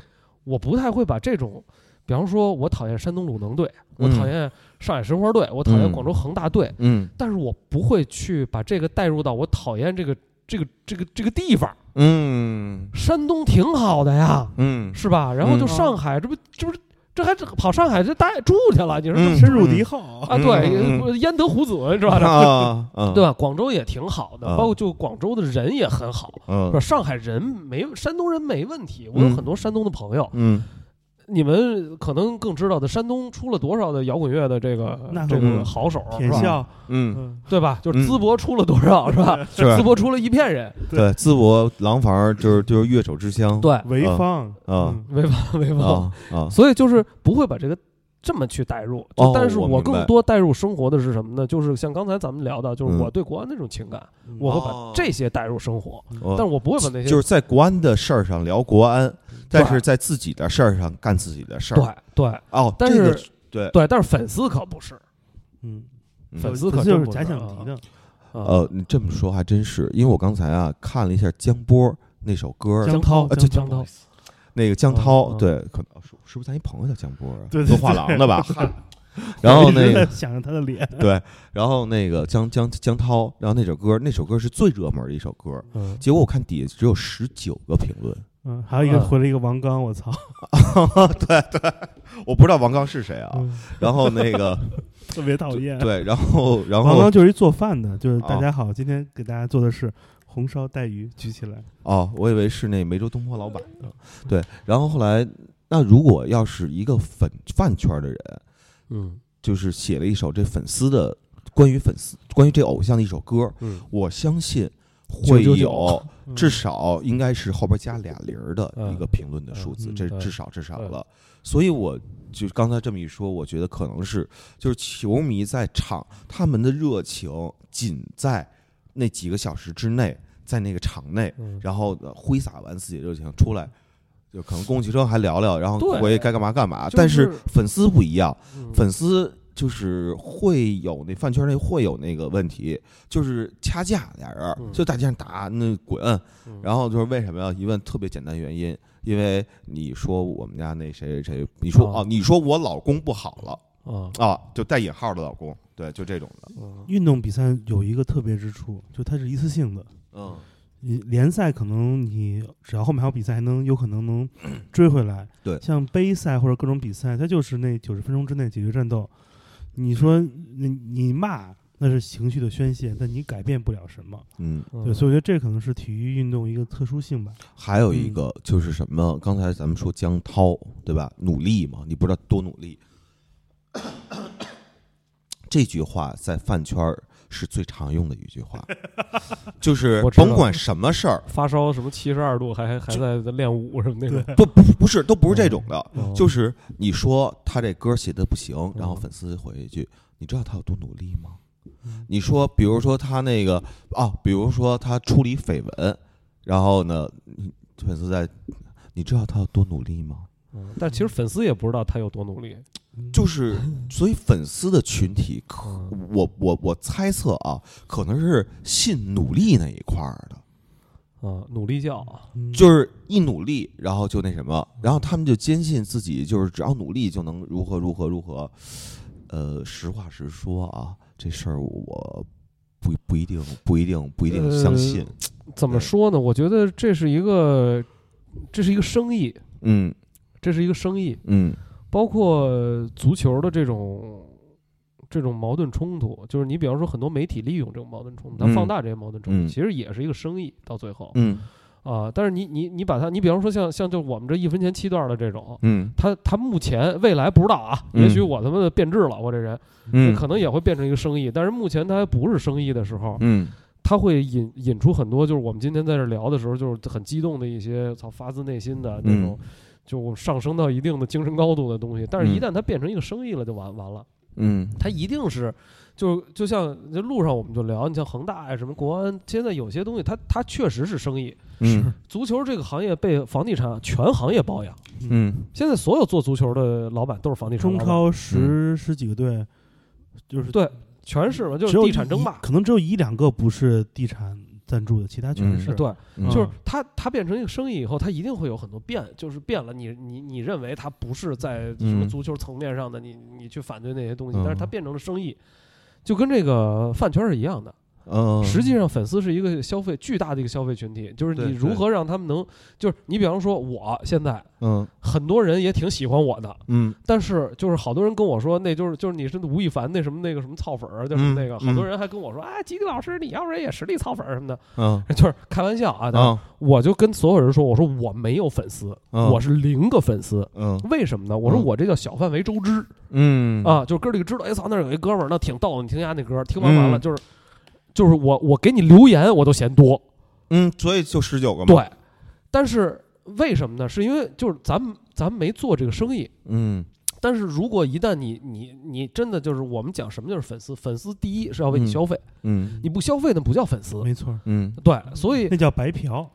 Speaker 3: 我不太会把这种，比方说我讨厌山东鲁能队，我
Speaker 1: 嗯
Speaker 3: 讨厌上海申花队，我讨厌
Speaker 1: 嗯
Speaker 3: 广州恒大队，
Speaker 1: 嗯
Speaker 3: 但是我不会去把这个带入到我讨厌这个这个这个这个地方。
Speaker 1: 嗯
Speaker 3: 山东挺好的呀，
Speaker 1: 嗯，
Speaker 3: 是吧？然后就
Speaker 1: 嗯
Speaker 3: 上海，这不这不是这还跑上海这待住去了？你说这
Speaker 1: 嗯
Speaker 2: 深入敌后，
Speaker 3: 啊？
Speaker 1: 嗯嗯
Speaker 3: 对，焉得虎子是吧？
Speaker 1: 啊啊，
Speaker 3: 对吧？广州也挺好的，
Speaker 1: 啊
Speaker 3: 包括就广州的人也很好，是吧？
Speaker 1: 嗯
Speaker 3: 上海人没山东人没问题，我有
Speaker 1: 嗯
Speaker 3: 很多山东的朋友，
Speaker 1: 嗯
Speaker 3: 你们可能更知道的，山东出了多少的摇滚乐的这个
Speaker 2: 那
Speaker 3: 这
Speaker 2: 可
Speaker 3: 个
Speaker 1: 不
Speaker 3: 好手，
Speaker 2: 铁
Speaker 3: 是吧？
Speaker 2: 笑，
Speaker 1: 嗯，
Speaker 2: 嗯，
Speaker 3: 对吧？就是
Speaker 1: 嗯
Speaker 3: 淄博出了多少，是吧？
Speaker 1: 是
Speaker 3: 淄博出了一片人，
Speaker 1: 对淄博廊坊就是就是乐手之乡，
Speaker 3: 对，
Speaker 2: 潍坊
Speaker 1: 啊
Speaker 2: 嗯
Speaker 3: 潍坊潍坊，
Speaker 1: 啊啊，
Speaker 3: 所以就是不会把这个这么去带入。
Speaker 1: 哦
Speaker 3: 就但是
Speaker 1: 我
Speaker 3: 我
Speaker 1: 明白
Speaker 3: 更多带入生活的是什么呢？就是像刚才咱们聊到，就是
Speaker 1: 嗯
Speaker 3: 我对国安那种情感，
Speaker 2: 嗯
Speaker 3: 我会
Speaker 1: 哦
Speaker 3: 把这些带入生活，
Speaker 1: 我
Speaker 3: 哦但是我不会把那些
Speaker 1: 就是在国安的事儿上聊国安，但是在自己的事儿上干自己的事儿。
Speaker 3: 对对
Speaker 1: 哦，
Speaker 3: 但
Speaker 1: 这个
Speaker 3: 是
Speaker 1: 对
Speaker 3: 对，但是粉丝可不是，
Speaker 2: 嗯，
Speaker 1: 嗯
Speaker 3: 粉丝
Speaker 2: 这
Speaker 3: 可真
Speaker 2: 就是
Speaker 3: 不
Speaker 2: 假想
Speaker 3: 啊
Speaker 2: 敌的，
Speaker 3: 啊
Speaker 1: 呃，你这么说还真是，因为我刚才啊看了一下江波那首歌，
Speaker 2: 江
Speaker 3: 涛
Speaker 2: 涛，
Speaker 1: 啊这
Speaker 3: 江
Speaker 2: 涛
Speaker 3: 涛，
Speaker 1: 那个江涛，
Speaker 3: 嗯嗯
Speaker 1: 对，可能是是不是咱一朋友叫江波啊？
Speaker 2: 对对
Speaker 1: 做
Speaker 2: 对
Speaker 1: 画廊 的吧。 然后那个
Speaker 2: 想着他的脸，
Speaker 1: 对，然后那个江江江涛，然后那首歌，那首歌是最热门的一首歌，
Speaker 3: 嗯，
Speaker 1: 结果我看底下只有十九个评论，
Speaker 2: 嗯，还有一个
Speaker 3: 嗯
Speaker 2: 回了一个王刚，我操，
Speaker 1: 对对，我不知道王刚是谁啊。
Speaker 2: 嗯
Speaker 1: 然后那个
Speaker 2: 特别讨厌。
Speaker 1: 对，然后然
Speaker 2: 王
Speaker 1: 后
Speaker 2: 刚就是一做饭的，就是
Speaker 1: 啊
Speaker 2: 大家好，今天给大家做的是红烧带鱼，举起来。
Speaker 1: 哦，我以为是那梅州东坡老板呢。对，然后后来，那如果要是一个粉饭圈的人，
Speaker 3: 嗯
Speaker 1: 就是写了一首这粉丝的关于粉丝关于这偶像的一首歌，
Speaker 3: 嗯
Speaker 1: 我相信会
Speaker 3: 999
Speaker 1: 有
Speaker 2: 嗯
Speaker 1: 至少应该是后边加俩零儿的一个
Speaker 3: 哦嗯
Speaker 1: 评论的数字，
Speaker 2: 嗯
Speaker 1: 这
Speaker 3: 对
Speaker 1: 至少至少
Speaker 3: 对
Speaker 1: 了。所以我就刚才这么一说，我觉得可能是就是球迷在场他们的热情仅在那几个小时之内，在那个场内，
Speaker 3: 嗯，
Speaker 1: 然后呃挥洒完自己的热情出来。就可能公共汽车还聊聊，然后
Speaker 3: 对
Speaker 1: 回去该干嘛干嘛。
Speaker 3: 就是
Speaker 1: 但是粉丝不一样，
Speaker 3: 嗯
Speaker 1: 粉丝就是会有那饭圈内会有那个问题，就是掐架俩人儿
Speaker 3: 嗯
Speaker 1: 就大街上打那滚，
Speaker 3: 嗯
Speaker 1: 然后就是为什么要一问特别简单原因，因为你说我们家那谁谁谁，你说
Speaker 3: 哦
Speaker 1: 哦，你说我老公不好了
Speaker 3: 啊
Speaker 1: 啊，就带引号的老公，对，就这种的，
Speaker 3: 嗯
Speaker 2: 运动比赛有一个特别之处，就它是一次性的。
Speaker 1: 嗯
Speaker 2: 你联赛可能你只要后面还有比赛，还能有可 能能追回来。
Speaker 1: 对
Speaker 2: 像杯赛或者各种比赛，它就是那九十分钟之内解决战斗。你说你你骂那是情绪的宣泄，但你改变不了什么。
Speaker 1: 嗯，
Speaker 2: 对，所以我觉得这可能是体育运动一个特殊性吧。
Speaker 1: 还有一
Speaker 3: 嗯
Speaker 1: 个就是什么，刚才咱们说江涛对吧，努力嘛，你不知道多努力， 这句话在饭圈儿是最常用的一句 话，就是
Speaker 3: 我知道
Speaker 1: 甭管什么 事儿，
Speaker 3: 发烧什么七十二度，还还在练舞什么那种，
Speaker 1: 不不不是，都不是这种的，
Speaker 3: 嗯
Speaker 1: 就是你说他这歌写的不行，然后
Speaker 3: 嗯
Speaker 1: 粉丝回一句：“你知道他有多努力吗？”
Speaker 3: 嗯
Speaker 1: 你说，比如说他那个啊，比如说他处理绯闻，然后呢，你粉丝在，你知道他有多努力吗？
Speaker 3: 嗯但其实粉丝也不知道他有多努力，
Speaker 2: 嗯
Speaker 1: 就是，所以粉丝的群体可，
Speaker 3: 嗯
Speaker 1: 我我我猜测啊，可能是信努力那一块儿的，
Speaker 3: 啊，努力教啊，
Speaker 2: 嗯
Speaker 1: 就是一努力，然后就那什么，然后他们就坚信自己就是只要努力就能如何如何如何。呃，实话实
Speaker 3: 呃
Speaker 1: 说啊，这事儿我不不一定不一定不一定相信。
Speaker 3: 怎么说呢？我觉得这是一个，这是一个生意，
Speaker 1: 嗯
Speaker 3: 这是一个生意。
Speaker 1: 嗯
Speaker 3: 包括足球的这种这种矛盾冲突，就是你比方说很多媒体利用这种矛盾冲突，它
Speaker 1: 嗯
Speaker 3: 放大这些矛盾冲突，
Speaker 1: 嗯
Speaker 3: 其实也是一个生意，到最后
Speaker 1: 嗯
Speaker 3: 啊。但是你你你把它，你比方说像像就我们这一分钱七段的这种。
Speaker 1: 嗯
Speaker 3: 他他目前未来不知道啊，
Speaker 1: 嗯
Speaker 3: 也许我他妈的变质了，我这人
Speaker 1: 嗯，
Speaker 3: 可能也会变成一个生意。但是目前它还不是生意的时候，
Speaker 1: 嗯
Speaker 3: 它会引引出很多，就是我们今天在这聊的时候，就是很激动的一些，操，发自内心的那种，就上升到一定的精神高度的东西。但是，
Speaker 1: 嗯
Speaker 3: 一旦它变成一个生意了，就完完了。
Speaker 1: 嗯
Speaker 3: 它一定是，就就像这路上我们就聊，你像恒大呀、什么国安，现在有些东西它它确实是生意。
Speaker 1: 嗯
Speaker 3: 足球这个行业被房地产全行业包养，
Speaker 1: 嗯
Speaker 3: 现在所有做足球的老板都是房地产
Speaker 2: 中
Speaker 3: 老板，
Speaker 2: 超十
Speaker 1: 嗯
Speaker 2: 十几个队，就是
Speaker 3: 对全是嘛，就
Speaker 2: 只
Speaker 3: 是
Speaker 2: 有
Speaker 3: 地产
Speaker 2: 一
Speaker 3: 争霸。
Speaker 2: 可能只有一两个不是地产赞助的，其他全
Speaker 1: 嗯
Speaker 2: 是。
Speaker 3: 对，
Speaker 1: 嗯，
Speaker 3: 就是
Speaker 2: 嗯
Speaker 3: 它它变成一个生意以后，它一定会有很多变，就是变了你。你你认为它不是在什么
Speaker 1: 嗯
Speaker 3: 足球层面上的，你你去反对那些东西，
Speaker 1: 嗯
Speaker 3: 但是它变成了生意，就跟这个饭圈是一样的。
Speaker 1: 嗯，
Speaker 3: 实际上，粉丝是一个消费巨大的一个消费群体，就是
Speaker 1: 对
Speaker 3: 你如
Speaker 1: 对
Speaker 3: 何让他们能，就是你比方说我现在
Speaker 1: 嗯
Speaker 3: 很多人也挺喜欢我的，
Speaker 1: 嗯
Speaker 3: 但是就是好多人跟我说，那就是就是你是吴亦凡那什么那个什么操粉儿，就是
Speaker 1: 嗯
Speaker 3: 那个，
Speaker 1: 嗯
Speaker 3: 好多人还跟我说，哎，吉迪老师，你要不然也实力操粉儿什么的，
Speaker 1: 嗯
Speaker 3: 就是开玩笑啊，当然
Speaker 1: 嗯
Speaker 3: 我就跟所有人说，我说我没有粉丝，
Speaker 1: 嗯
Speaker 3: 我是零个粉丝。
Speaker 1: 嗯
Speaker 3: 为什么呢？我说
Speaker 1: 嗯
Speaker 3: 我这叫小范围周知、
Speaker 1: 嗯
Speaker 3: 啊，就是哥儿几个知道，哎操，那儿有一哥们儿，那挺逗，你听下那歌，听完完了、
Speaker 1: 嗯
Speaker 3: 就是，就是我我给你留言我都嫌多，
Speaker 1: 嗯，所以就十九个嘛，，
Speaker 3: 对，但是为什么呢？是因为就是咱们咱们没做这个生意，
Speaker 1: 嗯
Speaker 3: 但是如果一旦你你你真的就是我们讲什么就是粉丝，粉丝第一是要为你
Speaker 1: 嗯
Speaker 3: 消费，
Speaker 1: 嗯
Speaker 3: 你不消费那不叫粉丝，
Speaker 2: 没错，
Speaker 1: 嗯，
Speaker 3: 对，所以
Speaker 2: 那叫白嫖，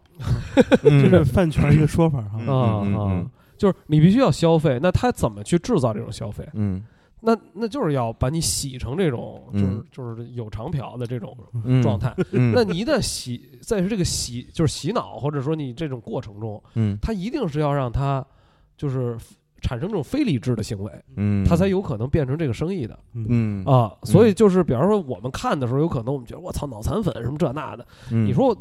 Speaker 2: 这
Speaker 1: 就是
Speaker 2: 饭圈一个说法哈。
Speaker 1: 嗯
Speaker 3: 啊
Speaker 1: 嗯嗯
Speaker 3: 啊，就是你必须要消费，那他怎么去制造这种消费？
Speaker 1: 嗯
Speaker 3: 那那就是要把你洗成这种，就
Speaker 1: 嗯
Speaker 3: 是就是有偿嫖的这种
Speaker 1: 嗯
Speaker 3: 状，态。
Speaker 1: 嗯
Speaker 3: 那你一旦洗，在这个洗就是洗脑，或者说你这种过程中，
Speaker 1: 嗯
Speaker 3: 他一定是要让他就是产生这种非理智的行为，
Speaker 1: 嗯，
Speaker 3: 他才有可能变成这个生意的
Speaker 1: 嗯
Speaker 3: 啊。所以就是，比方说我们看的时候，有可能我们觉得我操脑残粉什么这那的，
Speaker 1: 嗯
Speaker 3: 你说我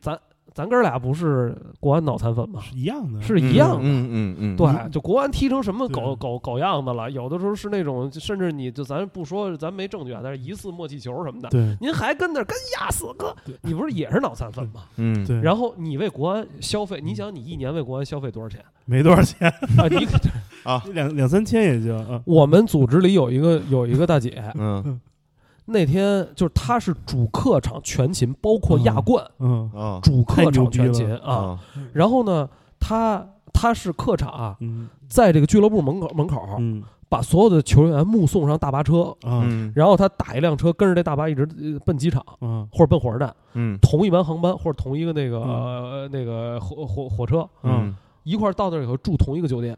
Speaker 3: 咱咱哥俩不是国安脑残粉吗？
Speaker 2: 是一样的，
Speaker 3: 是一样的。啊
Speaker 1: 嗯嗯嗯，
Speaker 3: 对，
Speaker 2: 嗯
Speaker 3: 就国安踢成什么狗
Speaker 2: 对
Speaker 3: 狗狗样子了，有的时候是那种，就甚至你就咱不说，咱没证据啊，但是疑似默契球什么的，
Speaker 2: 对
Speaker 3: 您还跟那儿跟压死哥
Speaker 2: 对，
Speaker 3: 你不是也是脑残粉吗？
Speaker 1: 嗯
Speaker 2: 对，嗯
Speaker 3: 然
Speaker 2: 后
Speaker 3: 后你为国安消费，你想你一年为国安消费多少钱
Speaker 2: 没多少钱，
Speaker 3: 啊？你，
Speaker 2: 两两三千也就啊
Speaker 3: 我们组织里有一个有一个大姐，
Speaker 1: 嗯
Speaker 3: 那天就是她是主客场全勤，包括亚冠
Speaker 2: 嗯
Speaker 1: 啊
Speaker 3: 主客场全
Speaker 2: 太
Speaker 3: 勤
Speaker 2: 牛嗯
Speaker 3: 啊。，
Speaker 1: 哦
Speaker 3: 然后呢，她她是客场啊
Speaker 2: 嗯
Speaker 3: 在这个俱乐部门口门口
Speaker 2: 嗯
Speaker 3: 把所有的球员目送上大巴车，
Speaker 2: 啊
Speaker 1: 嗯
Speaker 3: 然后他打一辆车跟着这大巴一直呃奔机场
Speaker 2: 啊
Speaker 3: 或者奔火车站，
Speaker 1: 嗯
Speaker 3: 同一班航班或者同一个那个、
Speaker 2: 嗯
Speaker 3: 呃那个火火火车
Speaker 1: 嗯
Speaker 3: 一块儿到那儿以后住同一个酒店，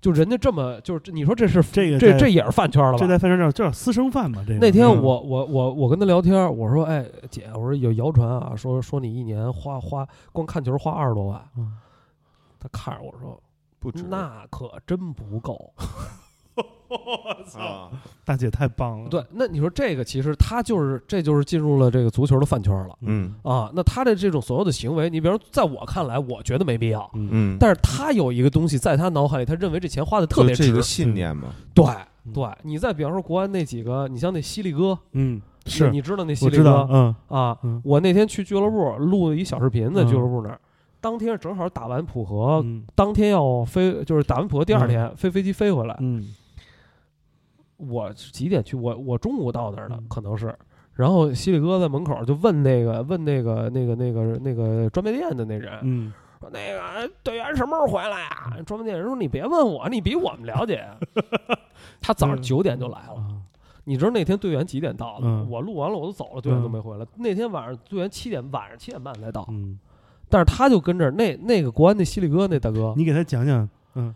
Speaker 3: 就人家这么就是这你说这是
Speaker 2: 这个
Speaker 3: 嗯这
Speaker 2: 在
Speaker 3: 这也是饭圈了
Speaker 2: 这
Speaker 3: 吧？
Speaker 2: 在饭圈叫叫私生饭吧？这个
Speaker 3: 那天
Speaker 2: 嗯
Speaker 3: 我我我我跟他聊天，我说哎姐，我说有谣传啊，说说你一年花花光看球花二十多万，
Speaker 2: 嗯
Speaker 3: 他看着我说
Speaker 1: 不止
Speaker 3: 那可真 不够。
Speaker 1: 啊
Speaker 2: 大姐太棒了，
Speaker 3: 对，那你说这个其实他就是这就是进入了这个足球的饭圈了。
Speaker 1: 嗯
Speaker 3: 啊，那他的这种所有的行为，你比方说在我看来，我觉得没必要，
Speaker 2: 嗯
Speaker 1: 嗯，
Speaker 3: 但是他有一个东西在他脑海里，他认为这钱花的特别值
Speaker 1: 这。个信念嘛，
Speaker 3: 对
Speaker 2: 嗯
Speaker 3: 对，你再比方说国安那几个，你像那犀利哥，
Speaker 2: 嗯是
Speaker 3: 你你知道那犀
Speaker 2: 我
Speaker 3: 利
Speaker 2: 知道
Speaker 3: 哥
Speaker 2: 嗯
Speaker 3: 啊
Speaker 2: 嗯？
Speaker 3: 我那天去俱乐部录了一小视频，在
Speaker 2: 嗯
Speaker 3: 俱乐部那儿，当天正好打完浦和，
Speaker 2: 嗯
Speaker 3: 当天要飞，就是打完浦和第二天飞飞机飞回来，
Speaker 2: 嗯
Speaker 3: 我几点去？我我中午到那儿的
Speaker 2: 嗯，
Speaker 3: 可能是。然后犀利哥在门口就问那个问那个那个那个那个专卖店的那人，
Speaker 2: 嗯
Speaker 3: 说那个队员什么时候回来呀、专门店人说你别问我，你比我们 了解。他早
Speaker 2: 嗯
Speaker 3: 上九点就来了，
Speaker 2: 啊
Speaker 3: 你知道那天队员几点到的？
Speaker 2: 嗯
Speaker 3: 我录完了我都走了，队员都没回来。那天晚上队员七点晚上七点半才到，
Speaker 2: 嗯，
Speaker 3: 但是他就跟这儿那那个国安那犀利哥那大哥，
Speaker 2: 你给他讲讲嗯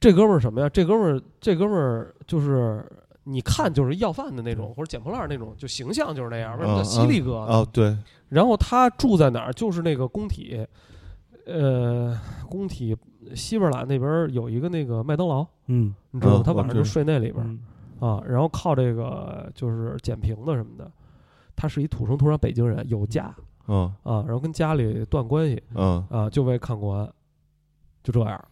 Speaker 3: 这哥们儿什么呀？这哥们儿这哥们儿就是。你看，就是要饭的那
Speaker 2: 嗯
Speaker 3: 种，或者捡破烂儿那种，就形象就是那样。为什么叫犀利哥呢？
Speaker 1: 哦对，
Speaker 3: 然后他住在哪儿？就是那个工体，呃，工体西边儿栏那边儿有一个那个麦当劳，
Speaker 2: 嗯
Speaker 3: 你知道吗？
Speaker 1: 嗯
Speaker 3: 他
Speaker 1: 我
Speaker 3: 晚上
Speaker 1: 知
Speaker 3: 就
Speaker 1: 道
Speaker 3: 睡那里边儿、
Speaker 2: 嗯
Speaker 3: 啊，然后靠这个就是捡瓶子什么的。他是一土生土长北京人，有家，
Speaker 1: 嗯
Speaker 3: 啊，然后跟家里断关系
Speaker 1: 嗯，
Speaker 3: 啊，就为看国安，就这样。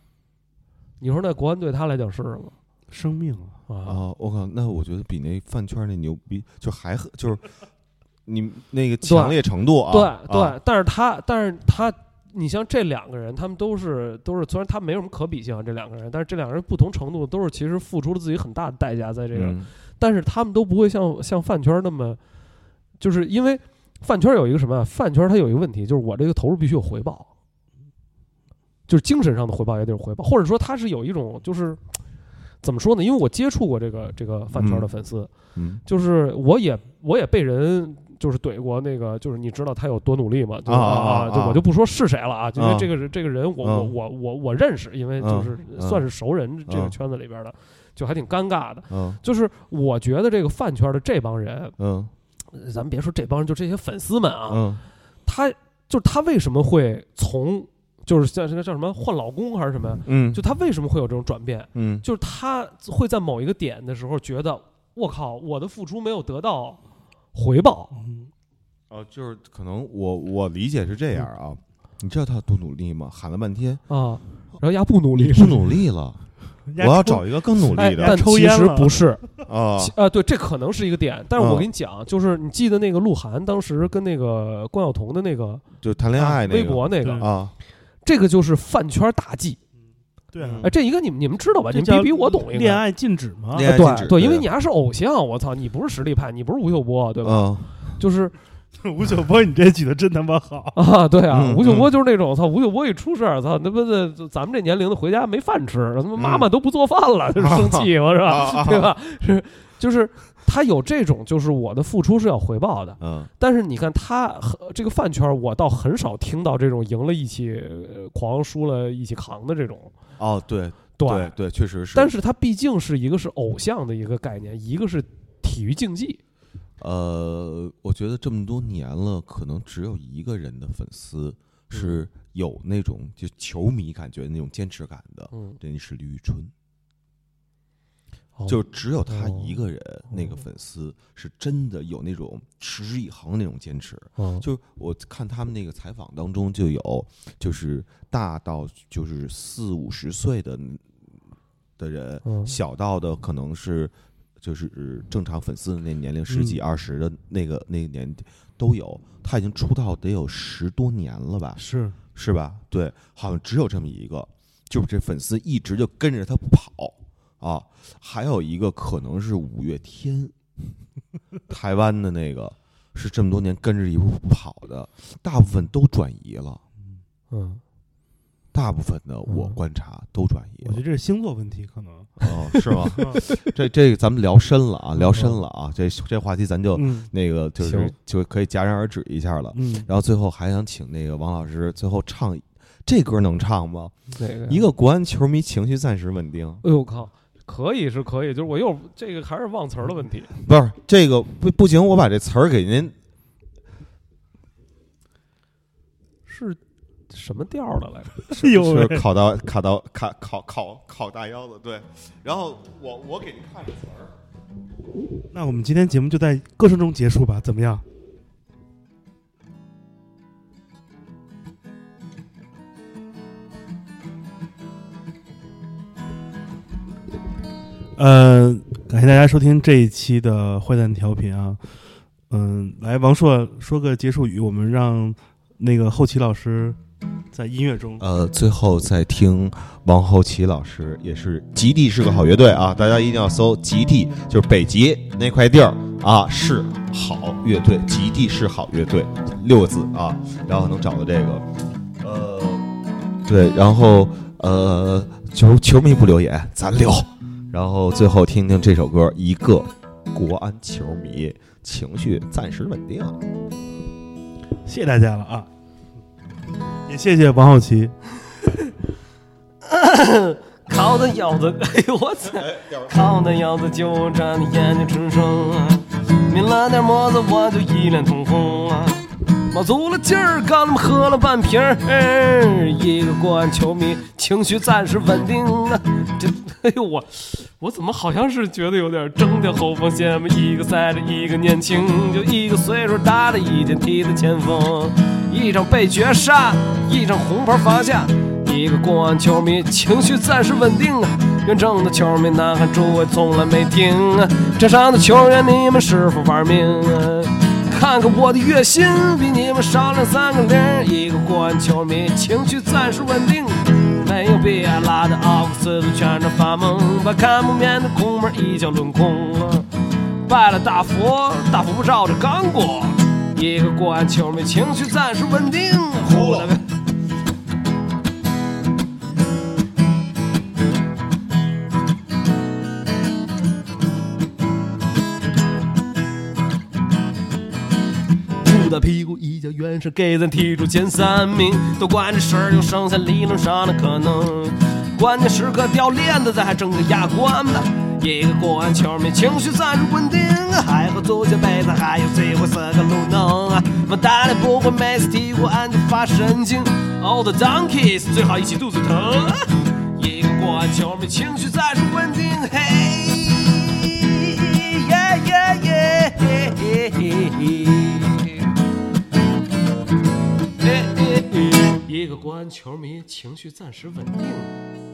Speaker 3: 你说那国安对他来讲是什么
Speaker 2: 生命啊，
Speaker 3: 啊？
Speaker 1: 啊，我靠，那我觉得比那饭圈那牛逼，就还很就是你那个
Speaker 3: 对
Speaker 1: 强烈程度啊，
Speaker 3: 对对、
Speaker 1: 啊
Speaker 3: 但是他但是他，你像这两个人，他们都是都是，虽然他没有什么可比性啊，这两个人，但是这两个人不同程度都是其实付出了自己很大的代价在这个，
Speaker 1: 嗯
Speaker 3: 但是他们都不会像像饭圈那么，就是因为饭圈有一个什么啊？饭圈它有一个问题，就是我这个投入必须有回报，就是精神上的回报也得有回报，或者说他是有一种就是怎么说呢？因为我接触过这个这个饭圈的粉丝，
Speaker 1: 嗯
Speaker 3: 就是我也我也被人。就是怼过那个，就是你知道他有多努力吗？就是
Speaker 1: 啊啊啊
Speaker 3: 啊，就
Speaker 1: 啊
Speaker 3: 我就不说是谁了啊，就因为
Speaker 1: 啊
Speaker 3: 这个人，这个人我
Speaker 1: 啊
Speaker 3: 我我我我认识，因为就是
Speaker 1: 啊
Speaker 3: 算是熟人这
Speaker 1: 啊
Speaker 3: 个圈子里边的，就还挺尴尬的。
Speaker 1: 嗯
Speaker 3: 就是我觉得这个饭圈的这帮人，
Speaker 1: 嗯
Speaker 3: 呃咱们别说这帮人，就这些粉丝们啊，
Speaker 1: 嗯
Speaker 3: 他就是他为什么会从就是像这个叫什么换老公还是什么呀？
Speaker 1: 嗯，
Speaker 3: 就他为什么会有这种转变？
Speaker 1: 嗯
Speaker 3: 就是他会在某一个点的时候觉得，我靠，我的付出没有得到回报，
Speaker 2: 嗯，
Speaker 1: 哦，就是可能我我理解是这样
Speaker 3: 嗯
Speaker 1: 啊，你知道他多努力吗？喊了半天，
Speaker 3: 啊，然后丫不努力
Speaker 1: 你，不努力了，
Speaker 2: 人
Speaker 1: 我
Speaker 2: 家
Speaker 1: 要
Speaker 2: 抽
Speaker 1: 找一个更努
Speaker 3: 哎，
Speaker 1: 力的
Speaker 3: 但
Speaker 2: 抽
Speaker 3: 其
Speaker 2: 烟
Speaker 3: 实
Speaker 2: 了
Speaker 3: 不是，
Speaker 1: 啊
Speaker 3: 其呃，对，这可能是一个点，但是
Speaker 1: 嗯
Speaker 3: 我跟你讲，就是你记得那个鹿晗当时跟那个关晓彤的那个
Speaker 1: 就谈恋爱那
Speaker 3: 微
Speaker 1: 个
Speaker 3: 博那个
Speaker 2: 对，
Speaker 1: 啊，
Speaker 3: 这个就是饭圈大忌。
Speaker 2: 对啊
Speaker 1: 嗯，
Speaker 3: 哎，这一个你们你们知道吧？你
Speaker 2: 这
Speaker 3: 们
Speaker 2: 叫
Speaker 3: 比比我懂一
Speaker 2: 恋
Speaker 3: 个。
Speaker 2: 爱禁止吗？
Speaker 1: 恋爱禁止
Speaker 3: 对对，因为
Speaker 1: 对
Speaker 3: 你还是偶像，我操，你不是实力派，你不是吴秀波，对吧？
Speaker 1: 嗯
Speaker 3: 就是
Speaker 2: 吴晓波，你这举的真他妈好，
Speaker 3: 啊，对啊，
Speaker 1: 嗯
Speaker 3: 吴秀波就是那种，操，吴秀波一出事儿，操，那不是就咱们这年龄的回家没饭吃，他妈妈妈都不做饭 了，就是生气嘛，是
Speaker 1: 嗯啊啊
Speaker 3: 吧？对吧？是就是他有这种，就是我的付出是要回报的，
Speaker 1: 嗯
Speaker 3: 但是你看他和这个饭圈，我倒很少听到这种赢了一起呃狂，输了一起扛的这种，
Speaker 1: 哦，对
Speaker 3: 对
Speaker 1: 对对，确实是，
Speaker 3: 但是它毕竟是一个是偶像的一个概念，一个是体育竞技。
Speaker 1: 呃，我觉得这么多年了，可能只有一个人的粉丝
Speaker 3: 嗯
Speaker 1: 是有那种就球迷感觉那种坚持感的，
Speaker 3: 嗯，
Speaker 1: 人家是李宇春，就只有他一个人，那个
Speaker 3: 哦
Speaker 1: 粉丝是真的有那种持之以恒的那种坚持。
Speaker 3: 哦
Speaker 1: 就我看他们那个采访当中就有，就是大到就是四五十岁的的人，
Speaker 3: 嗯
Speaker 1: 小到的可能是就是正常粉丝的那年龄十几二十的那个那个年纪都有。他已经出道得有十多年了吧？
Speaker 2: 是
Speaker 1: 是吧？对，好像只有这么一个，就是这粉丝一直就跟着他不跑啊。还有一个可能是五月天，台湾的那个是这么多年跟着一步不跑的，大部分都转移了，
Speaker 3: 嗯，
Speaker 1: 大部分的我
Speaker 3: 嗯
Speaker 1: 观察都转移
Speaker 2: 我觉得
Speaker 1: 了。
Speaker 2: 这是星座问题，可能，
Speaker 1: 哦，是吗？ 这这咱们聊深了啊，聊深了啊，这这话题咱就
Speaker 2: 嗯
Speaker 1: 那个就是
Speaker 3: 行
Speaker 1: 就可以戛然而止一下了。
Speaker 2: 嗯，
Speaker 1: 然后最后还想请那个王老师最后唱这歌能唱吗？
Speaker 3: 哪个呀
Speaker 1: 一个国安球迷情绪暂时稳定，
Speaker 3: 哎呦我靠，可以是可以，就是我又这个还是忘词儿的问题。
Speaker 1: 不是这个不不行，我把这词儿给 您
Speaker 3: 是什么调儿的来着？
Speaker 2: 哎呦
Speaker 1: 是
Speaker 2: 喂，
Speaker 1: 考到卡到卡考考考大腰子，对。然后我我给您看这词儿，
Speaker 2: 那我们今天节目就在歌声中结束吧，怎么样？呃，感谢大家收听这一期的坏蛋调频啊，嗯、来王硕说个结束语，我们让那个后期老师在音乐中，
Speaker 1: 呃，最后再听王后奇老师，也是极地是个好乐队啊，大家一定要搜极地，就是北极那块地儿啊，是好乐队，极地是好乐队六个字啊，然后能找到这个，呃，对，然后呃，球球迷不留言，咱留，然后最后听听这首歌，一个国安球迷情绪暂时稳定。
Speaker 2: 谢谢大家了啊，也谢谢王后奇，
Speaker 5: 靠的腰子，哎呦我操！靠的腰子就站眼睛直升啊，抿了点沫子我就一脸通红啊。
Speaker 3: 卯足了劲儿，干了喝了半瓶儿、嗯一个国安球迷情绪暂时稳定了。这，哎呦我，我怎么好像是觉得有点争的后锋线嘛？一个赛着一个年轻，就一个岁数大的一剑踢的前锋，一场被绝杀，一场红牌罚下。一个国安球迷情绪暂时稳定啊，远征的球迷呐喊，诸位从来没停啊，场上的球员你们是否玩命啊？看看我的月薪比你们少两三个零，一个国安球迷情绪暂时稳定。没有比埃拉的奥克斯都全场发懵，把看不见的空门一脚抡空了。拜了大佛，大佛绕着刚果，一个国安球迷情绪暂时稳定。呼了个。吐的屁股一脚远射给咱踢出前三名，都关这事儿就剩下理论上的可能，关键时刻掉链子，咱还争个亚冠呢。一个国安球迷情绪暂时稳定，还和足球杯子还有最后四个路能啊，我打的不会每次踢过俺就发神经，All the donkeys 最好一起肚子疼。一个国安球迷情绪暂时稳定，嘿。耶耶耶嘿嘿嘿哎嘿一个国安球迷情绪暂时稳定。